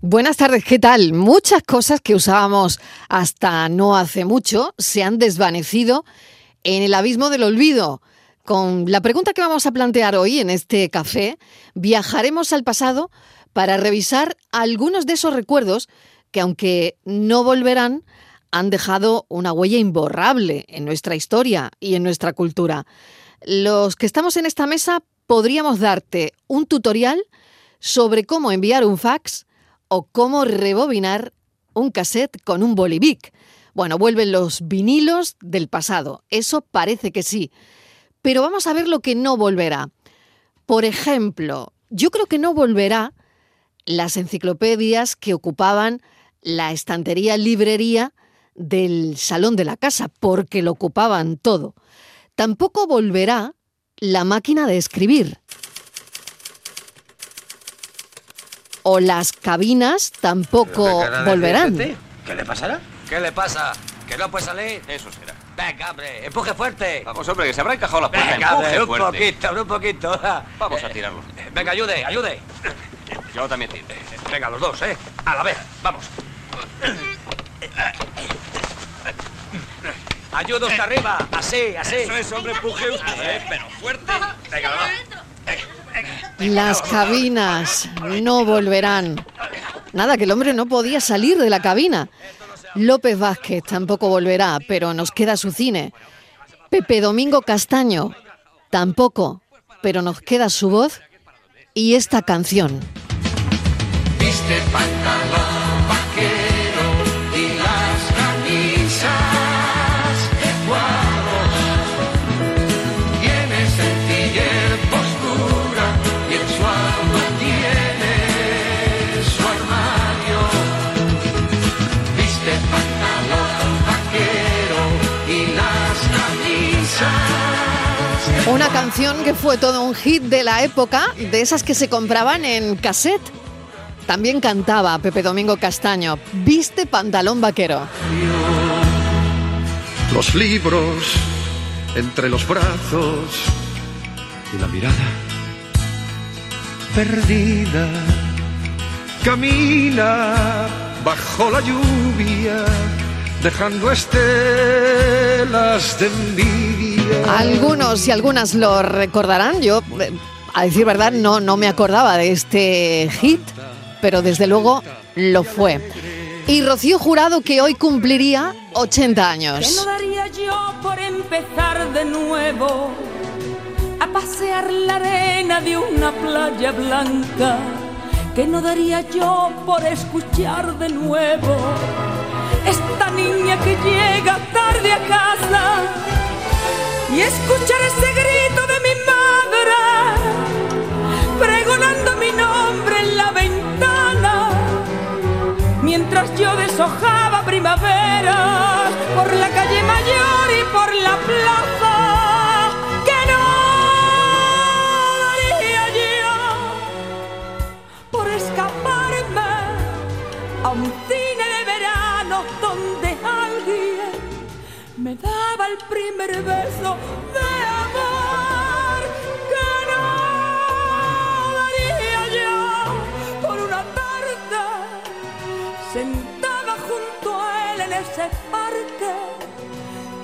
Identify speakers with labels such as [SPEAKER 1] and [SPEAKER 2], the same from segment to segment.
[SPEAKER 1] Buenas tardes, ¿qué tal? Muchas cosas que usábamos hasta no hace mucho se han desvanecido en el abismo del olvido. Con la pregunta que vamos a plantear hoy en este café, viajaremos al pasado para revisar algunos de esos recuerdos que, aunque no volverán, han dejado una huella imborrable en nuestra historia y en nuestra cultura. Los que estamos en esta mesa podríamos darte un tutorial sobre cómo enviar un fax o cómo rebobinar un cassette con un bolivic. Bueno, vuelven los vinilos del pasado, eso parece que sí. Pero vamos a ver lo que no volverá. Por ejemplo, yo creo que no volverá las enciclopedias que ocupaban la estantería librería del salón de la casa, porque lo ocupaban todo. Tampoco volverá la máquina de escribir. O las cabinas tampoco volverán.
[SPEAKER 2] ¿Qué le pasará?
[SPEAKER 3] ¿Qué le pasa? ¿Que no puede salir?
[SPEAKER 2] Eso será.
[SPEAKER 3] Venga, hombre, empuje fuerte.
[SPEAKER 2] Vamos, hombre, que se habrá encajado la puerta.
[SPEAKER 3] Venga, hombre,
[SPEAKER 2] Empuje
[SPEAKER 3] un
[SPEAKER 2] fuerte.
[SPEAKER 3] poquito, un poquito.
[SPEAKER 2] Vamos a
[SPEAKER 3] Eh,
[SPEAKER 2] tirarlo.
[SPEAKER 3] Venga, ayude, ayude.
[SPEAKER 2] Yo también tiro.
[SPEAKER 3] Venga, los dos, ¿eh? A la vez, vamos. Ayuda usted arriba, así, así.
[SPEAKER 2] Eh. Eso es, hombre, empuje usted. eh. pero fuerte.
[SPEAKER 3] Venga, va.
[SPEAKER 1] Las cabinas no volverán. Nada, que el hombre no podía salir de la cabina. López Vázquez tampoco volverá, pero nos queda su cine. Pepe Domingo Castaño tampoco, pero nos queda su voz y esta canción.
[SPEAKER 4] Viste Este pantalón vaquero y las camisas de cuadros. Tiene sencillez, postura y en su alma tiene su armario. Viste pantalón vaquero y las camisas de
[SPEAKER 1] Una canción que fue todo un hit de la época, de esas que se compraban en cassette. También cantaba Pepe Domingo Castaño, Viste pantalón vaquero.
[SPEAKER 5] los libros entre los brazos y la mirada perdida. Camina bajo la lluvia, dejando estelas de envidia.
[SPEAKER 1] Algunos y algunas lo recordarán. Yo, eh, a decir verdad, no, no me acordaba de este hit, pero desde luego lo fue. Y Rocío Jurado, que hoy cumpliría 80
[SPEAKER 6] ¿Qué no
[SPEAKER 1] años.
[SPEAKER 6] daría yo por empezar de nuevo a pasear la arena de una playa blanca? ¿Qué no daría yo por escuchar de nuevo esta niña que llega tarde a casa y escuchar ese grito de mi madre pregonando mi nombre en la ventana? mientras yo deshojaba primaveras por la calle mayor y por la plaza que no daría yo por escaparme a un cine de verano donde alguien me daba el primer beso de amor que no daría yo por una tarde sentada junto a él en ese parque,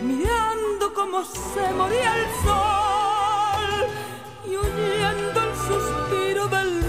[SPEAKER 6] mirando cómo se moría el sol y oyendo el suspiro del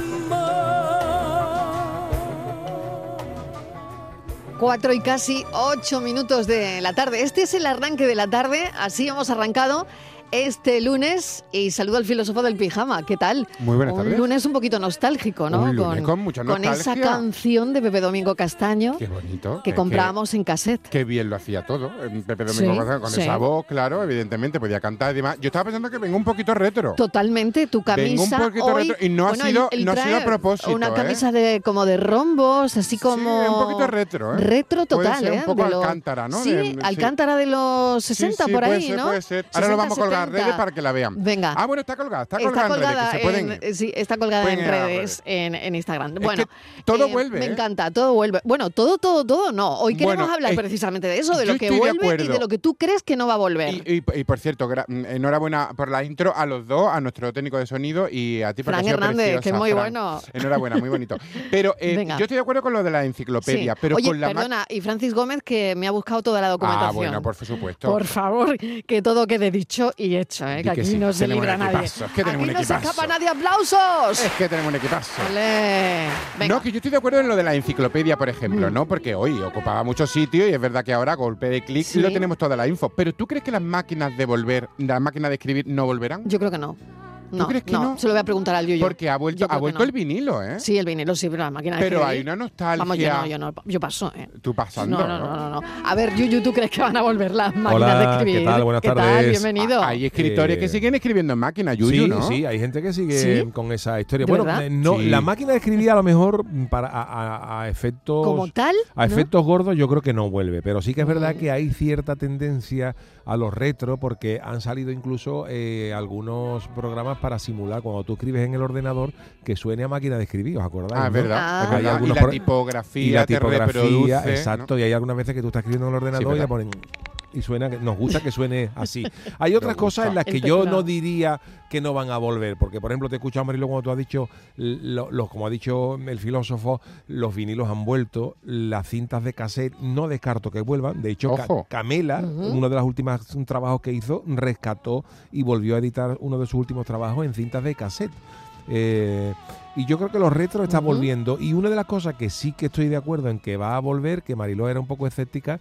[SPEAKER 6] mar.
[SPEAKER 1] 4 y casi 8 minutos de la tarde. Este es el arranque de la tarde, así hemos arrancado. Este lunes, y saludo al filósofo del pijama, ¿qué tal?
[SPEAKER 7] Muy buenas
[SPEAKER 1] un
[SPEAKER 7] tardes.
[SPEAKER 1] lunes un poquito nostálgico, ¿no?
[SPEAKER 7] Un lunes con mucha
[SPEAKER 1] esa
[SPEAKER 7] nostalgia.
[SPEAKER 1] canción de Pepe Domingo Castaño
[SPEAKER 7] Qué bonito.
[SPEAKER 1] que
[SPEAKER 7] Es
[SPEAKER 1] comprábamos en cassette.
[SPEAKER 7] Qué bien lo hacía todo. Eh, Pepe Domingo
[SPEAKER 1] Sí,
[SPEAKER 7] González, con
[SPEAKER 1] sí.
[SPEAKER 7] esa voz, claro, evidentemente, podía cantar y demás. Yo estaba pensando que vengo un poquito retro.
[SPEAKER 1] Totalmente, tu
[SPEAKER 7] Vengo
[SPEAKER 1] camisa
[SPEAKER 7] un poquito
[SPEAKER 1] hoy,
[SPEAKER 7] retro y no ha
[SPEAKER 1] bueno,
[SPEAKER 7] sido-
[SPEAKER 1] él- él
[SPEAKER 7] no ha sido
[SPEAKER 1] trae
[SPEAKER 7] a propósito,
[SPEAKER 1] Una
[SPEAKER 7] ¿eh?
[SPEAKER 1] camisa de como de rombos, así como
[SPEAKER 7] Sí, un poquito retro, ¿eh?
[SPEAKER 1] Retro
[SPEAKER 7] Puede
[SPEAKER 1] total,
[SPEAKER 7] ser un
[SPEAKER 1] ¿eh?
[SPEAKER 7] poco
[SPEAKER 1] lo-
[SPEAKER 7] Alcántara, ¿no?
[SPEAKER 1] Sí,
[SPEAKER 7] De- sí.
[SPEAKER 1] Alcántara de los
[SPEAKER 7] Sí,
[SPEAKER 1] 60
[SPEAKER 7] sí,
[SPEAKER 1] por
[SPEAKER 7] puede
[SPEAKER 1] ahí,
[SPEAKER 7] ser,
[SPEAKER 1] ¿no?
[SPEAKER 7] puede ser. Ahora lo
[SPEAKER 1] 60,
[SPEAKER 7] vamos colgando las
[SPEAKER 1] encanta.
[SPEAKER 7] redes para que la vean.
[SPEAKER 1] Venga.
[SPEAKER 7] Ah, bueno, está colgada, está
[SPEAKER 1] Está
[SPEAKER 7] colgada,
[SPEAKER 1] colgada, eh,
[SPEAKER 7] en redes, que se
[SPEAKER 1] en,
[SPEAKER 7] pueden ir.
[SPEAKER 1] sí, está colgada
[SPEAKER 7] pueden
[SPEAKER 1] en
[SPEAKER 7] ir a las
[SPEAKER 1] redes, en, en Instagram.
[SPEAKER 7] Es
[SPEAKER 1] bueno,
[SPEAKER 7] que todo vuelve,
[SPEAKER 1] Me
[SPEAKER 7] ¿eh?
[SPEAKER 1] encanta, todo vuelve. Bueno, todo, todo, todo no. Hoy queremos
[SPEAKER 7] Bueno,
[SPEAKER 1] hablar
[SPEAKER 7] es-
[SPEAKER 1] precisamente de eso, de
[SPEAKER 7] yo
[SPEAKER 1] lo que
[SPEAKER 7] estoy de
[SPEAKER 1] vuelve y
[SPEAKER 7] acuerdo.
[SPEAKER 1] de lo que tú crees que no va a volver.
[SPEAKER 7] Y, y- y por cierto, gra- mm, enhorabuena por la intro a los dos, a nuestro técnico de sonido y a ti, porque
[SPEAKER 1] Fran
[SPEAKER 7] ha sido
[SPEAKER 1] Hernández,
[SPEAKER 7] preciosa,
[SPEAKER 1] que es muy
[SPEAKER 7] Fran.
[SPEAKER 1] bueno.
[SPEAKER 7] Enhorabuena, muy bonito. Pero eh,
[SPEAKER 1] Venga.
[SPEAKER 7] yo estoy de acuerdo con lo de la enciclopedia,
[SPEAKER 1] Sí.
[SPEAKER 7] pero
[SPEAKER 1] Oye,
[SPEAKER 7] con la ma-
[SPEAKER 1] perdona, y Francis Gómez que me ha buscado toda la documentación.
[SPEAKER 7] Ah, bueno, por supuesto.
[SPEAKER 1] Por favor, que todo quede dicho y hecho, ¿eh? que
[SPEAKER 7] Di que
[SPEAKER 1] aquí
[SPEAKER 7] sí,
[SPEAKER 1] no se
[SPEAKER 7] tenemos
[SPEAKER 1] libra
[SPEAKER 7] un
[SPEAKER 1] nadie.
[SPEAKER 7] equipazo, es que
[SPEAKER 1] aquí
[SPEAKER 7] tenemos un
[SPEAKER 1] no se
[SPEAKER 7] equipazo.
[SPEAKER 1] escapa nadie. ¡Aplausos!
[SPEAKER 7] Es que tenemos un equipazo.
[SPEAKER 1] Vale. Venga.
[SPEAKER 7] No, que yo estoy de acuerdo en lo de la enciclopedia, por ejemplo, ¿no? Porque hoy ocupaba mucho sitio y es verdad que ahora a golpe de clic
[SPEAKER 1] Sí.
[SPEAKER 7] lo tenemos toda la info. Pero ¿tú crees que las máquinas de volver, las máquinas de escribir no volverán?
[SPEAKER 1] Yo creo que no. No,
[SPEAKER 7] crees que no?
[SPEAKER 1] Se lo voy a preguntar al Yuyo.
[SPEAKER 7] Porque ha vuelto,
[SPEAKER 1] Yo creo
[SPEAKER 7] ha
[SPEAKER 1] que
[SPEAKER 7] vuelto
[SPEAKER 1] no.
[SPEAKER 7] el vinilo, ¿eh?
[SPEAKER 1] Sí, el vinilo sí, pero la máquina de
[SPEAKER 7] Pero
[SPEAKER 1] escribir-
[SPEAKER 7] hay una nostalgia.
[SPEAKER 1] Vamos, yo no, yo no, yo paso, ¿eh?
[SPEAKER 7] Tú pasando,
[SPEAKER 1] no, no, no, no, no. A ver, Yuyu, ¿tú crees que van a volver las máquinas
[SPEAKER 8] Hola,
[SPEAKER 1] de escribir?
[SPEAKER 8] ¿qué tal? Buenas
[SPEAKER 1] ¿Qué
[SPEAKER 8] tardes.
[SPEAKER 1] Bienvenido.
[SPEAKER 7] Ah, Hay escritores
[SPEAKER 8] Eh,
[SPEAKER 7] que siguen escribiendo en máquina, Yuyu,
[SPEAKER 8] sí,
[SPEAKER 7] ¿no?
[SPEAKER 8] sí, hay gente que sigue
[SPEAKER 1] ¿Sí?
[SPEAKER 8] con esa historia.
[SPEAKER 1] ¿De
[SPEAKER 8] Bueno,
[SPEAKER 1] verdad?
[SPEAKER 8] eh, no,
[SPEAKER 7] Sí.
[SPEAKER 8] la máquina de escribir a lo mejor mm, para a, a- a efectos
[SPEAKER 1] Como tal,
[SPEAKER 8] a
[SPEAKER 1] ¿no?
[SPEAKER 8] efectos gordos yo creo que no vuelve, pero sí que es verdad
[SPEAKER 1] Mm.
[SPEAKER 8] que hay cierta tendencia a los retro porque han salido incluso eh, algunos programas para simular cuando tú escribes en el ordenador que suene a máquina de escribir, ¿os acordáis?
[SPEAKER 7] Ah, es
[SPEAKER 8] no?
[SPEAKER 7] verdad.
[SPEAKER 1] Ah.
[SPEAKER 7] es
[SPEAKER 1] Hay
[SPEAKER 7] verdad. Y
[SPEAKER 8] algunos
[SPEAKER 7] la
[SPEAKER 8] pro-
[SPEAKER 7] tipografía,
[SPEAKER 8] Y la
[SPEAKER 7] te reproduce.
[SPEAKER 8] tipografía,
[SPEAKER 7] ¿no?
[SPEAKER 8] exacto, y hay algunas veces que tú estás escribiendo en el ordenador y
[SPEAKER 7] verdad.
[SPEAKER 8] le ponen y suena que nos gusta que suene así. Hay otras
[SPEAKER 7] gusta.
[SPEAKER 8] cosas en las
[SPEAKER 1] El
[SPEAKER 8] que yo
[SPEAKER 1] teclado.
[SPEAKER 8] no diría que no van a volver, porque por ejemplo te he escuchado Marilo cuando tú has dicho lo- los como ha dicho el filósofo, los vinilos han vuelto, las cintas de cassette no descarto que vuelvan, de hecho Ca-
[SPEAKER 7] Ojo.
[SPEAKER 8] Camela,
[SPEAKER 1] Ujú.
[SPEAKER 8] uno de los últimos trabajos que hizo, rescató y volvió a editar uno de sus últimos trabajos en cintas de cassette. Eh, y yo creo que los retro están
[SPEAKER 1] Ujú.
[SPEAKER 8] volviendo. Y una de las cosas que sí que estoy de acuerdo en que va a volver, que Mariló era un poco escéptica,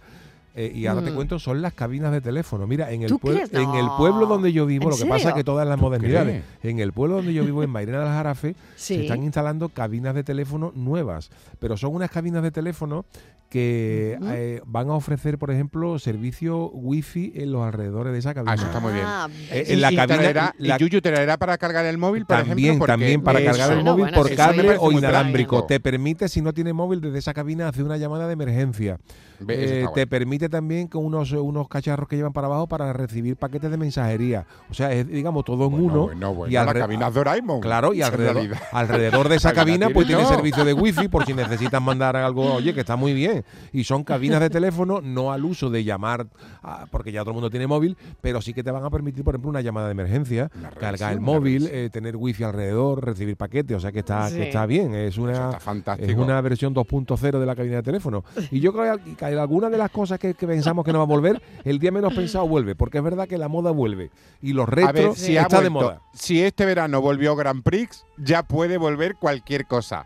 [SPEAKER 8] eh, y ahora te
[SPEAKER 1] Mm.
[SPEAKER 8] cuento, son las cabinas de teléfono. Mira, en el,
[SPEAKER 1] ¿Tú
[SPEAKER 8] pueblo-
[SPEAKER 1] crees?
[SPEAKER 8] en el
[SPEAKER 1] No.
[SPEAKER 8] pueblo donde yo vivo,
[SPEAKER 1] ¿En
[SPEAKER 8] lo que pasa es
[SPEAKER 1] serio?
[SPEAKER 8] que todas las
[SPEAKER 7] ¿Tú
[SPEAKER 8] modernidades, en el pueblo donde yo vivo, en Mairena del Jarafe, se
[SPEAKER 1] Sí.
[SPEAKER 8] están instalando cabinas de teléfono nuevas. Pero son unas cabinas de teléfono que
[SPEAKER 1] Ujú.
[SPEAKER 8] eh, van a ofrecer, por ejemplo, servicio wifi en los alrededores de esa cabina.
[SPEAKER 7] Ah, eso está muy bien.
[SPEAKER 1] Ah,
[SPEAKER 8] Eh,
[SPEAKER 7] Y-
[SPEAKER 8] en la
[SPEAKER 7] y
[SPEAKER 8] cabina-
[SPEAKER 7] traerá-
[SPEAKER 8] la-
[SPEAKER 7] y Yuyu te la hará para cargar el móvil, por
[SPEAKER 8] También,
[SPEAKER 7] ejemplo. porque
[SPEAKER 8] también para
[SPEAKER 7] eso-
[SPEAKER 8] cargar el
[SPEAKER 1] Bueno,
[SPEAKER 8] móvil
[SPEAKER 1] bueno,
[SPEAKER 8] por
[SPEAKER 1] eso ya me
[SPEAKER 8] cable
[SPEAKER 1] parece
[SPEAKER 8] o
[SPEAKER 1] muy
[SPEAKER 8] inalámbrico.
[SPEAKER 1] bien.
[SPEAKER 8] Te permite, si no tienes móvil, desde esa cabina hacer una llamada de emergencia.
[SPEAKER 7] Ve, eso
[SPEAKER 8] Eh,
[SPEAKER 7] está guay.
[SPEAKER 8] te permite también con unos, unos cacharros que llevan para abajo para recibir paquetes de mensajería. O sea, es, digamos, todo en
[SPEAKER 7] Bueno,
[SPEAKER 8] uno.
[SPEAKER 7] bueno, bueno,
[SPEAKER 8] y al
[SPEAKER 7] la
[SPEAKER 8] re-
[SPEAKER 7] cabina es Doraemon.
[SPEAKER 8] Claro, y
[SPEAKER 7] En
[SPEAKER 8] alrededor,
[SPEAKER 7] realidad.
[SPEAKER 8] alrededor de esa
[SPEAKER 7] Cabina
[SPEAKER 8] cabina pues
[SPEAKER 7] tiene-
[SPEAKER 8] tiene
[SPEAKER 7] no.
[SPEAKER 8] servicio de wifi por si necesitas mandar algo, oye, que está muy bien. Y son cabinas de teléfono, no al uso de llamar, ah, porque ya todo el mundo tiene móvil, pero sí que te van a permitir, por ejemplo, una llamada de emergencia,
[SPEAKER 7] Una revisión,
[SPEAKER 8] cargar el
[SPEAKER 7] una
[SPEAKER 8] móvil,
[SPEAKER 7] revisión.
[SPEAKER 8] eh, tener wifi alrededor, recibir paquetes, o sea que está,
[SPEAKER 1] Sí.
[SPEAKER 8] que está bien, es
[SPEAKER 7] Eso
[SPEAKER 8] una,
[SPEAKER 7] está fantástico.
[SPEAKER 8] es una versión 2.0 de la cabina de teléfono. Y yo creo que que algunas de las cosas que, que pensamos que no va a volver, el día menos pensado vuelve, porque es verdad que la moda vuelve y los
[SPEAKER 7] a ver
[SPEAKER 8] retro
[SPEAKER 7] si ha
[SPEAKER 8] está de
[SPEAKER 7] vuelto.
[SPEAKER 8] moda.
[SPEAKER 7] Si este verano volvió Grand Prix, ya puede volver cualquier cosa. Ha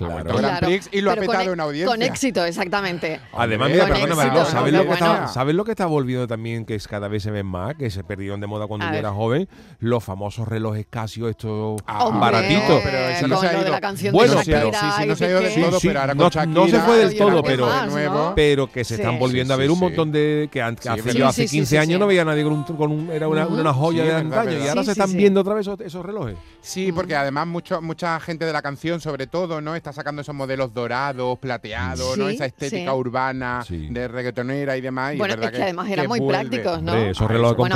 [SPEAKER 7] vuelto
[SPEAKER 1] Claro.
[SPEAKER 7] Grand Prix y lo ha
[SPEAKER 1] pero con
[SPEAKER 7] petado
[SPEAKER 1] e-
[SPEAKER 7] en audiencia.
[SPEAKER 1] Con éxito, exactamente.
[SPEAKER 8] Además,
[SPEAKER 7] Hombre,
[SPEAKER 8] mira,
[SPEAKER 1] con
[SPEAKER 8] perdona,
[SPEAKER 1] éxito,
[SPEAKER 8] Mariló,
[SPEAKER 1] ¿no?
[SPEAKER 8] ¿sabes, lo que
[SPEAKER 1] Bueno.
[SPEAKER 8] está, ¿sabes lo que está volviendo también? Que es cada vez se ven más, que se perdieron de moda cuando
[SPEAKER 1] A
[SPEAKER 8] yo
[SPEAKER 1] ver.
[SPEAKER 8] era joven, los famosos relojes Casio, estos
[SPEAKER 7] Ah,
[SPEAKER 1] Hombre,
[SPEAKER 8] baratitos.
[SPEAKER 7] pero eso
[SPEAKER 1] con
[SPEAKER 7] no se ha
[SPEAKER 1] lo de
[SPEAKER 7] ido.
[SPEAKER 1] la canción
[SPEAKER 8] Bueno,
[SPEAKER 1] de
[SPEAKER 8] pero-
[SPEAKER 1] Shakira
[SPEAKER 7] sí, sí, no
[SPEAKER 1] y
[SPEAKER 7] se ha ido de
[SPEAKER 1] Piqué.
[SPEAKER 7] todo,
[SPEAKER 8] Sí,
[SPEAKER 7] pero ahora
[SPEAKER 8] no-
[SPEAKER 7] con
[SPEAKER 8] no
[SPEAKER 7] Shakira.
[SPEAKER 8] se fue del
[SPEAKER 7] y
[SPEAKER 8] todo,
[SPEAKER 7] la cosa
[SPEAKER 8] pero-
[SPEAKER 7] de nuevo.
[SPEAKER 1] ¿no?
[SPEAKER 8] Pero que se
[SPEAKER 1] Sí.
[SPEAKER 8] están volviendo
[SPEAKER 7] Sí,
[SPEAKER 8] a ver
[SPEAKER 7] sí,
[SPEAKER 8] un
[SPEAKER 7] sí.
[SPEAKER 8] montón de. que an-
[SPEAKER 7] Sí,
[SPEAKER 8] hace,
[SPEAKER 7] es
[SPEAKER 8] yo
[SPEAKER 7] verdad.
[SPEAKER 8] hace
[SPEAKER 1] Sí, sí,
[SPEAKER 8] 15
[SPEAKER 1] sí,
[SPEAKER 8] años
[SPEAKER 1] sí.
[SPEAKER 8] no veía a nadie con, un, con un- era una,
[SPEAKER 1] Ujú.
[SPEAKER 8] una joya de
[SPEAKER 7] Sí, es verdad,
[SPEAKER 8] antaño.
[SPEAKER 7] verdad.
[SPEAKER 8] Y ahora
[SPEAKER 1] Sí,
[SPEAKER 8] se
[SPEAKER 1] sí,
[SPEAKER 8] están
[SPEAKER 1] sí.
[SPEAKER 8] viendo otra vez esos, esos relojes.
[SPEAKER 7] Sí, porque además mucho, mucha gente de la canción, sobre todo, ¿no? Está sacando esos modelos dorados, plateados, ¿no?
[SPEAKER 1] Sí,
[SPEAKER 7] Esa estética
[SPEAKER 1] sí.
[SPEAKER 7] urbana
[SPEAKER 8] Sí.
[SPEAKER 7] de reggaetonera y demás. y
[SPEAKER 1] Bueno,
[SPEAKER 7] verdad
[SPEAKER 1] es que además eran
[SPEAKER 7] que
[SPEAKER 1] muy
[SPEAKER 7] vuelve.
[SPEAKER 1] prácticos, ¿no?
[SPEAKER 8] Hombre, esos
[SPEAKER 7] Ah,
[SPEAKER 8] relojes
[SPEAKER 7] eso-
[SPEAKER 8] con
[SPEAKER 1] bueno,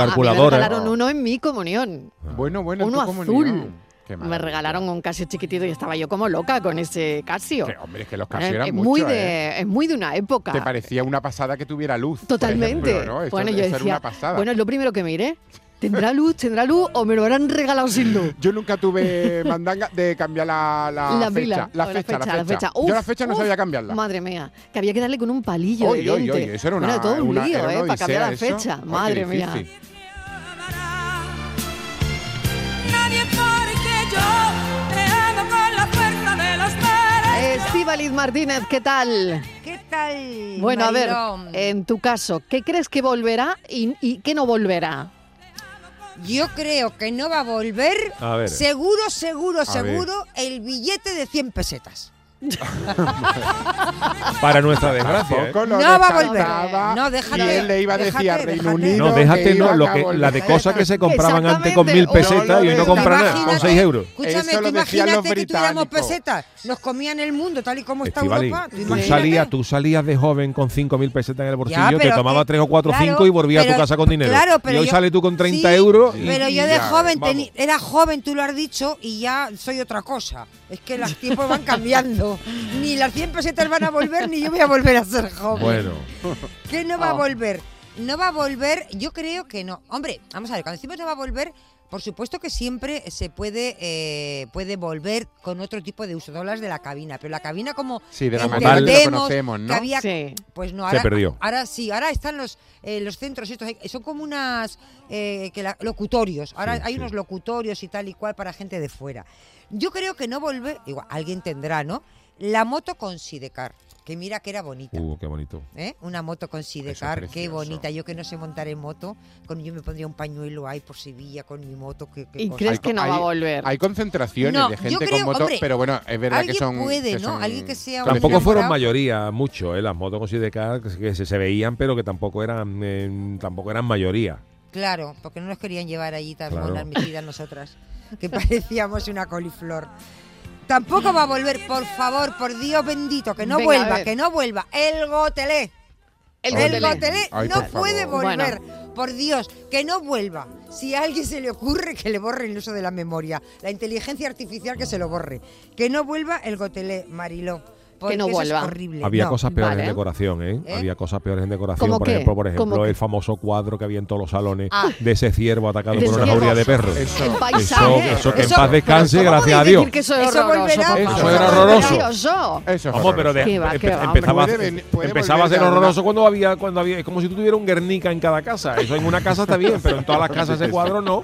[SPEAKER 1] A
[SPEAKER 8] calculadora. Ah.
[SPEAKER 1] mí me regalaron uno en mi comunión.
[SPEAKER 7] Bueno, bueno, en
[SPEAKER 1] uno
[SPEAKER 7] tu
[SPEAKER 1] azul.
[SPEAKER 7] comunión. Qué
[SPEAKER 1] Me
[SPEAKER 7] maravilla.
[SPEAKER 1] regalaron un Casio chiquitito y estaba yo como loca con ese Casio.
[SPEAKER 7] Que, hombre, es que los
[SPEAKER 1] Eh,
[SPEAKER 7] Casio eran
[SPEAKER 1] es
[SPEAKER 7] mucho,
[SPEAKER 1] muy
[SPEAKER 7] ¿eh?
[SPEAKER 1] de, es muy de una época.
[SPEAKER 7] Te parecía una pasada que tuviera luz. por
[SPEAKER 1] Totalmente.
[SPEAKER 7] ejemplo, ¿no? Eso-
[SPEAKER 1] bueno, yo
[SPEAKER 7] eso
[SPEAKER 1] decía,
[SPEAKER 7] era una pasada.
[SPEAKER 1] bueno, es lo primero que miré. ¿Tendrá luz? ¿Tendrá luz? ¿O me lo habrán regalado sin luz?
[SPEAKER 7] Yo nunca tuve mandanga de cambiar la, la,
[SPEAKER 1] la
[SPEAKER 7] fecha,
[SPEAKER 1] pila.
[SPEAKER 7] la
[SPEAKER 1] o
[SPEAKER 7] fecha. La fecha,
[SPEAKER 1] Uf,
[SPEAKER 7] Yo la fecha no
[SPEAKER 1] uf,
[SPEAKER 7] sabía cambiarla.
[SPEAKER 1] Madre mía, que había que darle con un palillo
[SPEAKER 7] Oy,
[SPEAKER 1] de
[SPEAKER 7] oy,
[SPEAKER 1] diente.
[SPEAKER 7] oy, eso era una-
[SPEAKER 1] todo un
[SPEAKER 7] una-
[SPEAKER 1] lío,
[SPEAKER 7] era una
[SPEAKER 1] ¿eh? Para cambiar la
[SPEAKER 7] odisea eso.
[SPEAKER 1] fecha.
[SPEAKER 7] Ay, qué
[SPEAKER 1] Madre mía.
[SPEAKER 7] difícil.
[SPEAKER 6] Nadie pare que yo te amo con la fuerza de los mares.
[SPEAKER 1] Estíbaliz Eh, Martínez, ¿qué tal?
[SPEAKER 9] ¿Qué
[SPEAKER 6] Mm,
[SPEAKER 9] tal?
[SPEAKER 1] Bueno, a
[SPEAKER 9] Mariló?
[SPEAKER 1] ver, en tu caso, ¿qué crees que volverá y, y qué no volverá?
[SPEAKER 9] Yo creo que no va a volver.
[SPEAKER 8] A ver.
[SPEAKER 9] Seguro, seguro,
[SPEAKER 7] ver.
[SPEAKER 9] seguro, el billete de 100 pesetas.
[SPEAKER 8] Para nuestra desgracia.
[SPEAKER 7] Tampoco
[SPEAKER 8] ¿eh?
[SPEAKER 7] lo
[SPEAKER 9] No va a volver.
[SPEAKER 7] descartaba
[SPEAKER 9] No, déjate,
[SPEAKER 7] ¿Quién le iba a
[SPEAKER 9] déjate,
[SPEAKER 7] decir a Reino
[SPEAKER 9] déjate.
[SPEAKER 7] Unido?
[SPEAKER 8] No, déjate,
[SPEAKER 7] que
[SPEAKER 8] no,
[SPEAKER 7] iba
[SPEAKER 8] lo
[SPEAKER 7] a
[SPEAKER 8] que,
[SPEAKER 7] volver?
[SPEAKER 8] la de cosas que se compraban antes con mil
[SPEAKER 1] Exactamente.
[SPEAKER 8] pesetas y hoy no
[SPEAKER 7] No lo
[SPEAKER 8] compran
[SPEAKER 7] dejes.
[SPEAKER 8] con seis euros.
[SPEAKER 9] Escúchame,
[SPEAKER 7] Eso
[SPEAKER 9] tú
[SPEAKER 7] lo decían los
[SPEAKER 9] imagínate que tuviéramos
[SPEAKER 7] británicos.
[SPEAKER 9] pesetas. Nos comían el mundo tal y como está
[SPEAKER 8] Estivali,
[SPEAKER 9] Europa. Tú
[SPEAKER 8] tú
[SPEAKER 9] imagínate.
[SPEAKER 8] salías, tú salías de joven con 5.000 pesetas en el
[SPEAKER 9] Ya,
[SPEAKER 8] bolsillo, te
[SPEAKER 9] pero
[SPEAKER 8] tomabas
[SPEAKER 9] que-
[SPEAKER 8] 3 o 4 o
[SPEAKER 9] claro,
[SPEAKER 8] 5 y volvías a tu
[SPEAKER 9] pero-
[SPEAKER 8] casa con dinero.
[SPEAKER 9] claro, pero
[SPEAKER 8] y hoy
[SPEAKER 9] yo-
[SPEAKER 8] sales tú con 30
[SPEAKER 9] sí,
[SPEAKER 8] euros. y-
[SPEAKER 9] Pero yo
[SPEAKER 8] y
[SPEAKER 9] de
[SPEAKER 8] ya,
[SPEAKER 9] joven,
[SPEAKER 8] vamos.
[SPEAKER 9] teni- era joven, tú lo has dicho, y ya soy otra cosa. Es que los tiempos van cambiando. Ni las 100 pesetas van a volver, ni yo voy a volver a ser joven.
[SPEAKER 8] Bueno,
[SPEAKER 9] ¿Qué no va a
[SPEAKER 1] Oh.
[SPEAKER 9] volver? No va a volver, yo creo que no. Hombre, vamos a ver, cuando decimos no va a volver, por supuesto que siempre se puede, eh, puede volver con otro tipo de uso de hablas de la cabina, pero la cabina como
[SPEAKER 7] Sí, de la
[SPEAKER 8] manera que lo
[SPEAKER 9] entendemos
[SPEAKER 7] conocemos, ¿no?
[SPEAKER 9] que había-
[SPEAKER 1] Sí.
[SPEAKER 9] pues no,
[SPEAKER 8] Se
[SPEAKER 9] ahora,
[SPEAKER 8] perdió.
[SPEAKER 9] ahora sí, ahora están los, eh, los centros estos, eh, son como unas eh, que la- locutorios, ahora
[SPEAKER 8] Sí,
[SPEAKER 9] hay
[SPEAKER 8] sí.
[SPEAKER 9] unos locutorios y tal y cual para gente de fuera. Yo creo que no vuelve, igual, alguien tendrá, ¿no? La moto con Sidecar, que mira que era bonita.
[SPEAKER 8] uh, qué bonito.
[SPEAKER 9] ¿eh? Una moto con Sidecar, qué
[SPEAKER 7] precioso.
[SPEAKER 9] bonita. Yo que no sé montar en moto, con, yo me pondría un pañuelo ahí por Sevilla con mi moto. Que,
[SPEAKER 1] ¿Y crees que no
[SPEAKER 7] hay-
[SPEAKER 1] va a volver?
[SPEAKER 7] Hay concentraciones
[SPEAKER 9] No,
[SPEAKER 7] de
[SPEAKER 9] yo
[SPEAKER 7] gente
[SPEAKER 9] creo,
[SPEAKER 7] con motos,
[SPEAKER 9] hombre,
[SPEAKER 7] pero bueno, es verdad que
[SPEAKER 9] alguien
[SPEAKER 7] son.
[SPEAKER 9] puede,
[SPEAKER 7] que
[SPEAKER 9] ¿no?
[SPEAKER 7] son
[SPEAKER 9] Alguien que sea un
[SPEAKER 8] Tampoco
[SPEAKER 9] Colección.
[SPEAKER 8] fueron mayoría, mucho, ¿eh? las motos con sidecar que se- que se, se veían, pero que tampoco eran eh, tampoco eran mayoría.
[SPEAKER 9] Claro, porque no nos querían llevar allí tan
[SPEAKER 8] Claro.
[SPEAKER 9] monas metidas nosotras, que parecíamos una coliflor. Tampoco va a volver, por favor, por Dios bendito, que no
[SPEAKER 1] Venga, a
[SPEAKER 9] vuelva,
[SPEAKER 1] ver.
[SPEAKER 9] que no vuelva. El gotelé.
[SPEAKER 1] El
[SPEAKER 9] El
[SPEAKER 7] Ay,
[SPEAKER 1] hotel.
[SPEAKER 9] gotelé
[SPEAKER 7] ay,
[SPEAKER 9] no
[SPEAKER 7] por favor.
[SPEAKER 9] puede volver.
[SPEAKER 1] Bueno.
[SPEAKER 9] Por Dios, que no vuelva. Si a alguien se le ocurre que le borre el uso de la memoria, la inteligencia artificial que se lo borre. Que no vuelva el gotelé, Mariló. porque
[SPEAKER 1] no
[SPEAKER 9] eso es
[SPEAKER 1] vuelva.
[SPEAKER 9] horrible.
[SPEAKER 8] Había
[SPEAKER 9] No.
[SPEAKER 8] cosas peores
[SPEAKER 1] vale.
[SPEAKER 8] en decoración, ¿eh?
[SPEAKER 9] ¿Eh?
[SPEAKER 8] Había cosas peores en decoración.
[SPEAKER 1] ¿Cómo
[SPEAKER 8] Por
[SPEAKER 1] qué?
[SPEAKER 8] ejemplo, por
[SPEAKER 1] ¿Cómo
[SPEAKER 8] ejemplo
[SPEAKER 1] qué?
[SPEAKER 8] el famoso cuadro que había en todos los salones
[SPEAKER 9] Ah.
[SPEAKER 8] de ese ciervo atacado
[SPEAKER 1] Del
[SPEAKER 8] por una
[SPEAKER 1] ciervo.
[SPEAKER 8] jauría de perros.
[SPEAKER 7] Eso.
[SPEAKER 1] El
[SPEAKER 8] Eso,
[SPEAKER 1] paisaje.
[SPEAKER 8] eso que en
[SPEAKER 9] Eso-
[SPEAKER 8] paz descanse,
[SPEAKER 1] ¿Cómo
[SPEAKER 8] gracias a
[SPEAKER 1] podéis
[SPEAKER 8] Dios.
[SPEAKER 1] decir que eso es
[SPEAKER 9] Eso
[SPEAKER 1] horroroso,
[SPEAKER 9] volverá,
[SPEAKER 1] por
[SPEAKER 9] Eso
[SPEAKER 1] favor?
[SPEAKER 8] era horroroso.
[SPEAKER 1] Horroroso.
[SPEAKER 7] Eso es
[SPEAKER 8] Vamos, pero de-
[SPEAKER 1] Qué va, qué
[SPEAKER 8] empe-
[SPEAKER 1] va,
[SPEAKER 8] empezaba,
[SPEAKER 7] hombre. Puede venir- puede
[SPEAKER 8] empezaba a
[SPEAKER 7] volver
[SPEAKER 8] ser
[SPEAKER 7] ya una-
[SPEAKER 8] horroroso cuando había, cuando había. Es como si tú tuvieras un Guernica en cada casa. Eso en una casa está bien, pero en todas las casas ese cuadro no.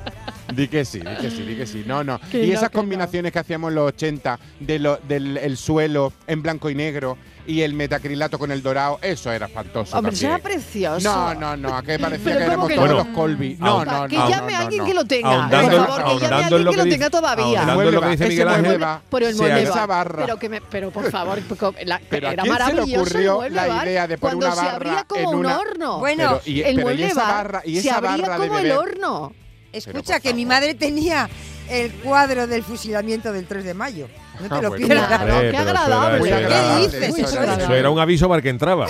[SPEAKER 7] Di que sí, di que sí, di que sí. No, no.
[SPEAKER 1] Que
[SPEAKER 7] y
[SPEAKER 1] no,
[SPEAKER 7] esas
[SPEAKER 1] que no.
[SPEAKER 7] combinaciones que hacíamos en los 80 de lo- del el suelo en blanco y negro y el metacrilato con el dorado, eso era espantoso.
[SPEAKER 1] Hombre, eso
[SPEAKER 7] también.
[SPEAKER 1] era precioso.
[SPEAKER 7] No, no, no, a que parecía
[SPEAKER 1] Pero
[SPEAKER 7] que
[SPEAKER 1] ¿cómo
[SPEAKER 7] éramos
[SPEAKER 1] que
[SPEAKER 7] todos
[SPEAKER 8] no?
[SPEAKER 7] los Colby. No, no, no.
[SPEAKER 1] que
[SPEAKER 7] no,
[SPEAKER 1] llame
[SPEAKER 7] no,
[SPEAKER 1] a alguien
[SPEAKER 7] no.
[SPEAKER 1] que lo tenga.
[SPEAKER 8] Ahondando
[SPEAKER 1] por
[SPEAKER 8] en-
[SPEAKER 1] favor, que llame a
[SPEAKER 8] ahondando en
[SPEAKER 1] alguien
[SPEAKER 8] lo
[SPEAKER 1] que,
[SPEAKER 8] que
[SPEAKER 1] lo
[SPEAKER 8] dice-
[SPEAKER 1] tenga todavía.
[SPEAKER 8] ahondando en lo que dice
[SPEAKER 7] Ese
[SPEAKER 8] Miguel
[SPEAKER 7] mueble
[SPEAKER 8] Ángel.
[SPEAKER 7] va.
[SPEAKER 1] Pero el
[SPEAKER 8] Se
[SPEAKER 1] mueble
[SPEAKER 8] haga-
[SPEAKER 7] esa barra.
[SPEAKER 1] Pero, que me, pero por favor, co- la-
[SPEAKER 7] Pero ¿a
[SPEAKER 1] era
[SPEAKER 7] quién se le
[SPEAKER 1] maravilloso el
[SPEAKER 7] ocurrió
[SPEAKER 1] mueble
[SPEAKER 7] la
[SPEAKER 1] bar
[SPEAKER 7] idea de poner
[SPEAKER 1] cuando
[SPEAKER 7] una
[SPEAKER 1] se abría
[SPEAKER 7] barra
[SPEAKER 1] como
[SPEAKER 7] en
[SPEAKER 1] un
[SPEAKER 7] una-
[SPEAKER 1] horno.
[SPEAKER 9] Bueno,
[SPEAKER 7] Pero, y,
[SPEAKER 1] el
[SPEAKER 7] pero y
[SPEAKER 1] mueble
[SPEAKER 7] esa
[SPEAKER 1] bar
[SPEAKER 7] barra, y
[SPEAKER 1] se
[SPEAKER 7] esa
[SPEAKER 1] abría
[SPEAKER 7] barra de
[SPEAKER 1] como el
[SPEAKER 7] beber.
[SPEAKER 1] horno.
[SPEAKER 9] Escucha,
[SPEAKER 7] por
[SPEAKER 9] que mi
[SPEAKER 7] favor.
[SPEAKER 9] madre tenía el cuadro del fusilamiento del 3 de mayo. No te
[SPEAKER 7] Ah,
[SPEAKER 9] lo
[SPEAKER 7] bueno.
[SPEAKER 9] pierdas.
[SPEAKER 1] Claro,
[SPEAKER 8] Hombre,
[SPEAKER 1] qué
[SPEAKER 8] pero eso era-
[SPEAKER 1] agradable.
[SPEAKER 8] eso
[SPEAKER 7] Muy
[SPEAKER 8] era-
[SPEAKER 7] agradable,
[SPEAKER 9] ¿Qué dices?
[SPEAKER 7] eso
[SPEAKER 9] Eso
[SPEAKER 7] era-
[SPEAKER 8] Eso era un aviso para el que entraba.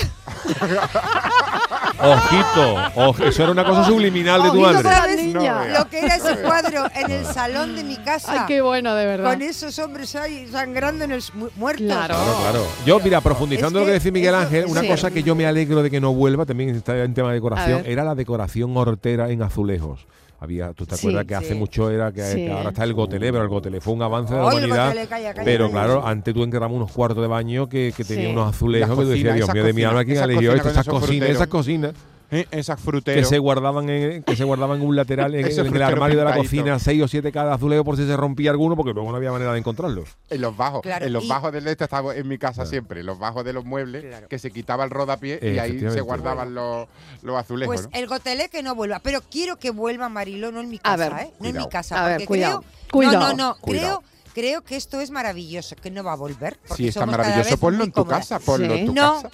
[SPEAKER 8] Ojito, oj- eso era una cosa subliminal de tu
[SPEAKER 1] Ojito con
[SPEAKER 8] madre.
[SPEAKER 1] la niña.
[SPEAKER 7] No,
[SPEAKER 9] Lo que era ese cuadro en el salón de mi
[SPEAKER 1] Ay,
[SPEAKER 9] casa.
[SPEAKER 1] qué bueno, de verdad.
[SPEAKER 9] Con esos hombres ahí sangrando en el s- mu- muertos.
[SPEAKER 1] Claro.
[SPEAKER 8] Claro, claro. Yo, mira, profundizando
[SPEAKER 9] Es
[SPEAKER 8] en lo que
[SPEAKER 9] que
[SPEAKER 8] decía Miguel
[SPEAKER 9] eso-
[SPEAKER 8] Ángel, una
[SPEAKER 1] sí.
[SPEAKER 8] cosa que yo me alegro de que no vuelva, también está en tema de
[SPEAKER 1] A
[SPEAKER 8] decoración,
[SPEAKER 1] ver.
[SPEAKER 8] era la decoración hortera en azulejos. Había, tú te
[SPEAKER 1] Sí,
[SPEAKER 8] acuerdas que hace
[SPEAKER 9] sí.
[SPEAKER 8] mucho era que,
[SPEAKER 1] Sí.
[SPEAKER 8] que ahora está el gotelé, pero el gotelé fue un avance de la
[SPEAKER 9] Ay, el
[SPEAKER 8] humanidad.
[SPEAKER 9] gotelé, calla, calla,
[SPEAKER 8] pero
[SPEAKER 9] calla.
[SPEAKER 8] claro, antes tú entramos unos cuartos de baño que, que tenía
[SPEAKER 1] Sí.
[SPEAKER 8] unos azulejos
[SPEAKER 7] Las
[SPEAKER 8] que tú decías,
[SPEAKER 7] cocinas,
[SPEAKER 8] Dios
[SPEAKER 7] esas
[SPEAKER 8] mío de mi
[SPEAKER 7] cocinas,
[SPEAKER 8] alma, ¿quién
[SPEAKER 7] esas
[SPEAKER 8] eligió
[SPEAKER 7] cocinas
[SPEAKER 8] esto?
[SPEAKER 7] con
[SPEAKER 8] Esas
[SPEAKER 7] esos
[SPEAKER 8] cocinas, esas cocinas
[SPEAKER 7] Eh, Esas
[SPEAKER 8] que
[SPEAKER 7] fruteros.
[SPEAKER 8] se guardaban en, que se guardaban en un lateral en,
[SPEAKER 7] Ese
[SPEAKER 8] en el
[SPEAKER 7] frutero
[SPEAKER 8] armario de la
[SPEAKER 7] pintadito.
[SPEAKER 8] cocina, seis o siete cada azulejo por si se rompía alguno, porque luego no había manera de encontrarlo.
[SPEAKER 7] En los bajos.
[SPEAKER 9] Claro,
[SPEAKER 7] en los
[SPEAKER 9] y-
[SPEAKER 7] bajos del este estaba en mi
[SPEAKER 8] Ah.
[SPEAKER 7] casa siempre. En los bajos de los muebles
[SPEAKER 9] Claro.
[SPEAKER 7] que se quitaba el rodapié y ahí
[SPEAKER 8] Efectivamente.
[SPEAKER 7] se guardaban los, los azulejos.
[SPEAKER 9] Pues
[SPEAKER 7] ¿no?
[SPEAKER 9] el gotelé que no vuelva. Pero quiero que vuelva Mariló, no en mi
[SPEAKER 1] A
[SPEAKER 9] casa,
[SPEAKER 1] ver,
[SPEAKER 9] ¿eh? No en mi
[SPEAKER 7] cuidado.
[SPEAKER 9] casa.
[SPEAKER 1] A ver,
[SPEAKER 9] porque
[SPEAKER 1] cuidado,
[SPEAKER 9] creo-
[SPEAKER 1] cuidado.
[SPEAKER 9] No, no, no.
[SPEAKER 8] Cuidado.
[SPEAKER 9] Creo, creo que esto es maravilloso, que no va a volver. porque
[SPEAKER 7] Si está
[SPEAKER 9] somos cada
[SPEAKER 7] maravilloso,
[SPEAKER 9] vez
[SPEAKER 7] ponlo
[SPEAKER 9] muy
[SPEAKER 7] en tu
[SPEAKER 9] cómodas.
[SPEAKER 7] casa. Ponlo
[SPEAKER 1] Sí.
[SPEAKER 7] en tu
[SPEAKER 9] No,
[SPEAKER 7] casa.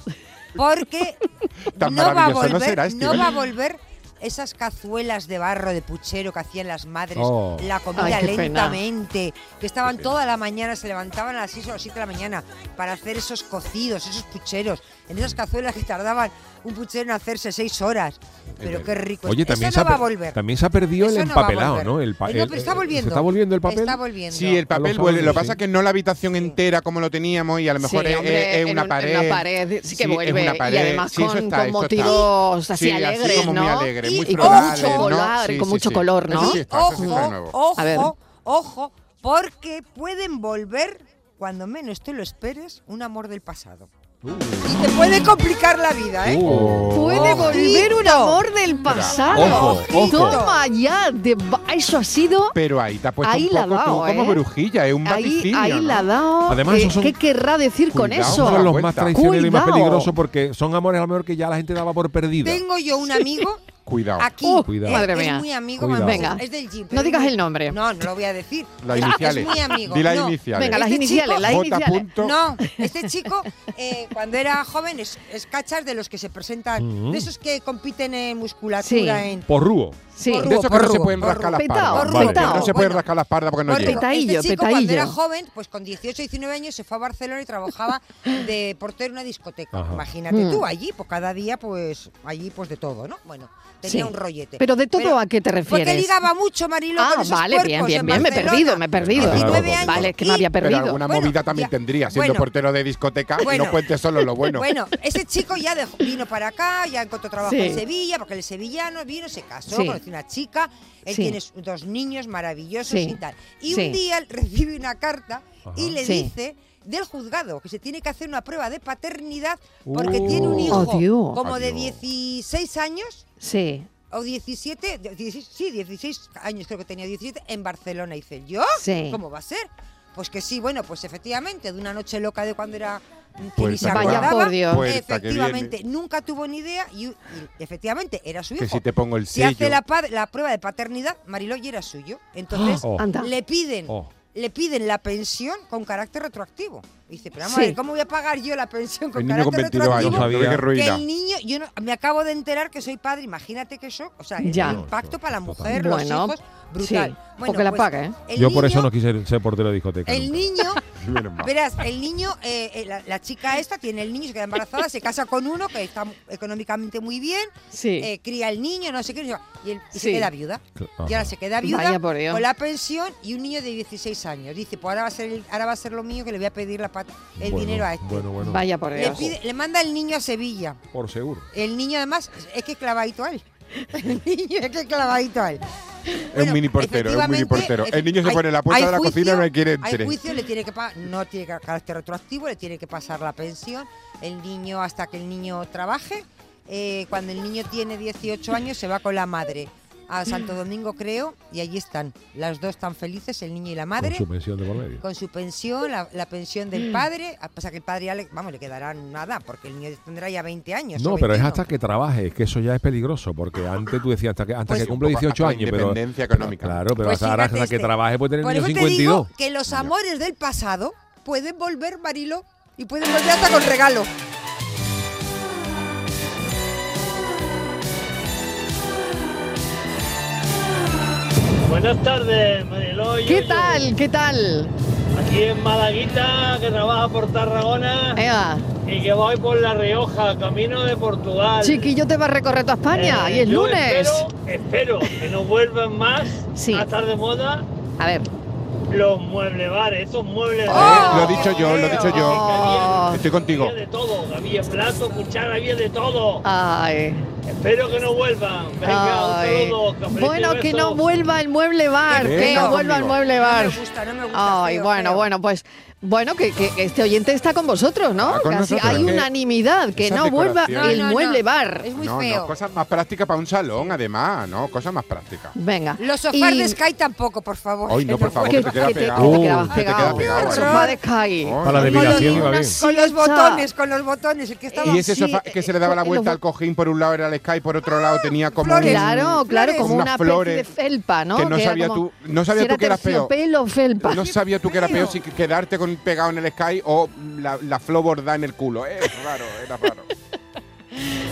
[SPEAKER 9] porque
[SPEAKER 7] Tan
[SPEAKER 9] no va a
[SPEAKER 7] maravilloso no
[SPEAKER 9] volver, no,
[SPEAKER 7] será, este, ¿eh? Estíbaliz.
[SPEAKER 9] va a volver esas cazuelas de barro de puchero que hacían las madres,
[SPEAKER 8] Oh.
[SPEAKER 9] la comida
[SPEAKER 1] Ay, qué pena.
[SPEAKER 9] lentamente, que estaban toda la mañana, se levantaban a las 6 o las 7 de la mañana para hacer esos cocidos, esos pucheros, en esas cazuelas que tardaban un puchero en hacerse 6 horas. Pero qué rico.
[SPEAKER 8] Oye, también,
[SPEAKER 9] Pues Eso no
[SPEAKER 8] se, ha,
[SPEAKER 9] va a
[SPEAKER 8] per-
[SPEAKER 9] volver.
[SPEAKER 8] también se ha perdido el
[SPEAKER 9] Eso no va a
[SPEAKER 8] empapelado,
[SPEAKER 9] volver.
[SPEAKER 8] ¿no? El pa-
[SPEAKER 9] Eh,
[SPEAKER 8] el-
[SPEAKER 9] pero está
[SPEAKER 8] el-
[SPEAKER 9] volviendo.
[SPEAKER 8] ¿Se está volviendo el papel?
[SPEAKER 9] Está volviendo.
[SPEAKER 7] Sí, el
[SPEAKER 8] A
[SPEAKER 7] papel
[SPEAKER 8] los
[SPEAKER 7] vuelve. Lo que
[SPEAKER 8] árboles,
[SPEAKER 7] pasa
[SPEAKER 8] sí.
[SPEAKER 7] es que no la habitación entera como lo teníamos y a lo mejor
[SPEAKER 1] Sí,
[SPEAKER 7] es,
[SPEAKER 1] hombre,
[SPEAKER 7] es- es
[SPEAKER 1] en
[SPEAKER 7] una
[SPEAKER 1] un- en
[SPEAKER 7] pared.
[SPEAKER 1] una pared, sí que
[SPEAKER 7] es
[SPEAKER 1] vuelve,
[SPEAKER 7] una
[SPEAKER 1] y además
[SPEAKER 7] Sí, eso
[SPEAKER 1] con-
[SPEAKER 7] está,
[SPEAKER 1] con
[SPEAKER 7] eso está.
[SPEAKER 1] motivos así
[SPEAKER 7] Sí,
[SPEAKER 1] alegres,
[SPEAKER 7] como muy
[SPEAKER 1] ¿no?
[SPEAKER 7] alegres,
[SPEAKER 1] Y-
[SPEAKER 7] muy
[SPEAKER 1] y con
[SPEAKER 7] florales,
[SPEAKER 1] mucho
[SPEAKER 7] ¿no?
[SPEAKER 1] color,
[SPEAKER 7] Sí,
[SPEAKER 1] con
[SPEAKER 7] sí,
[SPEAKER 1] mucho
[SPEAKER 7] sí.
[SPEAKER 1] color,
[SPEAKER 7] Eso
[SPEAKER 1] ¿no?
[SPEAKER 7] sí
[SPEAKER 9] Y
[SPEAKER 7] está, eso sí está de
[SPEAKER 9] ojo,
[SPEAKER 7] nuevo.
[SPEAKER 1] A ver.
[SPEAKER 9] ojo, ojo, porque pueden volver, cuando menos tú lo esperes, un amor del pasado. Y te puede complicar la vida, ¿eh?
[SPEAKER 8] Uh.
[SPEAKER 1] Puede volver un amor del pasado.
[SPEAKER 8] Ojo, ojo.
[SPEAKER 1] Toma ya, de ba- eso ha sido.
[SPEAKER 7] Pero ahí te has puesto
[SPEAKER 1] Ahí
[SPEAKER 7] un
[SPEAKER 1] la
[SPEAKER 7] poco
[SPEAKER 1] ha dado,
[SPEAKER 7] tú como
[SPEAKER 1] ¿eh?
[SPEAKER 7] brujilla, es un
[SPEAKER 1] Ahí,
[SPEAKER 7] vaticinio,
[SPEAKER 1] ahí
[SPEAKER 7] ¿no?
[SPEAKER 1] la ha dado.
[SPEAKER 8] Además,
[SPEAKER 1] Eh,
[SPEAKER 8] esos son-
[SPEAKER 1] ¿Qué querrá decir con
[SPEAKER 7] Cuidado,
[SPEAKER 1] eso?
[SPEAKER 8] Uno de
[SPEAKER 7] la
[SPEAKER 8] los más
[SPEAKER 7] vuelta.
[SPEAKER 8] traicioneros y más
[SPEAKER 1] Cuidado.
[SPEAKER 8] peligrosos porque son amores a lo mejor que ya la gente daba por perdida.
[SPEAKER 9] Tengo yo un amigo
[SPEAKER 7] Cuidado.
[SPEAKER 9] Aquí
[SPEAKER 1] Uh,
[SPEAKER 8] Cuidado.
[SPEAKER 9] eh,
[SPEAKER 1] madre
[SPEAKER 9] es
[SPEAKER 1] mía.
[SPEAKER 9] muy amigo,
[SPEAKER 8] Cuidado.
[SPEAKER 1] Venga.
[SPEAKER 9] es del gym.
[SPEAKER 1] No
[SPEAKER 9] pero
[SPEAKER 1] digas
[SPEAKER 9] es muy-
[SPEAKER 1] el nombre.
[SPEAKER 9] No, no lo voy a decir.
[SPEAKER 7] Las
[SPEAKER 9] Es
[SPEAKER 7] iniciales.
[SPEAKER 9] muy amigo.
[SPEAKER 7] Di las
[SPEAKER 9] no.
[SPEAKER 7] iniciales.
[SPEAKER 1] Venga, las
[SPEAKER 9] Este chico-
[SPEAKER 1] iniciales, las
[SPEAKER 7] J.
[SPEAKER 1] iniciales.
[SPEAKER 7] punto.
[SPEAKER 9] No, este chico, eh, cuando era joven, es, es cachas de los que se presentan, de esos que compiten en musculatura,
[SPEAKER 1] Sí.
[SPEAKER 9] en
[SPEAKER 8] Porrúo.
[SPEAKER 1] Sí.
[SPEAKER 9] Por
[SPEAKER 7] De esos que no se
[SPEAKER 9] porrugo,
[SPEAKER 7] pueden rascar
[SPEAKER 9] porrugo.
[SPEAKER 7] las
[SPEAKER 1] Petao,
[SPEAKER 7] pardas.
[SPEAKER 9] porrugo.
[SPEAKER 7] Vale, que no se pueden
[SPEAKER 9] Bueno.
[SPEAKER 7] rascar las pardas porque no
[SPEAKER 9] Porque
[SPEAKER 7] llega.
[SPEAKER 1] Petahillo,
[SPEAKER 9] este chico cuando
[SPEAKER 1] petahillo.
[SPEAKER 9] era joven, pues con 18, 19 años se fue a Barcelona y trabajaba de portero en una discoteca.
[SPEAKER 8] Ajá.
[SPEAKER 9] Imagínate
[SPEAKER 1] Mm.
[SPEAKER 9] tú, allí, pues cada día, pues allí, pues de todo, ¿no? Bueno, tenía
[SPEAKER 1] Sí.
[SPEAKER 9] un rollete.
[SPEAKER 1] Pero de todo, ¿a qué te refieres?
[SPEAKER 9] Porque ligaba mucho, Marilo,
[SPEAKER 1] Ah,
[SPEAKER 9] con esos
[SPEAKER 1] vale,
[SPEAKER 9] cuerpos
[SPEAKER 1] bien, bien,
[SPEAKER 9] en
[SPEAKER 1] bien. Me he
[SPEAKER 9] Barcelona.
[SPEAKER 1] perdido, me he perdido.
[SPEAKER 9] 19 años
[SPEAKER 1] Vale, es que me
[SPEAKER 9] y-
[SPEAKER 1] había
[SPEAKER 7] Pero
[SPEAKER 1] perdido.
[SPEAKER 7] alguna
[SPEAKER 9] Bueno,
[SPEAKER 7] movida también
[SPEAKER 9] ya.
[SPEAKER 7] tendría, siendo
[SPEAKER 9] Bueno.
[SPEAKER 7] portero de discoteca.
[SPEAKER 9] Bueno.
[SPEAKER 7] Y no cuente solo lo bueno.
[SPEAKER 9] Bueno, ese chico ya dejó- vino para acá, ya encontró trabajo
[SPEAKER 1] Sí.
[SPEAKER 9] en Sevilla, porque el sevillano vino, se casó,
[SPEAKER 1] Sí.
[SPEAKER 9] conoció una chica, él
[SPEAKER 1] Sí.
[SPEAKER 9] tiene su- dos niños maravillosos
[SPEAKER 1] Sí.
[SPEAKER 9] y tal. Y
[SPEAKER 1] Sí.
[SPEAKER 9] un día él recibe una carta y le
[SPEAKER 1] Sí.
[SPEAKER 9] dice del juzgado que se tiene que hacer una prueba de paternidad porque
[SPEAKER 7] Uh.
[SPEAKER 9] tiene
[SPEAKER 8] Oh.
[SPEAKER 9] un hijo
[SPEAKER 1] Oh, Dios.
[SPEAKER 9] como de
[SPEAKER 7] Adiós.
[SPEAKER 9] 16 años
[SPEAKER 1] Sí,
[SPEAKER 9] o 17, de- 16, sí, 16 años creo que tenía 17 en Barcelona. Y dice, ¿yo?
[SPEAKER 1] Sí.
[SPEAKER 9] ¿Cómo va a ser? Pues que sí, bueno, pues efectivamente, de una noche loca de cuando era que ni
[SPEAKER 7] Pues
[SPEAKER 9] se
[SPEAKER 7] vaya
[SPEAKER 9] acordaba,
[SPEAKER 1] por Dios.
[SPEAKER 7] Puerta que
[SPEAKER 9] efectivamente, nunca tuvo ni idea y, y efectivamente era su hijo.
[SPEAKER 7] Que si te pongo el
[SPEAKER 9] Se hace
[SPEAKER 7] sello.
[SPEAKER 9] la, pa- la prueba de paternidad, Mariló y era suyo. Entonces
[SPEAKER 8] Oh.
[SPEAKER 1] anda.
[SPEAKER 9] le piden
[SPEAKER 8] Oh.
[SPEAKER 9] le piden la pensión con carácter retroactivo. Y dice, pero vamos
[SPEAKER 1] Sí.
[SPEAKER 9] a ver, ¿cómo voy a pagar yo la pensión con
[SPEAKER 7] El niño
[SPEAKER 9] carácter
[SPEAKER 7] con 22
[SPEAKER 9] retroactivo?
[SPEAKER 7] años.
[SPEAKER 8] No sabía.
[SPEAKER 7] no ve que
[SPEAKER 9] Que
[SPEAKER 7] ruina.
[SPEAKER 9] el niño, yo no, me acabo de enterar que soy padre, imagínate que yo, o sea,
[SPEAKER 1] Ya.
[SPEAKER 9] el impacto para la mujer,
[SPEAKER 1] Bueno,
[SPEAKER 9] los hijos, brutal. pues,
[SPEAKER 1] sí, porque la paga, ¿eh?
[SPEAKER 9] el
[SPEAKER 8] Yo por eso
[SPEAKER 9] niño-
[SPEAKER 8] no quise ser portero de discoteca.
[SPEAKER 9] El
[SPEAKER 8] nunca.
[SPEAKER 9] niño,
[SPEAKER 7] Menos mal.
[SPEAKER 9] verás, el niño, eh, eh, la, la chica esta tiene el niño, se queda embarazada, se casa con uno que está económicamente muy bien,
[SPEAKER 1] sí.
[SPEAKER 9] eh, cría al niño, no sé qué, y, él- y
[SPEAKER 1] Sí.
[SPEAKER 9] se queda viuda.
[SPEAKER 8] Cl-
[SPEAKER 9] Y ahora
[SPEAKER 8] ajá.
[SPEAKER 9] se queda viuda
[SPEAKER 1] Vaya por Dios.
[SPEAKER 9] con la pensión y un niño de 16 años. Dice, pues ahora va a ser, el- ahora va a ser lo mío que le voy a pedir la pat- el
[SPEAKER 8] Bueno,
[SPEAKER 9] dinero a este.
[SPEAKER 8] Bueno, bueno.
[SPEAKER 1] Vaya por
[SPEAKER 9] Le,
[SPEAKER 1] Dios.
[SPEAKER 9] pide- le manda el niño a Sevilla.
[SPEAKER 8] Por seguro.
[SPEAKER 9] El niño además es que es clavadito a él. El niño es que es clavadito a él.
[SPEAKER 7] Es un mini portero, es un mini
[SPEAKER 9] efectivamente,
[SPEAKER 7] portero. El niño se
[SPEAKER 9] hay-
[SPEAKER 7] pone en la puerta
[SPEAKER 9] hay
[SPEAKER 7] de la
[SPEAKER 9] juicio,
[SPEAKER 7] cocina y no quiere
[SPEAKER 9] Hay
[SPEAKER 7] entre.
[SPEAKER 9] juicio, le tiene que pa- no tiene ca- carácter retroactivo, le tiene que pasar la pensión. El niño hasta que el niño trabaje. Eh, cuando el niño tiene 18 años se va con la madre a Santo Domingo, creo, y allí están. Las dos tan felices, el niño y la madre
[SPEAKER 8] Con su Mm. pensión de por medio.
[SPEAKER 9] con su pensión, la, la pensión del padre, a- pasa que el padre ya le, vamos, le quedará nada, porque el niño tendrá ya 20 años.
[SPEAKER 8] No,
[SPEAKER 9] o
[SPEAKER 8] pero es
[SPEAKER 9] 21.
[SPEAKER 8] hasta que trabaje, que eso ya es peligroso, porque antes tú decías hasta que, hasta
[SPEAKER 9] Pues
[SPEAKER 8] que cumple
[SPEAKER 7] un poco
[SPEAKER 8] 18
[SPEAKER 7] hasta la
[SPEAKER 8] años. pero-
[SPEAKER 7] independencia económica.
[SPEAKER 8] Claro, pero
[SPEAKER 9] Pues
[SPEAKER 8] hasta, ahora,
[SPEAKER 9] fíjate
[SPEAKER 8] hasta que
[SPEAKER 9] este.
[SPEAKER 8] trabaje puede tener
[SPEAKER 9] Por
[SPEAKER 8] el
[SPEAKER 9] eso
[SPEAKER 8] niño
[SPEAKER 9] te
[SPEAKER 8] 52.
[SPEAKER 9] digo que los amores del pasado pueden volver, Marilo, y pueden volver hasta con regalo.
[SPEAKER 10] Buenas tardes, Mariló. y
[SPEAKER 1] ¿Qué
[SPEAKER 10] Yoyo.
[SPEAKER 1] tal? ¿Qué tal?
[SPEAKER 10] Aquí en Malaguita, que trabaja por Tarragona
[SPEAKER 1] Eva,
[SPEAKER 10] y que voy por La Rioja, camino de Portugal.
[SPEAKER 1] chiquillo te va a recorrer toda España
[SPEAKER 10] Eh,
[SPEAKER 1] y es
[SPEAKER 10] yo
[SPEAKER 1] lunes.
[SPEAKER 10] Espero, espero que no vuelvan más
[SPEAKER 1] Sí.
[SPEAKER 10] a estar de moda
[SPEAKER 1] A ver.
[SPEAKER 10] los muebles bares, esos muebles
[SPEAKER 7] Eh,
[SPEAKER 1] Oh.
[SPEAKER 7] Lo he dicho yo, lo he dicho yo.
[SPEAKER 1] Oh.
[SPEAKER 7] Estoy contigo.
[SPEAKER 10] Había de todo, había plato, cuchara, había de todo.
[SPEAKER 1] Ay,
[SPEAKER 10] Espero que no vuelvan. Venga,
[SPEAKER 1] ay.
[SPEAKER 10] un saludo. cafelito y
[SPEAKER 1] Bueno, que no
[SPEAKER 10] besos.
[SPEAKER 1] vuelva el mueble bar,
[SPEAKER 7] Eh,
[SPEAKER 1] que no
[SPEAKER 7] no,
[SPEAKER 1] vuelva el
[SPEAKER 7] conmigo.
[SPEAKER 1] mueble bar.
[SPEAKER 9] No me gusta, no me gusta.
[SPEAKER 1] Ay,
[SPEAKER 9] feo,
[SPEAKER 1] bueno,
[SPEAKER 9] feo.
[SPEAKER 1] bueno, pues bueno, que, que este oyente está con vosotros, ¿no?
[SPEAKER 7] Ah, con
[SPEAKER 1] Casi
[SPEAKER 7] nosotros,
[SPEAKER 1] hay
[SPEAKER 7] es que
[SPEAKER 1] unanimidad, que
[SPEAKER 7] esas
[SPEAKER 1] no vuelva
[SPEAKER 7] decoraciones-
[SPEAKER 1] el
[SPEAKER 9] No, no,
[SPEAKER 1] mueble
[SPEAKER 9] no.
[SPEAKER 1] bar.
[SPEAKER 9] Es muy
[SPEAKER 7] no, no,
[SPEAKER 9] feo.
[SPEAKER 7] cosas más prácticas para un salón, además, ¿no? Cosas más prácticas.
[SPEAKER 1] Venga.
[SPEAKER 9] Los sofás
[SPEAKER 1] Y-
[SPEAKER 9] de Sky tampoco, por favor.
[SPEAKER 7] Hoy no, por favor, que te queda
[SPEAKER 1] que te-
[SPEAKER 7] pegado.
[SPEAKER 1] que te quedabas
[SPEAKER 7] Que te queda
[SPEAKER 1] pegado.
[SPEAKER 7] pegado,
[SPEAKER 1] El
[SPEAKER 7] ahí.
[SPEAKER 1] sofá de Sky.
[SPEAKER 7] Oh,
[SPEAKER 8] Para la
[SPEAKER 7] no, no,
[SPEAKER 8] depilación
[SPEAKER 7] no,
[SPEAKER 8] iba
[SPEAKER 7] no,
[SPEAKER 8] bien.
[SPEAKER 1] sí,
[SPEAKER 9] Con los
[SPEAKER 1] o sea,
[SPEAKER 9] botones, con los botones, el que estaba...
[SPEAKER 7] Y ese
[SPEAKER 1] Sí,
[SPEAKER 7] sofá
[SPEAKER 1] eh,
[SPEAKER 7] que se le daba la
[SPEAKER 1] eh,
[SPEAKER 7] vuelta
[SPEAKER 1] los-
[SPEAKER 7] al cojín por un lado era el Sky, por otro lado tenía como
[SPEAKER 9] flores.
[SPEAKER 7] un-
[SPEAKER 1] Claro, claro,
[SPEAKER 9] flores.
[SPEAKER 1] como
[SPEAKER 7] Unas
[SPEAKER 1] una especie de
[SPEAKER 7] flores
[SPEAKER 1] felpa, ¿no?
[SPEAKER 7] que no
[SPEAKER 1] Que era
[SPEAKER 7] sabía
[SPEAKER 1] como-
[SPEAKER 7] tú- no sabía
[SPEAKER 1] si
[SPEAKER 7] tú que era feo.
[SPEAKER 1] terciopelo felpa.
[SPEAKER 7] No sabía tú que era peor si quedarte con pegado en el Sky o la, la flor bordada en el culo. Es raro, era raro.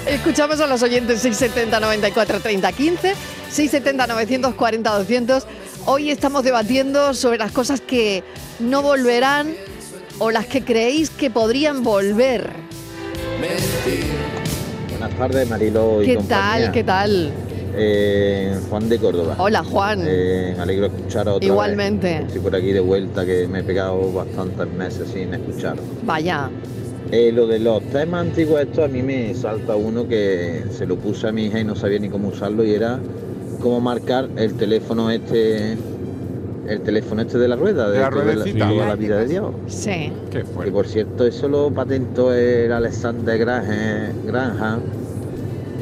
[SPEAKER 1] Escuchamos a los oyentes 670 94 30 15, 670 940 200. Hoy estamos debatiendo sobre las cosas que no volverán o las que creéis que podrían volver.
[SPEAKER 11] Buenas tardes, Marilo y
[SPEAKER 1] ¿Qué
[SPEAKER 11] compañía.
[SPEAKER 1] tal? ¿Qué tal?
[SPEAKER 11] Eh, Juan de Córdoba.
[SPEAKER 1] Hola, Juan.
[SPEAKER 11] Eh, me alegro escuchar otra
[SPEAKER 1] Igualmente.
[SPEAKER 11] vez. Estoy por aquí de vuelta que me he pegado bastantes meses sin escuchar.
[SPEAKER 1] Vaya.
[SPEAKER 11] Eh, lo de los temas antiguos, esto a mí me salta uno que se lo puse a mi hija y no sabía ni cómo usarlo y era cómo marcar el teléfono este, el teléfono este de la rueda,
[SPEAKER 7] De la
[SPEAKER 11] toda
[SPEAKER 7] ruedecita.
[SPEAKER 11] toda la vida de Dios.
[SPEAKER 1] Sí.
[SPEAKER 7] Qué
[SPEAKER 11] Y por cierto, eso lo patentó el Alexander Granja,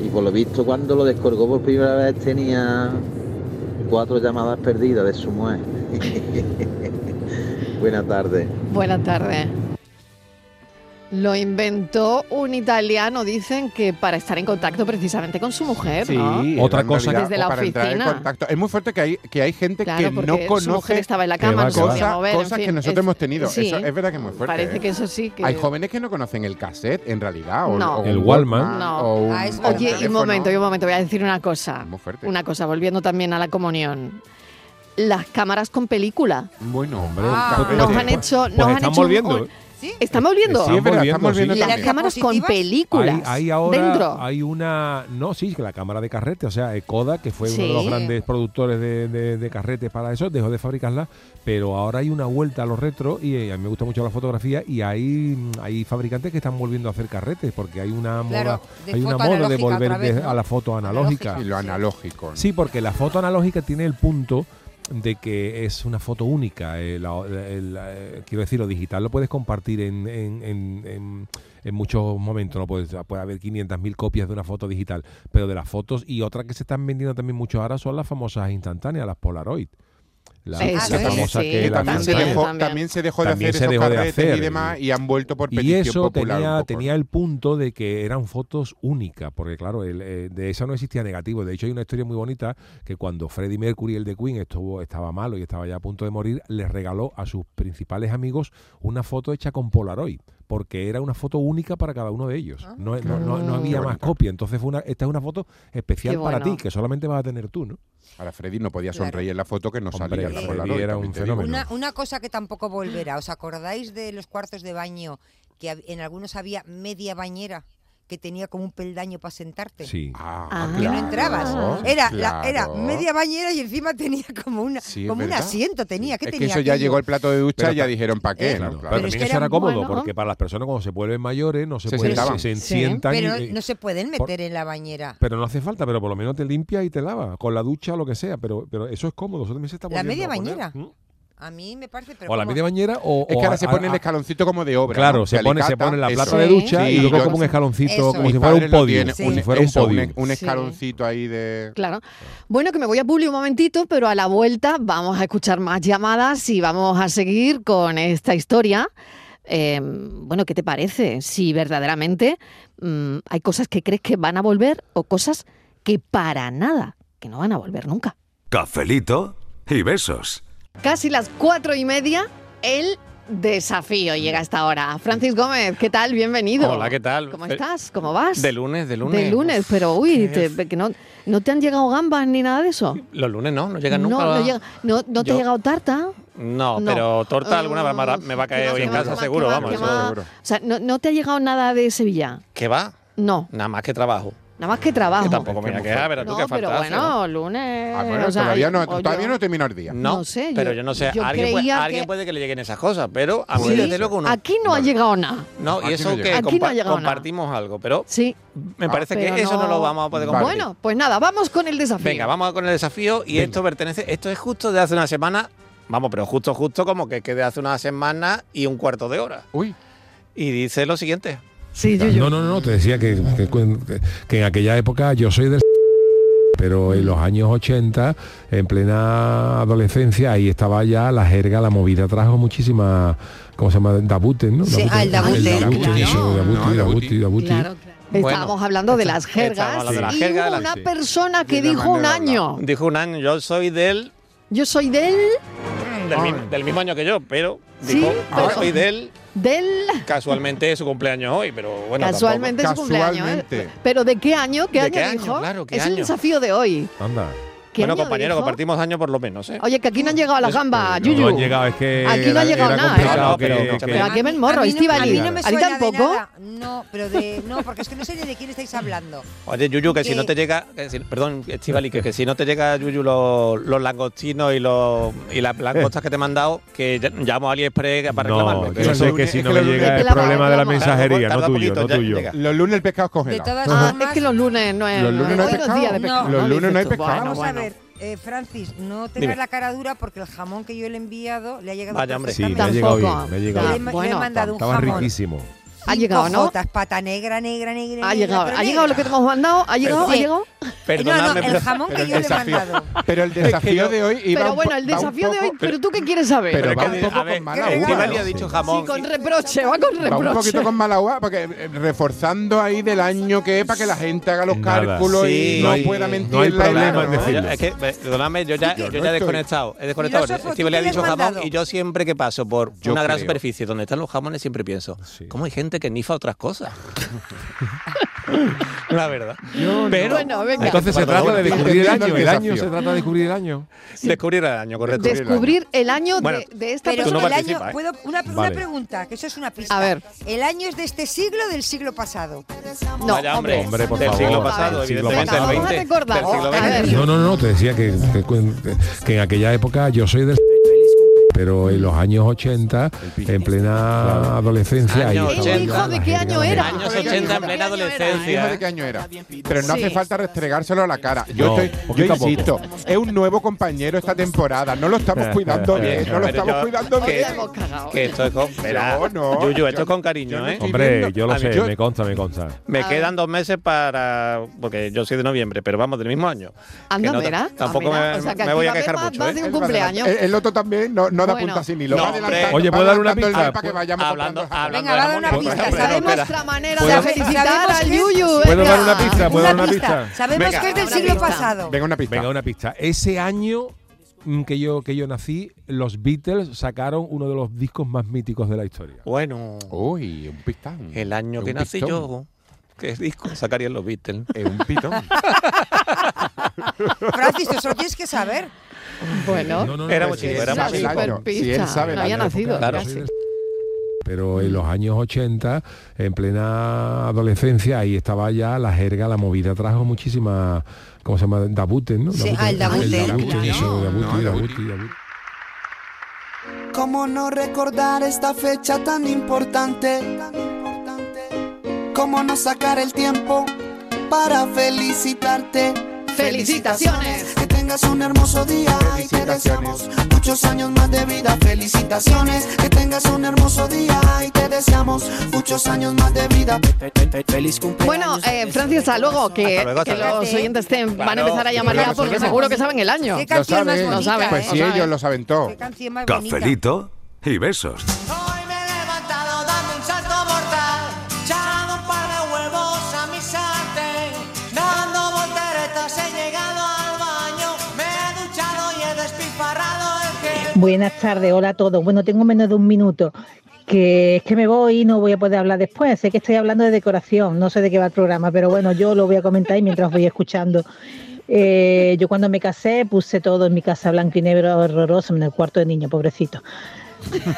[SPEAKER 11] Y por lo visto, cuando lo descolgó por primera vez, tenía cuatro llamadas perdidas de su mujer. Buena tarde.
[SPEAKER 1] Buenas tardes. Lo inventó un italiano, dicen que para estar en contacto precisamente con su mujer, ¿no?
[SPEAKER 7] Sí,
[SPEAKER 8] Otra
[SPEAKER 7] en
[SPEAKER 8] cosa
[SPEAKER 7] realidad,
[SPEAKER 1] Desde
[SPEAKER 7] o
[SPEAKER 1] la
[SPEAKER 7] para entrar en
[SPEAKER 1] oficina.
[SPEAKER 7] contacto. Es muy fuerte que hay, que hay gente
[SPEAKER 1] Claro,
[SPEAKER 7] que
[SPEAKER 1] porque
[SPEAKER 7] no
[SPEAKER 1] su
[SPEAKER 7] conoce
[SPEAKER 1] mujer estaba en la cama, no se podía
[SPEAKER 7] cosas,
[SPEAKER 1] mover, en
[SPEAKER 7] cosas que
[SPEAKER 1] fin,
[SPEAKER 7] nosotros
[SPEAKER 1] es-
[SPEAKER 7] hemos tenido.
[SPEAKER 1] sí.
[SPEAKER 7] Eso es verdad que es muy fuerte.
[SPEAKER 1] Parece
[SPEAKER 7] ¿eh?
[SPEAKER 1] que eso sí que-
[SPEAKER 7] Hay jóvenes que no conocen el cassette, en realidad. O,
[SPEAKER 1] No.
[SPEAKER 7] o un
[SPEAKER 8] El Walkman.
[SPEAKER 1] No.
[SPEAKER 7] O un,
[SPEAKER 9] Ah, es
[SPEAKER 7] o un
[SPEAKER 9] verdad.
[SPEAKER 1] Oye, y un
[SPEAKER 7] teléfono.
[SPEAKER 1] momento, y un momento, voy a decir una cosa.
[SPEAKER 7] Muy fuerte.
[SPEAKER 1] Una cosa, volviendo también a la comunión. Las cámaras con película
[SPEAKER 7] Bueno, hombre.
[SPEAKER 9] Ah.
[SPEAKER 7] un café.
[SPEAKER 1] nos
[SPEAKER 8] Pues-
[SPEAKER 1] han hecho.
[SPEAKER 8] pues
[SPEAKER 1] Nos han
[SPEAKER 8] están
[SPEAKER 1] hecho un-
[SPEAKER 8] volviendo.
[SPEAKER 1] un- ¿Están volviendo?
[SPEAKER 7] Sí, es verdad,
[SPEAKER 8] volviendo,
[SPEAKER 7] estamos volviendo
[SPEAKER 8] sí.
[SPEAKER 1] Las
[SPEAKER 7] también.
[SPEAKER 1] cámaras con
[SPEAKER 9] ¿Diapositivas?
[SPEAKER 1] películas.
[SPEAKER 8] Hay, hay ahora
[SPEAKER 1] dentro.
[SPEAKER 8] hay una no sí que la cámara de carrete o sea Koda que fue uno de los
[SPEAKER 1] Sí.
[SPEAKER 8] grandes productores de, de- de carretes para eso dejó de fabricarla pero ahora hay una vuelta a los retro y eh, a mí me gusta mucho la fotografía y hay mm, hay fabricantes que están volviendo a hacer carretes porque hay una
[SPEAKER 9] Claro,
[SPEAKER 8] moda
[SPEAKER 9] de
[SPEAKER 8] hay una
[SPEAKER 9] foto
[SPEAKER 8] moda de
[SPEAKER 9] analógica
[SPEAKER 8] volver
[SPEAKER 9] otra vez,
[SPEAKER 8] de-
[SPEAKER 9] ¿no?
[SPEAKER 8] a la foto analógica
[SPEAKER 7] Y lo analógico. ¿no?
[SPEAKER 8] Sí, porque la foto analógica tiene el punto de que es una foto única. Eh, la- el- la- eh, quiero decir, lo digital lo puedes compartir en, en- en- en- en muchos momentos. No puedes, puede haber 500.000 copias de una foto digital, pero de las fotos y otra que se están vendiendo también mucho ahora son las famosas instantáneas, las Polaroid. La,
[SPEAKER 1] Sí,
[SPEAKER 8] la
[SPEAKER 1] sí,
[SPEAKER 8] famosa
[SPEAKER 1] sí,
[SPEAKER 8] que
[SPEAKER 7] Que
[SPEAKER 8] la
[SPEAKER 7] también, se
[SPEAKER 8] pantalla-
[SPEAKER 7] dejó,
[SPEAKER 1] también.
[SPEAKER 7] también se dejó de
[SPEAKER 8] También
[SPEAKER 7] hacer
[SPEAKER 8] se
[SPEAKER 7] esos
[SPEAKER 8] dejó de
[SPEAKER 7] carretes
[SPEAKER 8] hacer.
[SPEAKER 7] y demás y han vuelto por
[SPEAKER 8] Y
[SPEAKER 7] petición
[SPEAKER 8] eso
[SPEAKER 7] popular. un
[SPEAKER 8] tenía,
[SPEAKER 7] poco,
[SPEAKER 8] tenía el punto de que eran fotos únicas, porque claro, el, eh, de esa no existía negativo. De hecho, hay una historia muy bonita que cuando Freddie Mercury, el de Queen, estuvo, estaba malo y estaba ya a punto de morir, les regaló a sus principales amigos una foto hecha con Polaroid, porque era una foto única para cada uno de ellos. No, no- no- no había
[SPEAKER 7] Qué
[SPEAKER 8] más
[SPEAKER 7] bonito.
[SPEAKER 8] copia. Entonces, fue una, esta es una foto especial
[SPEAKER 1] Qué
[SPEAKER 8] para ti,
[SPEAKER 1] bueno.
[SPEAKER 8] que solamente vas a tener tú, ¿no?
[SPEAKER 7] Ahora Freddy no podía
[SPEAKER 9] Claro.
[SPEAKER 7] sonreír en la foto que no
[SPEAKER 8] Hombre,
[SPEAKER 7] salía. en la
[SPEAKER 9] Freddy
[SPEAKER 7] Polaroid,
[SPEAKER 8] era
[SPEAKER 7] también
[SPEAKER 8] un
[SPEAKER 7] te digo.
[SPEAKER 8] fenómeno.
[SPEAKER 9] Una, una cosa que tampoco volverá. ¿Os acordáis de los cuartos de baño que hab- en algunos había media bañera que tenía como un peldaño para sentarte?
[SPEAKER 8] Sí.
[SPEAKER 7] Ah,
[SPEAKER 1] Ah.
[SPEAKER 9] Que
[SPEAKER 7] claro,
[SPEAKER 9] no
[SPEAKER 8] Ah,
[SPEAKER 9] entrabas. Era, la- era
[SPEAKER 7] claro.
[SPEAKER 9] media bañera y encima tenía como, una,
[SPEAKER 7] Sí, es
[SPEAKER 9] como un
[SPEAKER 7] verdad.
[SPEAKER 9] asiento. Tenía, ¿qué
[SPEAKER 7] es que
[SPEAKER 9] tenía
[SPEAKER 7] eso ya
[SPEAKER 9] aquello?
[SPEAKER 7] llegó el plato de ducha
[SPEAKER 8] Pero
[SPEAKER 7] y ya
[SPEAKER 8] ta-
[SPEAKER 7] dijeron para qué.
[SPEAKER 9] Eh,
[SPEAKER 7] ¿no?
[SPEAKER 8] Claro,
[SPEAKER 7] Claro.
[SPEAKER 8] pero
[SPEAKER 9] es
[SPEAKER 8] también
[SPEAKER 9] que
[SPEAKER 8] eso era
[SPEAKER 9] eran
[SPEAKER 8] cómodo,
[SPEAKER 1] buenos, ¿no?
[SPEAKER 8] porque para las personas cuando se vuelven mayores no se,
[SPEAKER 7] Se
[SPEAKER 8] pueden,
[SPEAKER 7] sentaban.
[SPEAKER 8] se, se
[SPEAKER 1] Sí.
[SPEAKER 8] sientan y-
[SPEAKER 9] Pero
[SPEAKER 8] y-
[SPEAKER 9] no se pueden
[SPEAKER 8] por-
[SPEAKER 9] meter en la bañera.
[SPEAKER 8] Pero no hace falta, pero por lo menos te limpias y te lavas, con la ducha lo que sea, pero, pero eso es cómodo, eso también se está
[SPEAKER 9] ¿La
[SPEAKER 8] volviendo
[SPEAKER 9] media
[SPEAKER 8] a poner.
[SPEAKER 9] bañera?
[SPEAKER 8] ¿Mm?
[SPEAKER 9] A mí me parece. Pero
[SPEAKER 8] O la
[SPEAKER 9] como-
[SPEAKER 8] media bañera o...
[SPEAKER 7] Es
[SPEAKER 8] o
[SPEAKER 7] que
[SPEAKER 8] a-
[SPEAKER 7] ahora se pone
[SPEAKER 8] a-
[SPEAKER 7] el escaloncito como de obra.
[SPEAKER 8] Claro,
[SPEAKER 7] ¿no?
[SPEAKER 8] se pone, se
[SPEAKER 7] alicata,
[SPEAKER 8] pone la
[SPEAKER 7] eso.
[SPEAKER 8] plata de
[SPEAKER 1] Sí.
[SPEAKER 8] ducha y
[SPEAKER 7] Sí,
[SPEAKER 8] luego
[SPEAKER 7] yo-
[SPEAKER 8] como un escaloncito,
[SPEAKER 9] Eso.
[SPEAKER 8] como
[SPEAKER 9] Mi
[SPEAKER 8] si
[SPEAKER 7] padre
[SPEAKER 8] fuera un
[SPEAKER 7] lo
[SPEAKER 8] podio,
[SPEAKER 7] tiene,
[SPEAKER 8] como
[SPEAKER 9] un-
[SPEAKER 8] si fuera un
[SPEAKER 7] eso,
[SPEAKER 8] podio.
[SPEAKER 7] Un, un
[SPEAKER 1] Sí.
[SPEAKER 7] escaloncito ahí de...
[SPEAKER 1] Claro. Bueno, que me voy a Publi un momentito, pero a la vuelta vamos a escuchar más llamadas y vamos a seguir con esta historia. Eh, bueno, ¿qué te parece? Si verdaderamente mm, hay cosas que crees que van a volver o cosas que para nada, que no van a volver nunca.
[SPEAKER 12] Cafelito y besos.
[SPEAKER 1] Casi las cuatro y media, el desafío llega a esta hora. Francis Gómez, ¿qué tal? Bienvenido.
[SPEAKER 13] Hola, ¿qué tal?
[SPEAKER 1] ¿Cómo
[SPEAKER 13] Fe-
[SPEAKER 1] estás? ¿Cómo vas?
[SPEAKER 13] De lunes, de lunes.
[SPEAKER 1] De lunes, pero uy, te- que no, ¿no te han llegado gambas ni nada de eso?
[SPEAKER 13] Los lunes no, no llegan nunca.
[SPEAKER 1] No,
[SPEAKER 13] ¿va?
[SPEAKER 1] no, llega- no- no te ha
[SPEAKER 13] Yo-
[SPEAKER 1] llegado tarta.
[SPEAKER 13] No,
[SPEAKER 1] No.
[SPEAKER 13] pero torta alguna
[SPEAKER 1] Ah,
[SPEAKER 13] me va- me va a
[SPEAKER 1] ¿qué
[SPEAKER 13] caer
[SPEAKER 1] más,
[SPEAKER 13] hoy
[SPEAKER 1] qué
[SPEAKER 13] en
[SPEAKER 1] más,
[SPEAKER 13] casa
[SPEAKER 1] qué más,
[SPEAKER 13] seguro,
[SPEAKER 1] qué más,
[SPEAKER 13] vamos,
[SPEAKER 1] qué
[SPEAKER 13] eso
[SPEAKER 1] más?
[SPEAKER 13] seguro.
[SPEAKER 1] O sea, no, no te ha llegado nada de Sevilla.
[SPEAKER 13] ¿Qué va?
[SPEAKER 1] No,
[SPEAKER 13] Nada más que trabajo.
[SPEAKER 1] nada más que trabajo.
[SPEAKER 13] Que tampoco me voy a quejar, verás tú
[SPEAKER 1] Ah. no,
[SPEAKER 13] que
[SPEAKER 1] pero
[SPEAKER 13] falta hace,
[SPEAKER 1] bueno, lunes.
[SPEAKER 7] Ah, bueno,
[SPEAKER 1] o sea,
[SPEAKER 7] todavía no,
[SPEAKER 1] o yo-
[SPEAKER 7] todavía no terminó el día.
[SPEAKER 13] No,
[SPEAKER 1] no sé,
[SPEAKER 13] pero
[SPEAKER 1] yo-
[SPEAKER 13] yo, no sé.
[SPEAKER 1] yo
[SPEAKER 13] alguien, puede,
[SPEAKER 1] creía
[SPEAKER 13] alguien
[SPEAKER 1] que-
[SPEAKER 13] puede que le lleguen esas cosas, pero a mí
[SPEAKER 1] Sí,
[SPEAKER 13] desde luego no.
[SPEAKER 1] Aquí no ha llegado nada.
[SPEAKER 13] no,
[SPEAKER 7] Aquí
[SPEAKER 13] y eso
[SPEAKER 7] no
[SPEAKER 13] que
[SPEAKER 1] llega. Aquí no ha
[SPEAKER 13] compa-
[SPEAKER 1] llegado nada.
[SPEAKER 13] compartimos algo, pero
[SPEAKER 1] Sí. Ah,
[SPEAKER 13] me parece
[SPEAKER 1] pero
[SPEAKER 13] que eso no lo vamos a poder compartir.
[SPEAKER 1] Bueno, pues nada, vamos con el desafío.
[SPEAKER 13] Venga, vamos con el desafío y esto pertenece, esto es justo de hace una semana, vamos, pero justo, justo como que, que de hace una semana y un cuarto de hora.
[SPEAKER 7] Uy,
[SPEAKER 13] Y dice lo siguiente.
[SPEAKER 1] Sí, yo,
[SPEAKER 8] No, no, no, te decía que, que cu- que en aquella época yo soy del... Pero en los años 80, en plena adolescencia, ahí estaba ya la jerga, la movida trajo muchísimas, ¿cómo se llama? Dabuten, ¿no?
[SPEAKER 9] Sí, ah, el dabuten,
[SPEAKER 8] dabuten,
[SPEAKER 1] claro.
[SPEAKER 8] eso, dabuti,
[SPEAKER 7] No, el
[SPEAKER 8] dabuti, dabuti.
[SPEAKER 1] Claro, claro. Estábamos hablando de las jergas
[SPEAKER 13] estábamos hablando de las
[SPEAKER 1] y hubo
[SPEAKER 13] jergas, de las-
[SPEAKER 1] una
[SPEAKER 13] sí.
[SPEAKER 1] persona que
[SPEAKER 7] De la
[SPEAKER 1] dijo un
[SPEAKER 7] manera de
[SPEAKER 1] año.
[SPEAKER 13] Dijo un año, yo soy del,
[SPEAKER 1] Yo soy del,
[SPEAKER 13] del, mi- del mismo año que yo, pero
[SPEAKER 1] Sí,
[SPEAKER 13] dijo,
[SPEAKER 1] pero-
[SPEAKER 13] yo soy del,
[SPEAKER 1] del,
[SPEAKER 13] casualmente es su cumpleaños hoy, pero bueno.
[SPEAKER 1] casualmente es su cumpleaños. ¿eh?
[SPEAKER 7] Casualmente.
[SPEAKER 1] Pero ¿de qué año? ¿Qué
[SPEAKER 13] ¿De
[SPEAKER 1] año
[SPEAKER 13] qué año?
[SPEAKER 1] dijo?
[SPEAKER 13] Claro, ¿qué
[SPEAKER 1] es el
[SPEAKER 13] año?
[SPEAKER 1] desafío de hoy.
[SPEAKER 8] Anda.
[SPEAKER 1] ¿Qué
[SPEAKER 13] Bueno,
[SPEAKER 1] año
[SPEAKER 13] compañero,
[SPEAKER 1] dijo?
[SPEAKER 13] compartimos año por lo menos, ¿eh?
[SPEAKER 1] Oye, que aquí no han llegado a las gambas,
[SPEAKER 13] pues,
[SPEAKER 8] No,
[SPEAKER 1] Yuyu.
[SPEAKER 8] no han llegado, es que
[SPEAKER 1] Aquí no
[SPEAKER 8] era-
[SPEAKER 1] ha llegado
[SPEAKER 8] era
[SPEAKER 1] nada, ¿eh?
[SPEAKER 8] complicado
[SPEAKER 13] No,
[SPEAKER 8] que-
[SPEAKER 13] pero-
[SPEAKER 8] que-
[SPEAKER 13] pero
[SPEAKER 1] Pero
[SPEAKER 9] A
[SPEAKER 1] aquí
[SPEAKER 9] mí-
[SPEAKER 1] ven morro,
[SPEAKER 9] a mí no-
[SPEAKER 1] Estivali.
[SPEAKER 9] A mí no me
[SPEAKER 1] ¿A ti
[SPEAKER 9] suena de
[SPEAKER 1] tampoco?
[SPEAKER 9] nada. No, pero de. No, porque es que no sé ni de quién estáis hablando.
[SPEAKER 13] Oye, Yuyu, que si
[SPEAKER 9] Que-
[SPEAKER 13] no te llega, que si- perdón, Estivali, que, que si no te llega, Yuyu, los, los langostinos y, los, y las langostas que te he mandado, que ll- llamo a AliExpress para
[SPEAKER 8] No,
[SPEAKER 13] reclamarme.
[SPEAKER 8] yo
[SPEAKER 13] pero
[SPEAKER 8] sé
[SPEAKER 13] eso-
[SPEAKER 8] que
[SPEAKER 7] es
[SPEAKER 8] si
[SPEAKER 7] que
[SPEAKER 8] no me
[SPEAKER 7] lo-
[SPEAKER 8] llega
[SPEAKER 1] es
[SPEAKER 8] el
[SPEAKER 1] que la-
[SPEAKER 8] problema de la
[SPEAKER 1] tarda-
[SPEAKER 8] mensajería, no
[SPEAKER 13] tarda
[SPEAKER 8] tuyo,
[SPEAKER 13] poquito,
[SPEAKER 8] no
[SPEAKER 13] ya
[SPEAKER 8] tuyo.
[SPEAKER 13] llega.
[SPEAKER 7] los lunes el pescado es
[SPEAKER 9] De
[SPEAKER 7] congelado.
[SPEAKER 9] todas
[SPEAKER 1] Ah,
[SPEAKER 9] formas.
[SPEAKER 1] es que los lunes no es.
[SPEAKER 7] Los lunes no hay
[SPEAKER 1] hoy es
[SPEAKER 7] pescado.
[SPEAKER 1] día de pescado.
[SPEAKER 9] No. Los
[SPEAKER 7] lunes
[SPEAKER 1] Dices
[SPEAKER 7] no hay
[SPEAKER 1] tú,
[SPEAKER 7] pescado.
[SPEAKER 1] bueno,
[SPEAKER 9] Vamos
[SPEAKER 1] bueno.
[SPEAKER 9] a ver, eh, Francis, no tengas
[SPEAKER 13] Dime.
[SPEAKER 9] la cara dura porque el jamón que yo le he enviado le ha llegado
[SPEAKER 13] Vaya, hombre.
[SPEAKER 8] Sí, me ha
[SPEAKER 9] perfectamente.
[SPEAKER 8] llegado
[SPEAKER 1] Tampoco.
[SPEAKER 8] bien, me ha llegado
[SPEAKER 1] Ya,
[SPEAKER 9] Ah, Le he-
[SPEAKER 8] bien.
[SPEAKER 9] le he
[SPEAKER 1] bueno,
[SPEAKER 9] mandado un
[SPEAKER 8] Estaba
[SPEAKER 9] jamón.
[SPEAKER 8] riquísimo.
[SPEAKER 1] Ha llegado, ¿no?
[SPEAKER 9] Jotas, pata negra, negra, negra. negra,
[SPEAKER 1] Ha llegado,
[SPEAKER 9] pero
[SPEAKER 1] ha llegado lo que te hemos mandado, ha llegado, ha
[SPEAKER 9] Sí.
[SPEAKER 1] llegado.
[SPEAKER 9] Perdonadme, el pero- jamón que
[SPEAKER 7] pero el
[SPEAKER 9] yo le he
[SPEAKER 7] desafío-
[SPEAKER 9] mandado.
[SPEAKER 7] Pero el desafío de hoy iba
[SPEAKER 1] Pero
[SPEAKER 7] un
[SPEAKER 1] bueno,
[SPEAKER 7] po-
[SPEAKER 1] el
[SPEAKER 7] va un
[SPEAKER 1] desafío de hoy,
[SPEAKER 7] poco-
[SPEAKER 1] pero tú qué quieres saber.
[SPEAKER 7] Pero va un
[SPEAKER 13] que-
[SPEAKER 7] poco
[SPEAKER 13] a ver,
[SPEAKER 7] con mala
[SPEAKER 13] que
[SPEAKER 7] uva.
[SPEAKER 13] Eulalia ha dicho jamón.
[SPEAKER 1] Sí, con reproche, va con reproche.
[SPEAKER 7] Va un poquito con mala uva, porque eh, reforzando ahí del año que es para que la gente haga los
[SPEAKER 8] Nada.
[SPEAKER 7] cálculos
[SPEAKER 13] Sí.
[SPEAKER 7] y
[SPEAKER 13] No
[SPEAKER 7] no,
[SPEAKER 13] hay-
[SPEAKER 7] pueda
[SPEAKER 13] no
[SPEAKER 7] mentir
[SPEAKER 8] hay
[SPEAKER 7] en la
[SPEAKER 8] problema
[SPEAKER 7] hilera,
[SPEAKER 8] en
[SPEAKER 7] ¿no?
[SPEAKER 8] decirlo.
[SPEAKER 13] Yo- es que, eh, perdonadme, yo ya, yo
[SPEAKER 7] Yo no
[SPEAKER 13] ya he
[SPEAKER 7] estoy.
[SPEAKER 13] desconectado. He desconectado.
[SPEAKER 9] Filósofo, ¿tú qué
[SPEAKER 13] Estíbaliz ha dicho
[SPEAKER 9] le has
[SPEAKER 13] jamón
[SPEAKER 9] mandado?
[SPEAKER 13] y yo siempre que paso por
[SPEAKER 7] Yo
[SPEAKER 13] una gran
[SPEAKER 7] creo.
[SPEAKER 13] superficie donde están los jamones siempre pienso, ¿cómo hay gente que nifa otras cosas? la verdad. Pero
[SPEAKER 1] Bueno, venga.
[SPEAKER 8] Entonces se trata de descubrir el
[SPEAKER 7] Entendiendo
[SPEAKER 8] año.
[SPEAKER 7] el
[SPEAKER 8] El año
[SPEAKER 7] desafío.
[SPEAKER 8] se trata de descubrir el año.
[SPEAKER 13] descubrir el año, correcto.
[SPEAKER 1] Descubrir el año de-
[SPEAKER 13] Bueno,
[SPEAKER 1] de, esta
[SPEAKER 9] Pero
[SPEAKER 13] tú no
[SPEAKER 1] persona.
[SPEAKER 9] el año,
[SPEAKER 13] participas, ¿eh?
[SPEAKER 9] ¿puedo- una, una
[SPEAKER 8] Vale.
[SPEAKER 9] pregunta, que eso es una pista.
[SPEAKER 1] A ver.
[SPEAKER 9] El año es de este siglo o del siglo pasado.
[SPEAKER 1] No,
[SPEAKER 13] Vaya, hombre,
[SPEAKER 8] Hombre, por
[SPEAKER 13] del
[SPEAKER 8] favor.
[SPEAKER 13] siglo pasado,
[SPEAKER 8] Del siglo
[SPEAKER 13] evidentemente,
[SPEAKER 8] pasado.
[SPEAKER 13] el
[SPEAKER 1] Vamos a
[SPEAKER 13] 20.
[SPEAKER 1] recordar.
[SPEAKER 13] del siglo
[SPEAKER 1] A ver.
[SPEAKER 8] No, no, no, te decía que, que cu- que en aquella época yo soy del... Pero en los años 80, en plena adolescencia... ahí
[SPEAKER 13] Año
[SPEAKER 8] estaba
[SPEAKER 13] ¿El
[SPEAKER 8] yo,
[SPEAKER 13] hijo
[SPEAKER 1] de
[SPEAKER 8] la
[SPEAKER 1] qué
[SPEAKER 8] gente
[SPEAKER 1] año
[SPEAKER 8] que me-
[SPEAKER 1] era?
[SPEAKER 13] Años
[SPEAKER 1] Pero el
[SPEAKER 13] 80
[SPEAKER 1] hijo
[SPEAKER 13] en
[SPEAKER 1] de qué año era,
[SPEAKER 13] plena
[SPEAKER 7] Mi hijo de
[SPEAKER 13] adolescencia. ¿eh?
[SPEAKER 7] qué año era. Pero no hace
[SPEAKER 1] Sí.
[SPEAKER 7] falta restregárselo a la cara. Yo,
[SPEAKER 8] No,
[SPEAKER 7] estoy, yo
[SPEAKER 8] poquito a poco.
[SPEAKER 7] insisto, es un nuevo compañero esta temporada. No lo estamos cuidando bien, no lo
[SPEAKER 13] Pero
[SPEAKER 7] estamos
[SPEAKER 13] Eh, yo-
[SPEAKER 7] cuidando
[SPEAKER 1] Hoy
[SPEAKER 7] bien.
[SPEAKER 1] la hemos cagado.
[SPEAKER 13] Que esto es con... Verá,
[SPEAKER 7] No, no,
[SPEAKER 13] Yuyu, esto
[SPEAKER 7] yo-
[SPEAKER 13] es con cariño,
[SPEAKER 7] yo no
[SPEAKER 13] ¿eh?
[SPEAKER 7] estoy-
[SPEAKER 8] Hombre, yo
[SPEAKER 13] A
[SPEAKER 8] lo
[SPEAKER 13] ver,
[SPEAKER 8] sé,
[SPEAKER 13] yo-
[SPEAKER 8] me consta, me consta.
[SPEAKER 13] Me
[SPEAKER 1] A
[SPEAKER 13] quedan dos meses para. Porque yo soy de noviembre, pero vamos, del mismo año.
[SPEAKER 1] Anda,
[SPEAKER 13] Que no-
[SPEAKER 1] mira,
[SPEAKER 13] Tampoco
[SPEAKER 1] Ah, mira,
[SPEAKER 13] me,
[SPEAKER 1] o sea que
[SPEAKER 13] me
[SPEAKER 1] aquí
[SPEAKER 13] voy
[SPEAKER 1] va a
[SPEAKER 13] a
[SPEAKER 1] haber
[SPEAKER 13] quejar
[SPEAKER 1] más-
[SPEAKER 13] mucho.
[SPEAKER 1] más
[SPEAKER 13] ¿eh?
[SPEAKER 1] de un
[SPEAKER 7] Es verdad.
[SPEAKER 1] cumpleaños.
[SPEAKER 7] El, el otro también no, no da
[SPEAKER 1] Bueno.
[SPEAKER 7] punta sin hilo.
[SPEAKER 13] No,
[SPEAKER 7] Va
[SPEAKER 13] hombre.
[SPEAKER 7] adelantando-
[SPEAKER 8] Oye,
[SPEAKER 7] va
[SPEAKER 8] ¿puedo dar una
[SPEAKER 7] adelantando el
[SPEAKER 8] pista?
[SPEAKER 7] día para que vayamos
[SPEAKER 13] Hablando,
[SPEAKER 7] comprando-
[SPEAKER 9] Venga,
[SPEAKER 13] hablando
[SPEAKER 9] va a dar
[SPEAKER 13] de
[SPEAKER 9] una
[SPEAKER 13] jamones,
[SPEAKER 9] pista,
[SPEAKER 13] pero
[SPEAKER 1] Sabemos
[SPEAKER 13] espera.
[SPEAKER 1] nuestra manera
[SPEAKER 9] ¿Puedo-
[SPEAKER 1] de felicitar
[SPEAKER 9] sabemos
[SPEAKER 1] al
[SPEAKER 9] que-
[SPEAKER 1] Yuyu.
[SPEAKER 8] ¿Puedo
[SPEAKER 1] venga.
[SPEAKER 8] dar una pista? ¿Puedo dar una pista?
[SPEAKER 9] Sabemos
[SPEAKER 13] Venga.
[SPEAKER 9] que es del
[SPEAKER 1] Una
[SPEAKER 9] siglo
[SPEAKER 1] pista.
[SPEAKER 9] pasado.
[SPEAKER 7] Venga, una pista.
[SPEAKER 8] Venga, una pista. Ese año mm, que yo, que yo nací, los Beatles sacaron uno de los discos más míticos de la historia.
[SPEAKER 13] Bueno,
[SPEAKER 7] Uy, un pistón.
[SPEAKER 13] el año
[SPEAKER 7] Un
[SPEAKER 13] que nací
[SPEAKER 7] pistón.
[SPEAKER 13] yo. ¿Qué disco sacarían los Beatles?
[SPEAKER 7] Es un pitón.
[SPEAKER 9] Francis, tú solo tienes que saber.
[SPEAKER 1] Bueno,
[SPEAKER 8] No, no, no,
[SPEAKER 13] Era
[SPEAKER 8] es-
[SPEAKER 13] muchísimo,
[SPEAKER 8] es-
[SPEAKER 13] era
[SPEAKER 1] esa
[SPEAKER 13] más
[SPEAKER 7] el
[SPEAKER 1] superpista.
[SPEAKER 7] año. Si él sabe el
[SPEAKER 1] no había
[SPEAKER 7] año,
[SPEAKER 1] nacido.
[SPEAKER 13] claro.
[SPEAKER 1] casi.
[SPEAKER 8] Pero en los años 80, en plena adolescencia, ahí estaba ya la jerga, la movida trajo muchísimas, ¿cómo se llama? Dabuten, ¿no?
[SPEAKER 9] Sí, ah, el
[SPEAKER 8] Dabuten.
[SPEAKER 9] Dabuten,
[SPEAKER 8] Dabuten,
[SPEAKER 9] claro.
[SPEAKER 8] eso, Dabuten,
[SPEAKER 7] No,
[SPEAKER 8] Dabuten,
[SPEAKER 7] Dabuten.
[SPEAKER 8] Dabuten.
[SPEAKER 14] ¿Cómo no recordar esta fecha tan importante? ¿Cómo no sacar el tiempo para felicitarte?
[SPEAKER 1] Felicitaciones.
[SPEAKER 14] Que tengas un hermoso día y te
[SPEAKER 7] Felicitaciones.
[SPEAKER 14] deseamos muchos años más de vida. Felicitaciones. Que tengas un hermoso día y te deseamos muchos años más de vida. Feliz cumpleaños.
[SPEAKER 1] Bueno, eh, Francis, hasta luego, que,
[SPEAKER 13] Hasta luego,
[SPEAKER 1] que
[SPEAKER 13] hasta
[SPEAKER 9] luego.
[SPEAKER 1] los oyentes te- van a
[SPEAKER 13] Claro.
[SPEAKER 1] empezar a llamar ya
[SPEAKER 7] Claro,
[SPEAKER 1] porque
[SPEAKER 7] seguro.
[SPEAKER 1] seguro que saben el año.
[SPEAKER 9] Qué
[SPEAKER 7] Lo
[SPEAKER 9] canción
[SPEAKER 7] sabe,
[SPEAKER 9] más
[SPEAKER 1] lo sabe.
[SPEAKER 9] bonita,
[SPEAKER 7] Pues
[SPEAKER 9] ¿eh?
[SPEAKER 7] si
[SPEAKER 1] Lo sabe.
[SPEAKER 7] ellos lo saben todo.
[SPEAKER 9] Qué canción más bonita.
[SPEAKER 12] Cafelito y besos.
[SPEAKER 14] Hoy me he levantado dando un salto mortal, echando un par de huevos a mi sartén, dando volteretas he llegado al baño, me he duchado y he despilfarrado el gel.
[SPEAKER 15] Buenas tardes, hola a todos. Bueno, tengo menos de un minuto, que es que me voy y no voy a poder hablar después. Sé que estoy hablando de decoración, no sé de qué va el programa, pero bueno, yo lo voy a comentar y mientras voy escuchando. Eh, yo cuando me casé puse todo en mi casa blanco y negro horroroso en el cuarto de niño, pobrecito.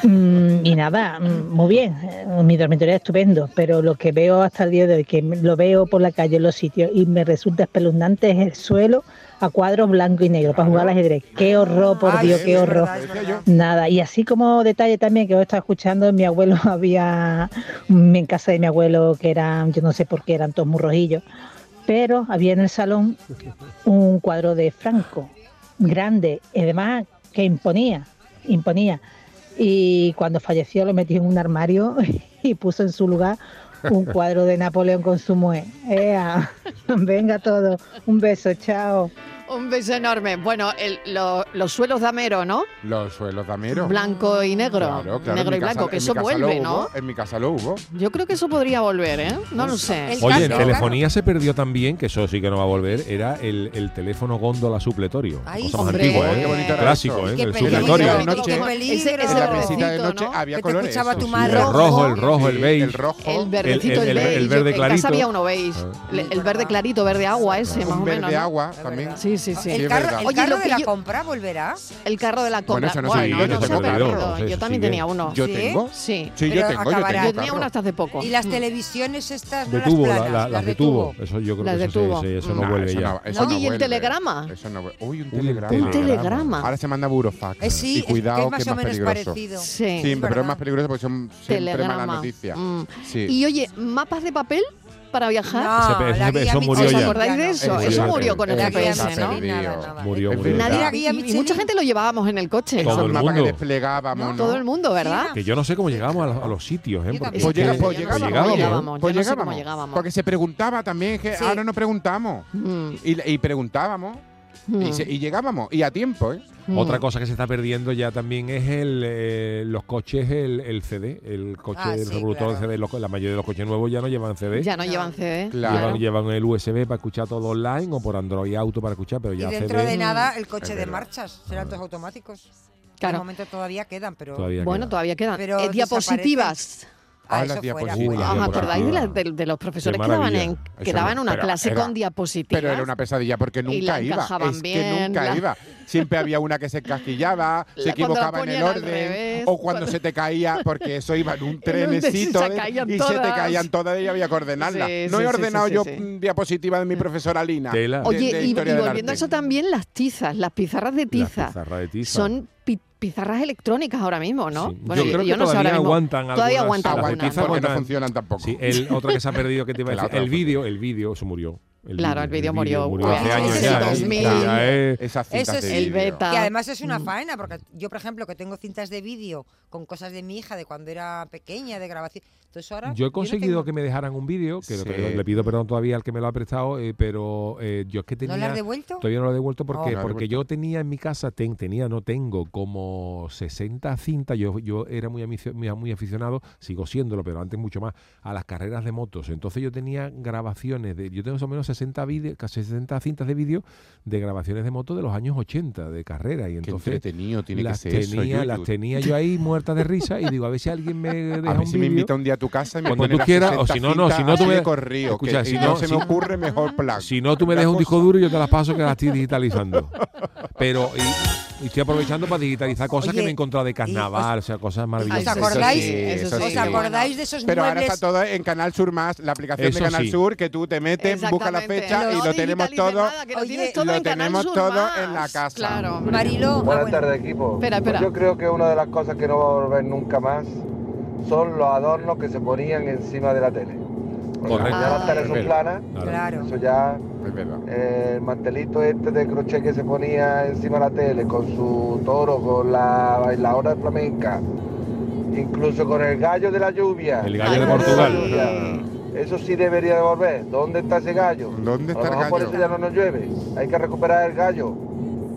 [SPEAKER 15] Mm, y nada, mm, muy bien, eh, mi dormitorio es estupendo, pero lo que veo hasta el día de hoy, que lo veo por la calle en los sitios y me resulta espeluznante es el suelo a cuadros blanco y negro para jugar al ajedrez. Qué horror, por
[SPEAKER 9] Ay,
[SPEAKER 15] Dios,
[SPEAKER 9] sí,
[SPEAKER 15] qué
[SPEAKER 9] es
[SPEAKER 15] horror.
[SPEAKER 9] verdad, es verdad.
[SPEAKER 15] Nada, y así como detalle también que os estaba escuchando, mi abuelo había, en casa de mi abuelo, que eran, yo no sé por qué, eran todos muy rojillos, pero había en el salón un cuadro de Franco, grande, y además que imponía, imponía. Y cuando falleció lo metió en un armario y puso en su lugar un cuadro de Napoleón con su mujer. ¡Ea! Venga todo, un beso, chao.
[SPEAKER 1] Un beso enorme. Bueno, el- lo- los suelos de Amero, ¿no?
[SPEAKER 7] Los suelos dameros.
[SPEAKER 1] Blanco y negro.
[SPEAKER 7] Claro, claro, en
[SPEAKER 1] negro
[SPEAKER 7] mi
[SPEAKER 1] y
[SPEAKER 7] casa-
[SPEAKER 1] blanco, que
[SPEAKER 7] en mi
[SPEAKER 1] eso
[SPEAKER 7] casa lo
[SPEAKER 1] vuelve,
[SPEAKER 7] hubo,
[SPEAKER 1] ¿no?
[SPEAKER 7] En mi casa lo hubo.
[SPEAKER 1] Yo creo que eso podría volver, ¿eh? No lo sé.
[SPEAKER 9] El
[SPEAKER 8] Oye, en
[SPEAKER 9] cambio,
[SPEAKER 8] telefonía se perdió también, que eso sí que no va a volver, era el, el teléfono góndola supletorio.
[SPEAKER 9] Ay,
[SPEAKER 8] cosa más
[SPEAKER 1] hombre.
[SPEAKER 8] antigua, ¿eh?
[SPEAKER 1] Qué bonito era
[SPEAKER 8] Clásico,
[SPEAKER 7] eso.
[SPEAKER 8] ¿eh?
[SPEAKER 9] Qué
[SPEAKER 8] El
[SPEAKER 9] peligro,
[SPEAKER 8] supletorio.
[SPEAKER 9] qué
[SPEAKER 7] Noche,
[SPEAKER 9] peligro.
[SPEAKER 1] ese- ese
[SPEAKER 7] en la mesita de
[SPEAKER 1] verdecito,
[SPEAKER 7] noche
[SPEAKER 1] ¿no?
[SPEAKER 7] había
[SPEAKER 9] Que te
[SPEAKER 7] colores.
[SPEAKER 9] escuchaba
[SPEAKER 7] eso,
[SPEAKER 9] tu
[SPEAKER 7] sí.
[SPEAKER 9] madre.
[SPEAKER 8] El rojo, el rojo, el
[SPEAKER 7] Sí,
[SPEAKER 8] beige.
[SPEAKER 7] El rojo.
[SPEAKER 1] El verdecito, el,
[SPEAKER 8] el- el-
[SPEAKER 1] beige.
[SPEAKER 8] el verde
[SPEAKER 1] en
[SPEAKER 8] clarito.
[SPEAKER 1] casa había uno beige.
[SPEAKER 8] Ah.
[SPEAKER 1] Le- El verde clarito, verde agua ese, más
[SPEAKER 7] un
[SPEAKER 1] o
[SPEAKER 7] verde
[SPEAKER 1] menos. ¿no?
[SPEAKER 7] agua
[SPEAKER 9] Es
[SPEAKER 7] también.
[SPEAKER 9] verdad.
[SPEAKER 1] Sí, sí, sí.
[SPEAKER 9] El
[SPEAKER 7] es
[SPEAKER 9] carro,
[SPEAKER 7] verdad.
[SPEAKER 9] el
[SPEAKER 1] Oye,
[SPEAKER 9] carro
[SPEAKER 1] lo
[SPEAKER 9] de
[SPEAKER 1] que
[SPEAKER 9] la
[SPEAKER 1] yo-
[SPEAKER 9] compra volverá.
[SPEAKER 1] El carro de la compra.
[SPEAKER 7] eso no se
[SPEAKER 1] bueno,
[SPEAKER 8] olvidó,
[SPEAKER 1] no
[SPEAKER 8] eso
[SPEAKER 1] se
[SPEAKER 8] se olvidó,
[SPEAKER 1] perdió.
[SPEAKER 8] eso
[SPEAKER 1] Yo
[SPEAKER 8] sí
[SPEAKER 1] también
[SPEAKER 8] que-
[SPEAKER 1] tenía uno.
[SPEAKER 7] Yo
[SPEAKER 9] ¿Sí?
[SPEAKER 7] tengo.
[SPEAKER 1] Sí.
[SPEAKER 7] Sí, yo
[SPEAKER 9] Pero
[SPEAKER 7] tengo, yo
[SPEAKER 9] acabará.
[SPEAKER 7] tengo.
[SPEAKER 1] Yo tenía
[SPEAKER 7] carro.
[SPEAKER 1] uno hasta hace poco.
[SPEAKER 9] Y las televisiones estas, no
[SPEAKER 8] De tubo,
[SPEAKER 9] las
[SPEAKER 8] la- la-
[SPEAKER 9] planas,
[SPEAKER 8] las de tubo. Eso yo creo
[SPEAKER 1] Las
[SPEAKER 8] que
[SPEAKER 1] de
[SPEAKER 8] eso,
[SPEAKER 1] tubo.
[SPEAKER 8] sí, sí, eso
[SPEAKER 7] Nah,
[SPEAKER 8] no vuelve
[SPEAKER 7] eso
[SPEAKER 8] ya.
[SPEAKER 7] no- eso
[SPEAKER 1] Oye,
[SPEAKER 7] no
[SPEAKER 1] ¿y el
[SPEAKER 7] vuelve.
[SPEAKER 1] telegrama?
[SPEAKER 7] Eso no vuelve. Uy, un
[SPEAKER 8] Un
[SPEAKER 7] telegrama.
[SPEAKER 8] telegrama.
[SPEAKER 1] Un telegrama.
[SPEAKER 7] Ahora se manda burofax.
[SPEAKER 9] Eh, sí,
[SPEAKER 7] y
[SPEAKER 9] es-
[SPEAKER 7] cuidado
[SPEAKER 9] que es más o menos
[SPEAKER 7] peligroso.
[SPEAKER 9] parecido.
[SPEAKER 1] Sí.
[SPEAKER 7] Sí, pero
[SPEAKER 9] verdad.
[SPEAKER 7] es más peligroso porque son siempre
[SPEAKER 1] Telegrama.
[SPEAKER 7] malas noticias.
[SPEAKER 1] Mm.
[SPEAKER 7] Sí.
[SPEAKER 1] Y oye, mapas de papel para viajar?
[SPEAKER 8] No, Ese- la ese- guía eso murió Michelin.
[SPEAKER 1] ¿Os
[SPEAKER 8] ya.
[SPEAKER 1] acordáis de
[SPEAKER 8] Eso
[SPEAKER 1] eso?
[SPEAKER 8] murió
[SPEAKER 1] Eso
[SPEAKER 8] ya.
[SPEAKER 1] murió con el
[SPEAKER 8] La guía
[SPEAKER 1] GPS, ¿no?
[SPEAKER 8] Murió, murió.
[SPEAKER 1] Nadie la guía y mucha gente lo llevábamos en el coche.
[SPEAKER 8] Todo
[SPEAKER 7] Esos
[SPEAKER 8] el
[SPEAKER 7] mapas que
[SPEAKER 8] mundo.
[SPEAKER 7] desplegábamos, ¿no?
[SPEAKER 1] Todo el mundo, ¿verdad?
[SPEAKER 8] Que yo no sé cómo llegábamos a los, a los sitios, ¿eh? Porque
[SPEAKER 7] Pues,
[SPEAKER 8] es que-
[SPEAKER 7] llega- pues
[SPEAKER 8] pues
[SPEAKER 7] llegábamos,
[SPEAKER 8] llegábamos, ¿eh?
[SPEAKER 7] pues
[SPEAKER 1] yo no sé
[SPEAKER 7] llegábamos.
[SPEAKER 1] cómo llegábamos.
[SPEAKER 7] Porque se preguntaba también, que
[SPEAKER 1] Sí. Mm.
[SPEAKER 7] ahora no preguntamos. Y, y preguntábamos. Y, se- y llegábamos. Y a tiempo, ¿eh?
[SPEAKER 1] Mm.
[SPEAKER 8] Otra cosa que se está perdiendo ya también es el, eh, los coches, el, el CD, el coche,
[SPEAKER 1] Ah,
[SPEAKER 8] el
[SPEAKER 1] sí,
[SPEAKER 8] reproductor de
[SPEAKER 1] claro.
[SPEAKER 8] CD. Los co- la mayoría de los coches nuevos ya no llevan CD.
[SPEAKER 1] pues, Ya no llevan CD.
[SPEAKER 8] Llevan, llevan el USB para escuchar todo online o por Android Auto para escuchar, pero
[SPEAKER 9] Y
[SPEAKER 8] ya
[SPEAKER 9] dentro
[SPEAKER 8] CD
[SPEAKER 9] de nada el
[SPEAKER 8] Es
[SPEAKER 9] coche de
[SPEAKER 8] verdad.
[SPEAKER 9] marchas, serán todos automáticos.
[SPEAKER 1] Claro.
[SPEAKER 9] De momento todavía quedan, pero
[SPEAKER 8] Todavía
[SPEAKER 1] Bueno, todavía quedan.
[SPEAKER 9] Pero
[SPEAKER 1] Eh, diapositivas.
[SPEAKER 7] Ah, Ah, las eso fuera, diapositivas. fuera.
[SPEAKER 1] Ah, ¿Me
[SPEAKER 7] Las
[SPEAKER 1] acordáis de, la-
[SPEAKER 7] diapositivas.
[SPEAKER 1] de- de los profesores
[SPEAKER 7] Qué
[SPEAKER 1] que daban,
[SPEAKER 7] maravilla.
[SPEAKER 1] en,
[SPEAKER 7] Eso
[SPEAKER 1] que daban
[SPEAKER 7] era-
[SPEAKER 1] una
[SPEAKER 7] pero
[SPEAKER 1] clase
[SPEAKER 7] era-
[SPEAKER 1] con diapositivas?
[SPEAKER 7] Pero era una pesadilla porque
[SPEAKER 1] Y
[SPEAKER 7] nunca
[SPEAKER 1] la
[SPEAKER 7] iba.
[SPEAKER 1] encajaban
[SPEAKER 7] Es que
[SPEAKER 1] bien,
[SPEAKER 7] nunca
[SPEAKER 1] la-
[SPEAKER 7] iba. Siempre había una que se encasquillaba, se
[SPEAKER 1] La- cuando la
[SPEAKER 7] equivocaba en el
[SPEAKER 1] ponían al
[SPEAKER 7] orden,
[SPEAKER 1] revés,
[SPEAKER 7] o cuando,
[SPEAKER 1] cuando-
[SPEAKER 7] se te caía, porque eso iba en un
[SPEAKER 1] En un- se
[SPEAKER 7] trenecito de-
[SPEAKER 1] caían
[SPEAKER 7] y se te
[SPEAKER 1] todas.
[SPEAKER 7] caían todas y había que ordenarlas.
[SPEAKER 1] Sí,
[SPEAKER 7] no
[SPEAKER 1] sí,
[SPEAKER 7] he
[SPEAKER 1] sí,
[SPEAKER 7] ordenado
[SPEAKER 1] sí,
[SPEAKER 7] yo
[SPEAKER 1] sí, sí.
[SPEAKER 7] mm, diapositivas de mi profesora Lina.
[SPEAKER 8] Tela.
[SPEAKER 7] de-
[SPEAKER 1] Oye,
[SPEAKER 7] de
[SPEAKER 1] y, y
[SPEAKER 7] historia del
[SPEAKER 1] volviendo a
[SPEAKER 7] arte.
[SPEAKER 1] eso también, las tizas, las pizarras de tiza.
[SPEAKER 8] pizarras de tiza.
[SPEAKER 1] Son pi- pizarras electrónicas ahora mismo, ¿no?
[SPEAKER 8] yo,
[SPEAKER 1] no
[SPEAKER 8] creo que
[SPEAKER 1] sé
[SPEAKER 8] todavía
[SPEAKER 1] ahora mismo.
[SPEAKER 8] aguantan
[SPEAKER 1] Todavía
[SPEAKER 8] algunas,
[SPEAKER 1] aguantan
[SPEAKER 8] las de
[SPEAKER 1] algunas,
[SPEAKER 8] tiza
[SPEAKER 1] ¿no?
[SPEAKER 7] Porque no
[SPEAKER 8] aguantan.
[SPEAKER 7] funcionan tampoco.
[SPEAKER 8] Sí, el, otra que se ha perdido que te iba a
[SPEAKER 7] Que la
[SPEAKER 8] decir,
[SPEAKER 7] otra
[SPEAKER 8] el
[SPEAKER 7] no
[SPEAKER 8] vídeo, el vídeo se murió. El
[SPEAKER 1] Claro, el vídeo murió. Guau,
[SPEAKER 8] hace
[SPEAKER 1] ese
[SPEAKER 8] años
[SPEAKER 1] es
[SPEAKER 8] ya,
[SPEAKER 1] el
[SPEAKER 8] ¿eh?
[SPEAKER 1] 2000.
[SPEAKER 8] Ya, ¿eh?
[SPEAKER 9] Eso sí,
[SPEAKER 1] El beta. Mm.
[SPEAKER 9] que además es una faena, porque yo, por ejemplo, que tengo cintas de vídeo con cosas de mi hija de cuando era pequeña, de grabación. Entonces ahora...
[SPEAKER 8] Yo he
[SPEAKER 9] no
[SPEAKER 8] conseguido
[SPEAKER 9] tengo-
[SPEAKER 8] que me dejaran un vídeo, que lo-
[SPEAKER 7] Sí.
[SPEAKER 8] le, pido perdón todavía al que me lo ha prestado, eh, pero eh, yo es que tenía...
[SPEAKER 9] lo has devuelto?
[SPEAKER 8] Todavía no lo he devuelto
[SPEAKER 9] Oh.
[SPEAKER 8] porque,
[SPEAKER 9] No lo has
[SPEAKER 8] porque yo tenía en mi casa, ten- tenía, no tengo, como 60 cintas, yo, yo era muy, amicio- muy, muy aficionado, sigo siéndolo, pero antes mucho más, a las carreras de motos. Entonces yo tenía grabaciones, de, yo tengo más o menos 60, vídeos casi 60 cintas de vídeo de grabaciones de motos de los años 80, de carrera. Y entonces
[SPEAKER 7] entretenido tiene que
[SPEAKER 8] las
[SPEAKER 7] ser eso,
[SPEAKER 8] tenía,
[SPEAKER 7] Yuyu.
[SPEAKER 8] Las tenía yo ahí muerta de risa y digo, a ver si alguien me deja
[SPEAKER 7] A ver
[SPEAKER 8] un
[SPEAKER 7] si me
[SPEAKER 8] vídeo.
[SPEAKER 7] invita un día a tu casa y me
[SPEAKER 8] Cuando
[SPEAKER 7] pone
[SPEAKER 8] tú
[SPEAKER 7] las
[SPEAKER 8] quieras,
[SPEAKER 7] 60
[SPEAKER 8] o si no, no,
[SPEAKER 7] cintas
[SPEAKER 8] si no tú
[SPEAKER 7] así
[SPEAKER 8] me-
[SPEAKER 7] de corrido, que-
[SPEAKER 8] Escucha,
[SPEAKER 7] y
[SPEAKER 8] si
[SPEAKER 7] no,
[SPEAKER 8] no-
[SPEAKER 7] se
[SPEAKER 8] si-
[SPEAKER 7] me ocurre mejor plan.
[SPEAKER 8] Si no, tú me dejas un disco duro y yo te las paso que las estoy digitalizando. Pero y, y estoy aprovechando para digitalizar cosas
[SPEAKER 9] Oye,
[SPEAKER 8] que me he encontrado de carnaval, o sea, cosas maravillosas.
[SPEAKER 9] ¿Os acordáis, ¿os acordáis de esos
[SPEAKER 7] Pero ahora
[SPEAKER 9] muebles?
[SPEAKER 7] está todo en Canal Sur más, la aplicación
[SPEAKER 8] Eso
[SPEAKER 7] de Canal
[SPEAKER 8] sí.
[SPEAKER 7] Sur, que tú te metes, busca la
[SPEAKER 9] Exactamente.
[SPEAKER 7] fecha
[SPEAKER 9] No
[SPEAKER 7] y lo tenemos
[SPEAKER 9] digitalices
[SPEAKER 7] todo. Eh,
[SPEAKER 9] nada, que lo tienes todo
[SPEAKER 7] lo
[SPEAKER 9] en Canal
[SPEAKER 7] tenemos
[SPEAKER 9] Sur
[SPEAKER 7] todo
[SPEAKER 9] más.
[SPEAKER 7] en la casa.
[SPEAKER 9] Claro, hombre. Mariló, ah,
[SPEAKER 16] Buenas
[SPEAKER 9] bueno.
[SPEAKER 16] tardes, equipo.
[SPEAKER 9] Espera,
[SPEAKER 16] Pues
[SPEAKER 9] espera.
[SPEAKER 16] yo creo que una de las cosas que no va a volver nunca más son los adornos que se ponían encima de la tele. Porque
[SPEAKER 4] Correcto.
[SPEAKER 16] Ya
[SPEAKER 4] Ah,
[SPEAKER 16] las teles
[SPEAKER 4] es
[SPEAKER 16] son
[SPEAKER 4] verdad.
[SPEAKER 16] planas.
[SPEAKER 4] Claro.
[SPEAKER 16] Eso ya.
[SPEAKER 7] Es verdad.
[SPEAKER 16] eh, el mantelito este de crochet que se ponía encima de la tele con su toro, con la bailadora flamenca, incluso con el gallo de la lluvia.
[SPEAKER 8] El gallo de
[SPEAKER 16] la
[SPEAKER 8] Portugal.
[SPEAKER 16] lluvia. Eso sí debería de volver. ¿Dónde está ese gallo?
[SPEAKER 7] ¿Dónde
[SPEAKER 16] A
[SPEAKER 7] está
[SPEAKER 16] lo
[SPEAKER 7] el
[SPEAKER 16] mejor por
[SPEAKER 7] gallo?
[SPEAKER 16] eso ya no nos llueve. Hay que recuperar el gallo.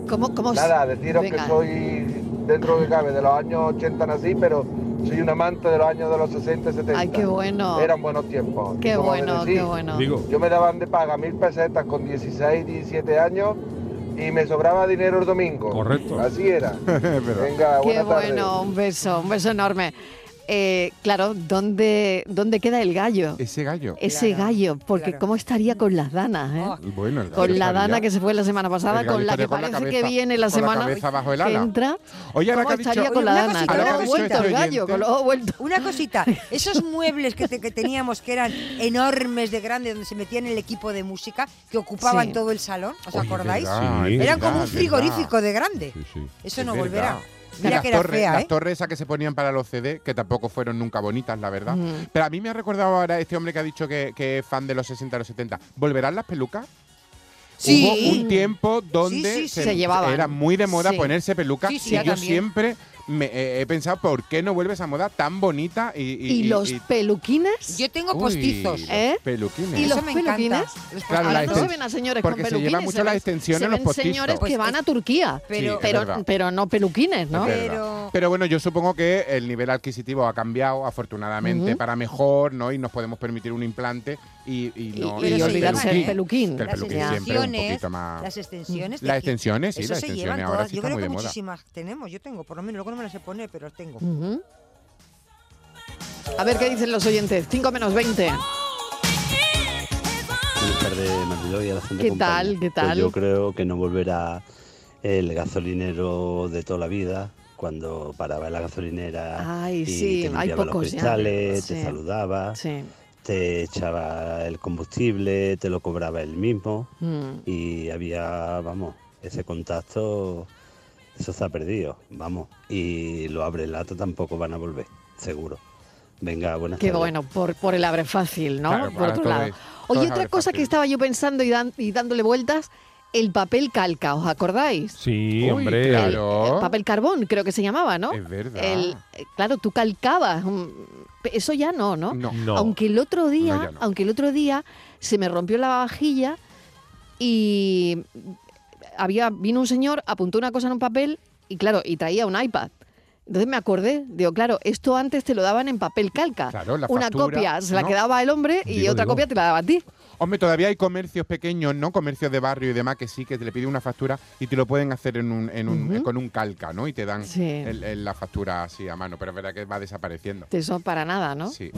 [SPEAKER 1] ¿Cómo, cómo se-
[SPEAKER 16] Nada, deciros
[SPEAKER 1] Venga.
[SPEAKER 16] que soy dentro de cabe de los años 80 nací, pero soy un amante de los años de los 60 y 70.
[SPEAKER 1] Ay, qué bueno.
[SPEAKER 16] Eran buenos tiempos.
[SPEAKER 1] Qué
[SPEAKER 16] Como
[SPEAKER 1] bueno,
[SPEAKER 16] decís,
[SPEAKER 1] qué bueno.
[SPEAKER 8] Digo.
[SPEAKER 16] Yo me daban de paga mil pesetas con 16, 17 años y me sobraba dinero el domingo.
[SPEAKER 8] Correcto.
[SPEAKER 16] Así era. Venga,
[SPEAKER 1] Qué
[SPEAKER 16] buenas tardes.
[SPEAKER 1] bueno, un beso, un beso enorme. Eh, claro, ¿dónde, ¿dónde queda el gallo?
[SPEAKER 7] Ese gallo. Oh.
[SPEAKER 1] Ese gallo, porque ¿cómo estaría con las danas? eh?
[SPEAKER 7] Bueno, el gallo
[SPEAKER 1] con la
[SPEAKER 7] estaría-
[SPEAKER 1] dana que se fue la semana pasada,
[SPEAKER 7] El gallo
[SPEAKER 1] con la que
[SPEAKER 7] estaría con la
[SPEAKER 1] parece que
[SPEAKER 7] cabeza-
[SPEAKER 1] viene la
[SPEAKER 7] con la
[SPEAKER 1] semana
[SPEAKER 7] cabeza bajo el
[SPEAKER 1] que
[SPEAKER 7] ala.
[SPEAKER 1] entra.
[SPEAKER 7] Oye, ahora
[SPEAKER 1] ¿Cómo
[SPEAKER 7] que has dicho-
[SPEAKER 1] estaría con
[SPEAKER 7] Oye,
[SPEAKER 1] la
[SPEAKER 7] una
[SPEAKER 1] dana?
[SPEAKER 7] cosita,
[SPEAKER 1] Con los
[SPEAKER 7] ahora que has dicho
[SPEAKER 1] vueltos, el
[SPEAKER 7] este
[SPEAKER 1] gallo,
[SPEAKER 7] oyente.
[SPEAKER 1] con los vueltos.
[SPEAKER 9] Una cosita, esos muebles que, te- que teníamos que eran enormes de grandes donde se metían el equipo de música que ocupaban
[SPEAKER 1] Sí.
[SPEAKER 9] todo el salón, ¿os acordáis?
[SPEAKER 7] verdad, Sí. es
[SPEAKER 9] eran como
[SPEAKER 7] verdad,
[SPEAKER 9] un
[SPEAKER 7] es
[SPEAKER 9] frigorífico
[SPEAKER 7] verdad.
[SPEAKER 9] de grande. Eso
[SPEAKER 7] Es
[SPEAKER 9] no
[SPEAKER 7] verdad.
[SPEAKER 9] volverá.
[SPEAKER 7] Y
[SPEAKER 9] Mira
[SPEAKER 7] las
[SPEAKER 9] que era
[SPEAKER 7] torres-
[SPEAKER 9] fea,
[SPEAKER 7] las
[SPEAKER 9] ¿eh?
[SPEAKER 7] torres esas que se ponían para los CD, que tampoco fueron nunca bonitas, la verdad.
[SPEAKER 9] Mm.
[SPEAKER 7] Pero a mí me ha recordado ahora este hombre que ha dicho que, que es fan de los 60 y los 70. ¿Volverán las pelucas?
[SPEAKER 1] Sí.
[SPEAKER 7] Hubo un tiempo donde
[SPEAKER 1] Sí, sí, sí. Se llevaban.
[SPEAKER 7] era muy de moda
[SPEAKER 1] Sí.
[SPEAKER 7] ponerse pelucas
[SPEAKER 1] Sí, sí,
[SPEAKER 7] y
[SPEAKER 1] ya
[SPEAKER 7] yo
[SPEAKER 1] también.
[SPEAKER 7] siempre me, eh, he pensado por qué no vuelve esa moda tan bonita y, y-
[SPEAKER 1] ¿Y,
[SPEAKER 7] y-
[SPEAKER 1] los
[SPEAKER 7] y-
[SPEAKER 1] peluquines?
[SPEAKER 9] Yo tengo
[SPEAKER 7] Uy, los
[SPEAKER 1] ¿Eh?
[SPEAKER 7] peluquines.
[SPEAKER 1] ¿Y
[SPEAKER 7] Eso
[SPEAKER 1] los
[SPEAKER 7] me encanta.
[SPEAKER 1] peluquines?
[SPEAKER 7] Los Claro,
[SPEAKER 1] Ahora
[SPEAKER 7] la
[SPEAKER 1] no
[SPEAKER 7] exten-
[SPEAKER 1] se ven a señores
[SPEAKER 7] porque se
[SPEAKER 1] con peluquines.
[SPEAKER 7] lleva mucho la
[SPEAKER 1] ven-
[SPEAKER 7] extensión
[SPEAKER 1] se
[SPEAKER 7] en los
[SPEAKER 1] ven
[SPEAKER 7] postizos.
[SPEAKER 1] señores
[SPEAKER 7] Pues
[SPEAKER 1] que van a Turquía,
[SPEAKER 7] Pero- es
[SPEAKER 1] pero,
[SPEAKER 7] verdad.
[SPEAKER 1] pero no peluquines, ¿no?
[SPEAKER 7] Es verdad. Pero... bueno, yo supongo que el nivel adquisitivo ha cambiado, afortunadamente,
[SPEAKER 1] Ujú.
[SPEAKER 7] para mejor, ¿no? Y nos podemos permitir un implante y, y no.
[SPEAKER 1] Y- y olvidarse del peluquín.
[SPEAKER 7] Que el
[SPEAKER 1] Las
[SPEAKER 7] peluquín siempre es un
[SPEAKER 9] extensiones,
[SPEAKER 7] poquito más. Mm.
[SPEAKER 9] Las extensiones.
[SPEAKER 7] Las
[SPEAKER 9] te qui-
[SPEAKER 7] extensiones, sí,
[SPEAKER 9] Eso
[SPEAKER 7] las
[SPEAKER 9] se
[SPEAKER 7] extensiones
[SPEAKER 9] llevan
[SPEAKER 7] ahora
[SPEAKER 9] todas.
[SPEAKER 7] sí
[SPEAKER 9] Yo
[SPEAKER 7] está
[SPEAKER 9] creo
[SPEAKER 7] muy
[SPEAKER 9] que
[SPEAKER 7] de moda.
[SPEAKER 9] muchísimas tenemos. Yo tengo, por lo menos, luego no me las sé poner, pero las tengo.
[SPEAKER 1] Ujú. A ver qué dicen los oyentes. 5 menos 20.
[SPEAKER 17] Buenas tardes, Mariló y a la gente
[SPEAKER 1] ¿Qué
[SPEAKER 17] compañía.
[SPEAKER 1] tal? ¿Qué
[SPEAKER 17] Pues
[SPEAKER 1] tal?
[SPEAKER 17] yo creo que no volverá el gasolinero de toda la vida, cuando paraba en la gasolinera
[SPEAKER 1] Ay,
[SPEAKER 17] y
[SPEAKER 1] sí,
[SPEAKER 17] te
[SPEAKER 1] hay
[SPEAKER 17] limpiaba los
[SPEAKER 1] pocos ya.
[SPEAKER 17] cristales, te
[SPEAKER 1] Sí.
[SPEAKER 17] saludaba,
[SPEAKER 1] Sí.
[SPEAKER 17] te echaba el combustible, te lo cobraba él mismo
[SPEAKER 1] Mm.
[SPEAKER 17] y había, vamos, ese contacto, eso se ha perdido, vamos, y los abre lata tampoco van a volver, seguro. Venga, buenas
[SPEAKER 1] Qué
[SPEAKER 17] tardes.
[SPEAKER 1] bueno, por, por el abre fácil, ¿no?
[SPEAKER 17] Claro,
[SPEAKER 1] por
[SPEAKER 17] claro,
[SPEAKER 1] otro
[SPEAKER 17] todo
[SPEAKER 1] lado.
[SPEAKER 17] es- todo
[SPEAKER 1] Oye,
[SPEAKER 17] es
[SPEAKER 1] otra
[SPEAKER 17] abre
[SPEAKER 1] cosa
[SPEAKER 17] fácil.
[SPEAKER 1] que estaba yo pensando y, dan- y dándole vueltas, el papel calca, ¿os acordáis?
[SPEAKER 8] Sí,
[SPEAKER 7] Uy,
[SPEAKER 8] hombre.
[SPEAKER 7] claro.
[SPEAKER 1] El eh, papel carbón, creo que se llamaba, ¿no?
[SPEAKER 7] Es verdad.
[SPEAKER 1] El- eh, claro, tú calcabas. mm, pe- Eso ya no, ¿no?
[SPEAKER 7] No. No.
[SPEAKER 1] Aunque el otro día,
[SPEAKER 7] No, ya no.
[SPEAKER 1] aunque el otro día se me rompió la vajilla y había vino un señor, apuntó una cosa en un papel y claro, y traía un iPad. Entonces me acordé, digo, claro, esto antes te lo daban en papel calca.
[SPEAKER 7] Claro, la
[SPEAKER 1] una
[SPEAKER 7] factura,
[SPEAKER 1] copia se la
[SPEAKER 7] ¿no?
[SPEAKER 1] quedaba el hombre y
[SPEAKER 7] Digo,
[SPEAKER 1] otra
[SPEAKER 7] digo.
[SPEAKER 1] copia te la daba a ti.
[SPEAKER 7] Hombre, todavía hay comercios pequeños, ¿no? Comercios de barrio y demás que sí, que te le piden una factura y te lo pueden hacer en un, en un-
[SPEAKER 1] Ujú.
[SPEAKER 7] eh, con un calca, ¿no? Y te dan
[SPEAKER 1] Sí.
[SPEAKER 7] el- el- la factura así a mano, pero es verdad que va desapareciendo.
[SPEAKER 1] Eso para nada, ¿no?
[SPEAKER 7] Sí.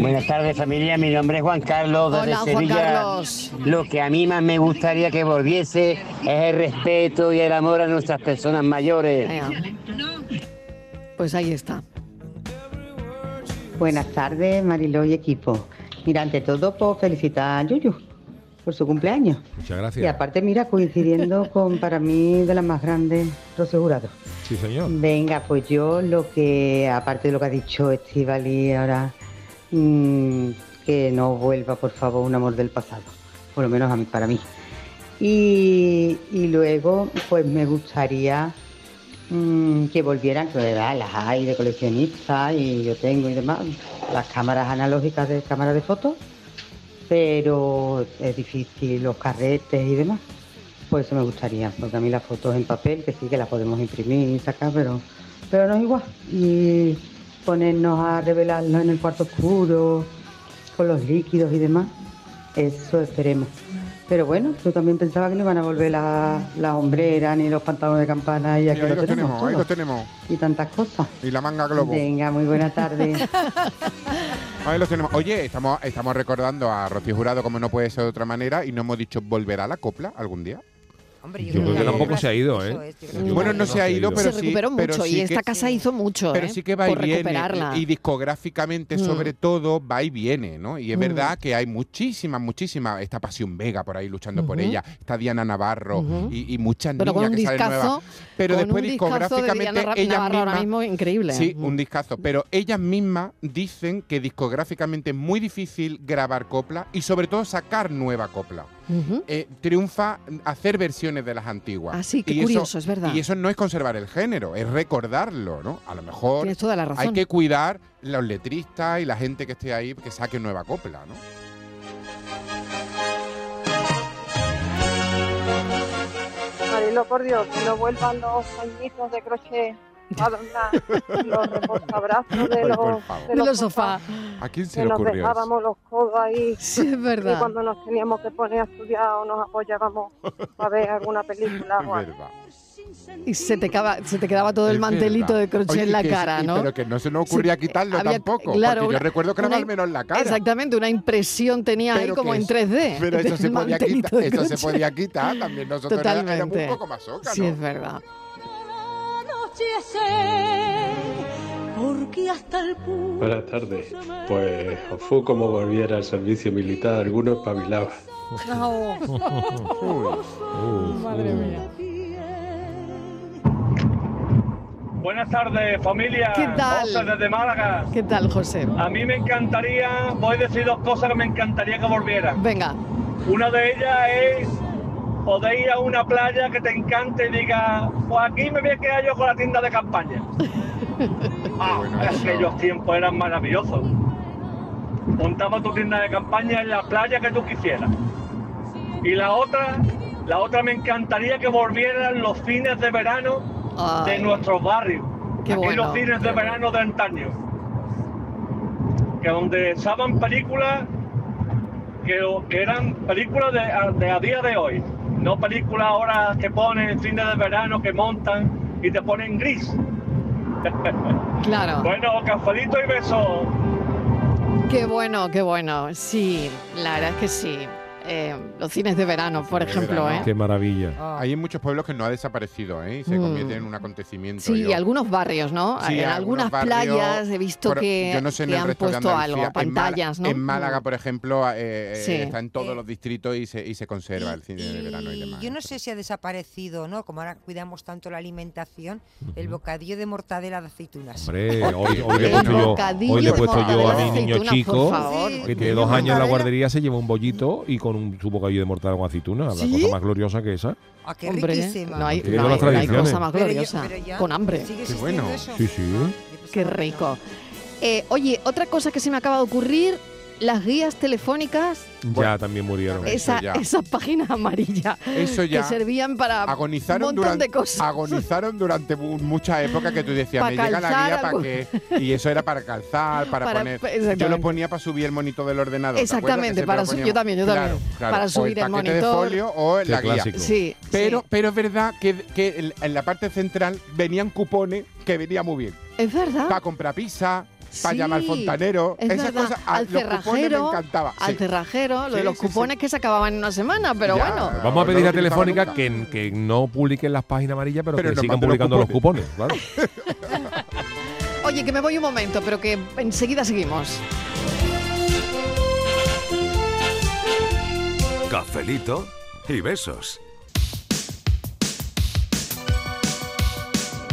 [SPEAKER 18] Buenas tardes familia, mi nombre es Juan Carlos desde
[SPEAKER 1] Hola, Juan
[SPEAKER 18] Sevilla.
[SPEAKER 1] Carlos.
[SPEAKER 18] Lo que a mí más me gustaría que volviese es el respeto y el amor a nuestras personas mayores.
[SPEAKER 1] Pues ahí está.
[SPEAKER 19] Buenas tardes, Mariló y equipo. Mira, ante todo, por felicitar a Yuyu por su cumpleaños.
[SPEAKER 8] Muchas
[SPEAKER 19] Y
[SPEAKER 8] gracias.
[SPEAKER 19] aparte, mira, coincidiendo con, para mí, de las más grandes, Rocío Jurado.
[SPEAKER 8] Sí, señor.
[SPEAKER 19] Venga, pues yo lo que, Eh, aparte de lo que ha dicho Estivali ahora, mm, que no vuelva, por favor, un amor del pasado, por lo menos a mí, para mí. Y, y luego, pues me gustaría mm, que volvieran, que ¿verdad? las hay de coleccionistas y yo tengo y demás, las cámaras analógicas de cámaras de fotos, pero es difícil los carretes y demás. Pues eso me gustaría, porque a mí las fotos en papel, que sí que las podemos imprimir y sacar, pero, pero no es igual. Y ponernos a revelarnos en el cuarto oscuro, con los líquidos y demás, eso esperemos. Pero bueno, yo también pensaba que no iban a volver las la hombreras ni los pantalones de campana y aquí
[SPEAKER 7] Y ahí
[SPEAKER 19] lo tenemos.
[SPEAKER 7] los tenemos, ahí
[SPEAKER 19] todo.
[SPEAKER 7] los tenemos.
[SPEAKER 19] Y tantas cosas.
[SPEAKER 7] Y la manga globo.
[SPEAKER 19] Venga, muy buena tarde.
[SPEAKER 7] Ahí los tenemos. Oye, estamos, estamos recordando a Rocío Jurado como no puede ser de otra manera y no hemos dicho volverá la copla algún día.
[SPEAKER 9] Hombre,
[SPEAKER 8] Yo creo que tampoco se ha ido, ¿eh?
[SPEAKER 7] Bueno, no se ha ido, pero
[SPEAKER 1] se
[SPEAKER 7] sí-
[SPEAKER 1] recuperó
[SPEAKER 7] pero
[SPEAKER 1] mucho
[SPEAKER 7] sí
[SPEAKER 1] y
[SPEAKER 7] que-
[SPEAKER 1] esta casa hizo mucho
[SPEAKER 7] Pero
[SPEAKER 1] ¿eh?
[SPEAKER 7] sí que va y
[SPEAKER 1] por
[SPEAKER 7] viene.
[SPEAKER 1] recuperarla.
[SPEAKER 7] Y, y discográficamente,
[SPEAKER 1] Mm.
[SPEAKER 7] sobre todo, va y viene, ¿no? Y es
[SPEAKER 1] Mm.
[SPEAKER 7] verdad que hay muchísimas, muchísimas. Está Pasión Vega por ahí luchando por
[SPEAKER 1] Ujú.
[SPEAKER 7] ella. Está Diana Navarro
[SPEAKER 1] Ujú.
[SPEAKER 7] y, y muchas
[SPEAKER 1] Pero con
[SPEAKER 7] niñas
[SPEAKER 1] un
[SPEAKER 7] que salen nuevas.
[SPEAKER 1] discazo.
[SPEAKER 7] Pero
[SPEAKER 1] con
[SPEAKER 7] después,
[SPEAKER 1] un discazo de
[SPEAKER 7] discográficamente,
[SPEAKER 1] Diana Ra-
[SPEAKER 7] ellas
[SPEAKER 1] Navarro ahora
[SPEAKER 7] mismas-
[SPEAKER 1] mismo increíble.
[SPEAKER 7] Sí, un discazo. Pero ellas mismas dicen que discográficamente es muy difícil grabar copla y, sobre todo, sacar nueva copla. Eh, triunfa hacer versiones de las antiguas.
[SPEAKER 1] Ah, sí, qué
[SPEAKER 7] eso-
[SPEAKER 1] curioso, es verdad.
[SPEAKER 7] Y eso no es conservar el género, es recordarlo, ¿no? A lo mejor
[SPEAKER 1] Tienes toda la
[SPEAKER 7] hay
[SPEAKER 1] razón.
[SPEAKER 7] que cuidar los letristas y la gente que esté ahí que saque nueva copla, ¿no?
[SPEAKER 20] Marilo, por Dios, que no vuelvan los moñitos de crochet a adornar los reposabrazos de
[SPEAKER 7] Ay,
[SPEAKER 20] los,
[SPEAKER 7] por favor.
[SPEAKER 20] de
[SPEAKER 7] De
[SPEAKER 1] los
[SPEAKER 20] sofás.
[SPEAKER 7] ¿A quién se
[SPEAKER 20] Que
[SPEAKER 7] le
[SPEAKER 20] nos
[SPEAKER 7] ocurrió eso?
[SPEAKER 20] dejábamos los codos ahí.
[SPEAKER 1] Sí, es verdad.
[SPEAKER 20] Y cuando nos teníamos que poner a estudiar o nos apoyábamos para ver alguna película o algo.
[SPEAKER 1] Y se te, cava- se te quedaba todo el
[SPEAKER 7] Es
[SPEAKER 1] mantelito
[SPEAKER 7] verdad.
[SPEAKER 1] de crochet
[SPEAKER 7] Oye,
[SPEAKER 1] en la
[SPEAKER 7] que-
[SPEAKER 1] cara,
[SPEAKER 7] y-
[SPEAKER 1] ¿no?
[SPEAKER 7] Pero que no se nos ocurría
[SPEAKER 1] Sí,
[SPEAKER 7] quitarlo
[SPEAKER 1] había-
[SPEAKER 7] tampoco.
[SPEAKER 1] claro,
[SPEAKER 7] porque
[SPEAKER 1] una-
[SPEAKER 7] yo recuerdo que era
[SPEAKER 1] una-
[SPEAKER 7] al menos la cara.
[SPEAKER 1] Exactamente, una impresión tenía ahí
[SPEAKER 7] Pero
[SPEAKER 1] como
[SPEAKER 7] que
[SPEAKER 1] en
[SPEAKER 7] es-
[SPEAKER 1] 3D.
[SPEAKER 7] Pero eso se
[SPEAKER 1] del
[SPEAKER 7] podía
[SPEAKER 1] mantelito
[SPEAKER 7] quitar,
[SPEAKER 1] de
[SPEAKER 7] eso se
[SPEAKER 1] crochet.
[SPEAKER 7] podía quitar también. Nosotros era- éramos
[SPEAKER 1] Totalmente.
[SPEAKER 7] un poco mazocas,
[SPEAKER 1] Sí,
[SPEAKER 7] ¿no?
[SPEAKER 1] es verdad.
[SPEAKER 4] Porque hasta el Buenas tardes. Pues Jofu, como volviera al servicio militar, alguno espabilaba.
[SPEAKER 14] Madre mía.
[SPEAKER 10] Buenas tardes, familia.
[SPEAKER 1] ¿Qué tal?
[SPEAKER 10] José desde Málaga.
[SPEAKER 1] ¿Qué tal, José?
[SPEAKER 10] A mí me encantaría, voy a decir dos cosas que me encantaría que volvieran.
[SPEAKER 1] Venga.
[SPEAKER 10] Una de ellas es poder ir a una playa que te encante y diga, pues aquí me voy a quedar yo con la tienda de campaña. ah, aquellos tiempos eran maravillosos. Montaba tu tienda de campaña en la playa que tú quisieras. Y la otra, la otra me encantaría que volvieran los fines de verano de
[SPEAKER 1] Ay.
[SPEAKER 10] nuestros barrios.
[SPEAKER 1] Qué
[SPEAKER 10] Aquí
[SPEAKER 1] bueno.
[SPEAKER 10] los fines de verano de antaño. Que donde estaban películas que, que eran películas de, a- de a día de hoy. No películas ahora que ponen fines de verano, que montan y te ponen gris.
[SPEAKER 1] Claro.
[SPEAKER 10] Bueno, cafelito y besos.
[SPEAKER 1] Qué bueno, qué bueno. Sí, la verdad es que sí. eh, los cines de verano, por ejemplo. ¿eh?
[SPEAKER 8] Qué maravilla.
[SPEAKER 7] Hay en muchos pueblos que no ha desaparecido, ¿eh? Y se
[SPEAKER 1] Mm.
[SPEAKER 7] convierte en un acontecimiento.
[SPEAKER 1] Sí,
[SPEAKER 7] yo-
[SPEAKER 1] algunos barrios, ¿no?
[SPEAKER 7] Sí,
[SPEAKER 1] en
[SPEAKER 7] algunos
[SPEAKER 1] algunas
[SPEAKER 7] barrios,
[SPEAKER 1] playas he visto
[SPEAKER 7] por-
[SPEAKER 1] que,
[SPEAKER 7] yo no sé en
[SPEAKER 1] que
[SPEAKER 7] el
[SPEAKER 1] han
[SPEAKER 7] resto de
[SPEAKER 1] puesto
[SPEAKER 7] Andalucía,
[SPEAKER 1] algo,
[SPEAKER 7] en Mála-
[SPEAKER 1] pantallas, ¿no?
[SPEAKER 7] En Málaga, por ejemplo, eh, eh,
[SPEAKER 1] Sí.
[SPEAKER 7] está en todos los distritos y se, y se conserva el cine de verano y demás. pues.
[SPEAKER 9] Yo no sé si ha desaparecido, ¿no? Como ahora cuidamos tanto la alimentación, el bocadillo de mortadela de aceitunas.
[SPEAKER 8] Hombre, hoy, hoy le he
[SPEAKER 9] El
[SPEAKER 8] puesto yo,
[SPEAKER 9] bocadillo
[SPEAKER 8] hoy le he
[SPEAKER 9] de
[SPEAKER 8] puesto yo a
[SPEAKER 9] mortadela
[SPEAKER 8] mi
[SPEAKER 9] de
[SPEAKER 8] niño
[SPEAKER 9] aceitunas,
[SPEAKER 8] chico,
[SPEAKER 9] por favor. Sí,
[SPEAKER 8] que tiene
[SPEAKER 9] niño
[SPEAKER 8] dos años en la
[SPEAKER 9] mortadela.
[SPEAKER 8] guardería, se lleva un bollito y con un su bocadillo de mortadela con aceitunas. La
[SPEAKER 9] ¿Sí?
[SPEAKER 8] cosa más gloriosa que esa.
[SPEAKER 9] Ah, qué
[SPEAKER 1] Hombre,
[SPEAKER 9] riquísima.
[SPEAKER 1] no hay,
[SPEAKER 8] Siguiendo
[SPEAKER 1] no hay-
[SPEAKER 8] las
[SPEAKER 1] no hay
[SPEAKER 8] tradiciones.
[SPEAKER 1] cosa más
[SPEAKER 9] Pero yo-
[SPEAKER 1] gloriosa.
[SPEAKER 9] pero ya,
[SPEAKER 1] con hambre.
[SPEAKER 9] sigue Qué bueno. existiendo eso.
[SPEAKER 8] Sí, sí.
[SPEAKER 1] Qué rico. Eh, oye, otra cosa que se me acaba de ocurrir, las guías telefónicas,
[SPEAKER 8] ya también murieron.
[SPEAKER 1] esa, esas páginas amarillas
[SPEAKER 7] Eso ya.
[SPEAKER 1] que servían para
[SPEAKER 7] agonizaron
[SPEAKER 1] un montón
[SPEAKER 7] durante,
[SPEAKER 1] de cosas.
[SPEAKER 7] Agonizaron durante mu- muchas épocas que tú decías,
[SPEAKER 1] Pa'
[SPEAKER 7] me llega la
[SPEAKER 1] calzar
[SPEAKER 7] guía para
[SPEAKER 1] algo".
[SPEAKER 7] qué. Y eso era para calzar, para,
[SPEAKER 1] Para-
[SPEAKER 7] poner. Yo lo
[SPEAKER 1] exactamente.
[SPEAKER 7] ponía para subir el monitor del ordenador. ¿te acuerdas?
[SPEAKER 1] Exactamente,
[SPEAKER 7] Que siempre
[SPEAKER 1] para
[SPEAKER 7] lo
[SPEAKER 1] su- yo
[SPEAKER 7] poníamos.
[SPEAKER 1] también, yo también.
[SPEAKER 7] Claro, claro.
[SPEAKER 1] Para
[SPEAKER 7] O
[SPEAKER 1] subir el
[SPEAKER 7] paquete de
[SPEAKER 1] monitor.
[SPEAKER 7] folio o
[SPEAKER 1] Qué
[SPEAKER 7] la guía.
[SPEAKER 1] clásico. Sí,
[SPEAKER 7] pero, pero es verdad que, que en- en la parte central venían cupones que venía muy bien.
[SPEAKER 1] Es verdad.
[SPEAKER 7] Para comprar pizza, para
[SPEAKER 1] Sí,
[SPEAKER 7] llamar al fontanero.
[SPEAKER 1] es
[SPEAKER 7] esas
[SPEAKER 1] verdad.
[SPEAKER 7] cosas, a-
[SPEAKER 1] al
[SPEAKER 7] los cupones me
[SPEAKER 1] cerrajero,
[SPEAKER 7] encantaba.
[SPEAKER 1] al
[SPEAKER 7] sí.
[SPEAKER 1] cerrajero, lo de
[SPEAKER 7] Sí,
[SPEAKER 1] los
[SPEAKER 7] sí, sí.
[SPEAKER 1] cupones que se acababan en una semana, pero
[SPEAKER 7] Ya,
[SPEAKER 1] bueno.
[SPEAKER 8] Vamos a
[SPEAKER 7] no
[SPEAKER 8] pedir
[SPEAKER 7] lo
[SPEAKER 8] a
[SPEAKER 7] utilizaba
[SPEAKER 8] Telefónica
[SPEAKER 7] nunca.
[SPEAKER 8] que, que no publiquen las páginas amarillas, pero,
[SPEAKER 7] Pero
[SPEAKER 8] que
[SPEAKER 7] nos
[SPEAKER 8] sigan
[SPEAKER 7] manden los
[SPEAKER 8] publicando los cupones. claro.
[SPEAKER 1] Oye, que me voy un momento, pero que enseguida seguimos.
[SPEAKER 12] Cafelito y besos.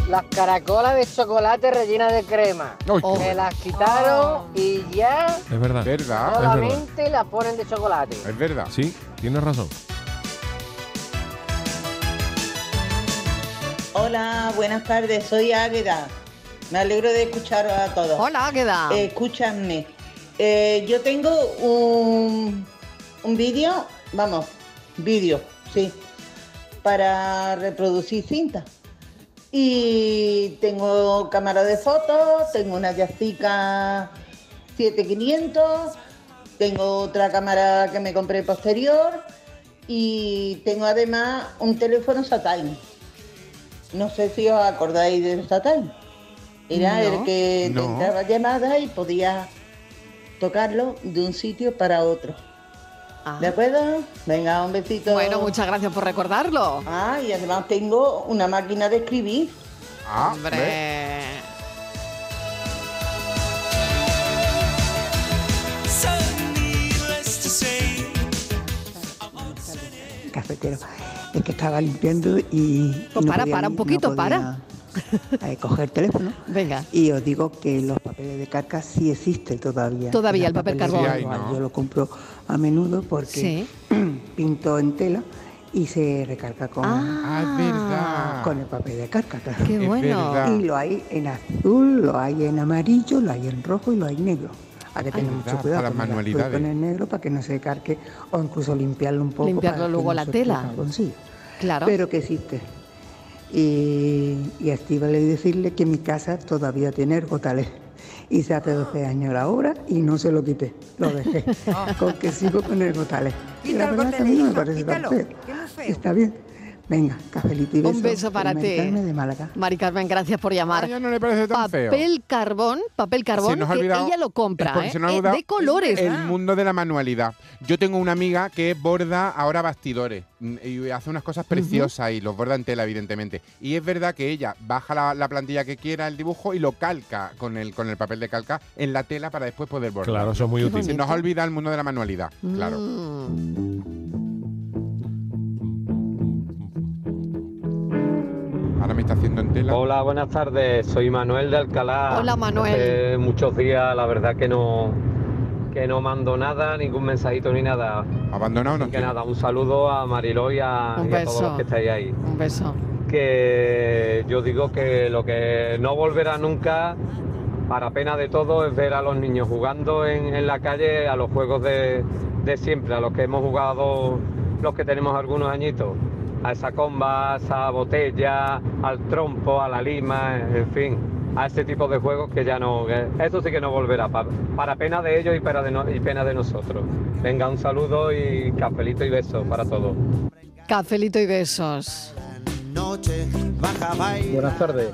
[SPEAKER 21] Las caracolas de chocolate rellenas de crema.
[SPEAKER 7] Ay,
[SPEAKER 1] Oh.
[SPEAKER 7] qué
[SPEAKER 21] Me
[SPEAKER 7] bueno.
[SPEAKER 21] las quitaron y ya
[SPEAKER 8] Es verdad. Es verdad.
[SPEAKER 21] solamente las ponen de chocolate.
[SPEAKER 7] Es verdad.
[SPEAKER 8] Sí, tienes razón.
[SPEAKER 22] Hola, buenas tardes, soy Águeda. Me alegro de escucharos a todos.
[SPEAKER 1] Hola, Águeda.
[SPEAKER 22] Eh, escúchame. eh, yo tengo un, un vídeo, vamos, vídeo, sí, para reproducir cinta. Y tengo cámara de fotos, tengo una Yastica 7500, tengo otra cámara que me compré posterior y tengo además un teléfono Satime. No sé si os acordáis del Satán. Era
[SPEAKER 23] No.
[SPEAKER 22] el que
[SPEAKER 23] No.
[SPEAKER 22] te entraba llamada y podías tocarlo de un sitio para otro. ¿De acuerdo? Venga, un besito.
[SPEAKER 1] Ah. Bueno, muchas gracias por recordarlo.
[SPEAKER 22] Ah, y además tengo una máquina de escribir.
[SPEAKER 7] Ah,
[SPEAKER 1] Hombre.
[SPEAKER 23] cafetero. Es que estaba limpiando y.
[SPEAKER 1] Pues para, para un poquito, para.
[SPEAKER 23] para. coger el teléfono.
[SPEAKER 1] Venga.
[SPEAKER 23] Y os digo que los papeles de carca sí existen todavía.
[SPEAKER 1] Todavía
[SPEAKER 23] Los
[SPEAKER 1] el papel
[SPEAKER 23] papeles de
[SPEAKER 1] carbón. Sí
[SPEAKER 23] carca,
[SPEAKER 1] hay, ¿no?
[SPEAKER 23] Yo lo compro a menudo porque
[SPEAKER 1] Sí.
[SPEAKER 23] pinto en tela y se recarga con,
[SPEAKER 7] verdad.
[SPEAKER 23] con el papel de carca, claro.
[SPEAKER 1] Ah. Qué Es bueno. verdad.
[SPEAKER 23] Y lo hay en azul, lo hay en amarillo, lo hay en rojo y lo hay negro. Hay que tener mucho
[SPEAKER 7] verdad,
[SPEAKER 23] cuidado
[SPEAKER 7] para
[SPEAKER 23] con
[SPEAKER 7] las
[SPEAKER 23] el azul,
[SPEAKER 7] manualidades.
[SPEAKER 23] con el negro para que no se carque o incluso limpiarlo un poco.
[SPEAKER 1] Limpiarlo
[SPEAKER 23] para que
[SPEAKER 1] luego
[SPEAKER 23] no
[SPEAKER 1] la
[SPEAKER 23] se
[SPEAKER 1] tela.
[SPEAKER 23] pierda el bolsillo.
[SPEAKER 1] Claro.
[SPEAKER 23] Pero que existe. Y, y a Estíbaliz decirle que mi casa todavía tiene ergotales. Hice hace 12 años la obra y no se lo quité, lo dejé.
[SPEAKER 1] Ah.
[SPEAKER 23] con que sigo con ergotales. Y la verdad que a mí no me parece tan feo. Está bien. Venga, cafelito y beso.
[SPEAKER 1] Un beso para
[SPEAKER 23] Soy
[SPEAKER 1] ti.
[SPEAKER 23] Mari Carmen de Málaga.
[SPEAKER 1] Mari Carmen, gracias por llamar.
[SPEAKER 23] Ah, ya no le parece tan
[SPEAKER 1] papel
[SPEAKER 23] feo.
[SPEAKER 1] carbón, papel
[SPEAKER 7] Se
[SPEAKER 1] carbón,
[SPEAKER 7] nos ha
[SPEAKER 1] que
[SPEAKER 7] olvidado-
[SPEAKER 1] ella lo
[SPEAKER 7] es
[SPEAKER 1] compra,
[SPEAKER 7] porque
[SPEAKER 1] ¿eh?
[SPEAKER 7] se nos ha
[SPEAKER 1] Es
[SPEAKER 7] olvidado
[SPEAKER 1] de colores.
[SPEAKER 7] El mundo de la manualidad. Yo tengo una amiga que borda ahora bastidores mm, y hace unas cosas preciosas y los borda en tela, evidentemente. Y es verdad que ella baja la, la plantilla que quiera, el dibujo, y lo calca con el, con el papel de calca en la tela para después poder bordar.
[SPEAKER 8] Claro, eso es muy Qué útil.
[SPEAKER 7] Se nos
[SPEAKER 8] bonito.
[SPEAKER 7] ha olvidado el mundo de la manualidad,
[SPEAKER 1] Mm,
[SPEAKER 7] claro.
[SPEAKER 5] Mm.
[SPEAKER 7] Ahora me está haciendo en tela.
[SPEAKER 24] Hola, buenas tardes. Soy Manuel de Alcalá.
[SPEAKER 1] Hola, Manuel.
[SPEAKER 24] Hace muchos días, la verdad que no que no mando nada, ningún mensajito ni nada.
[SPEAKER 7] Abandonado
[SPEAKER 24] no. Que nada, un saludo a Mariló y a,
[SPEAKER 1] Un
[SPEAKER 24] y a todos
[SPEAKER 1] beso.
[SPEAKER 24] los que estáis ahí.
[SPEAKER 1] Un beso.
[SPEAKER 24] Que yo digo que lo que no volverá nunca, para pena de todo, es ver a los niños jugando en, en la calle a los juegos de, de siempre, a los que hemos jugado los que tenemos algunos añitos. A esa comba, a esa botella, al trompo, a la lima, en fin, a ese tipo de juegos que ya no. que eso sí que no volverá, pa- para pena de ellos y, para de no- y pena de nosotros. Venga, un saludo y cafelito y besos para todos.
[SPEAKER 1] Cafelito y besos.
[SPEAKER 25] Buenas tardes.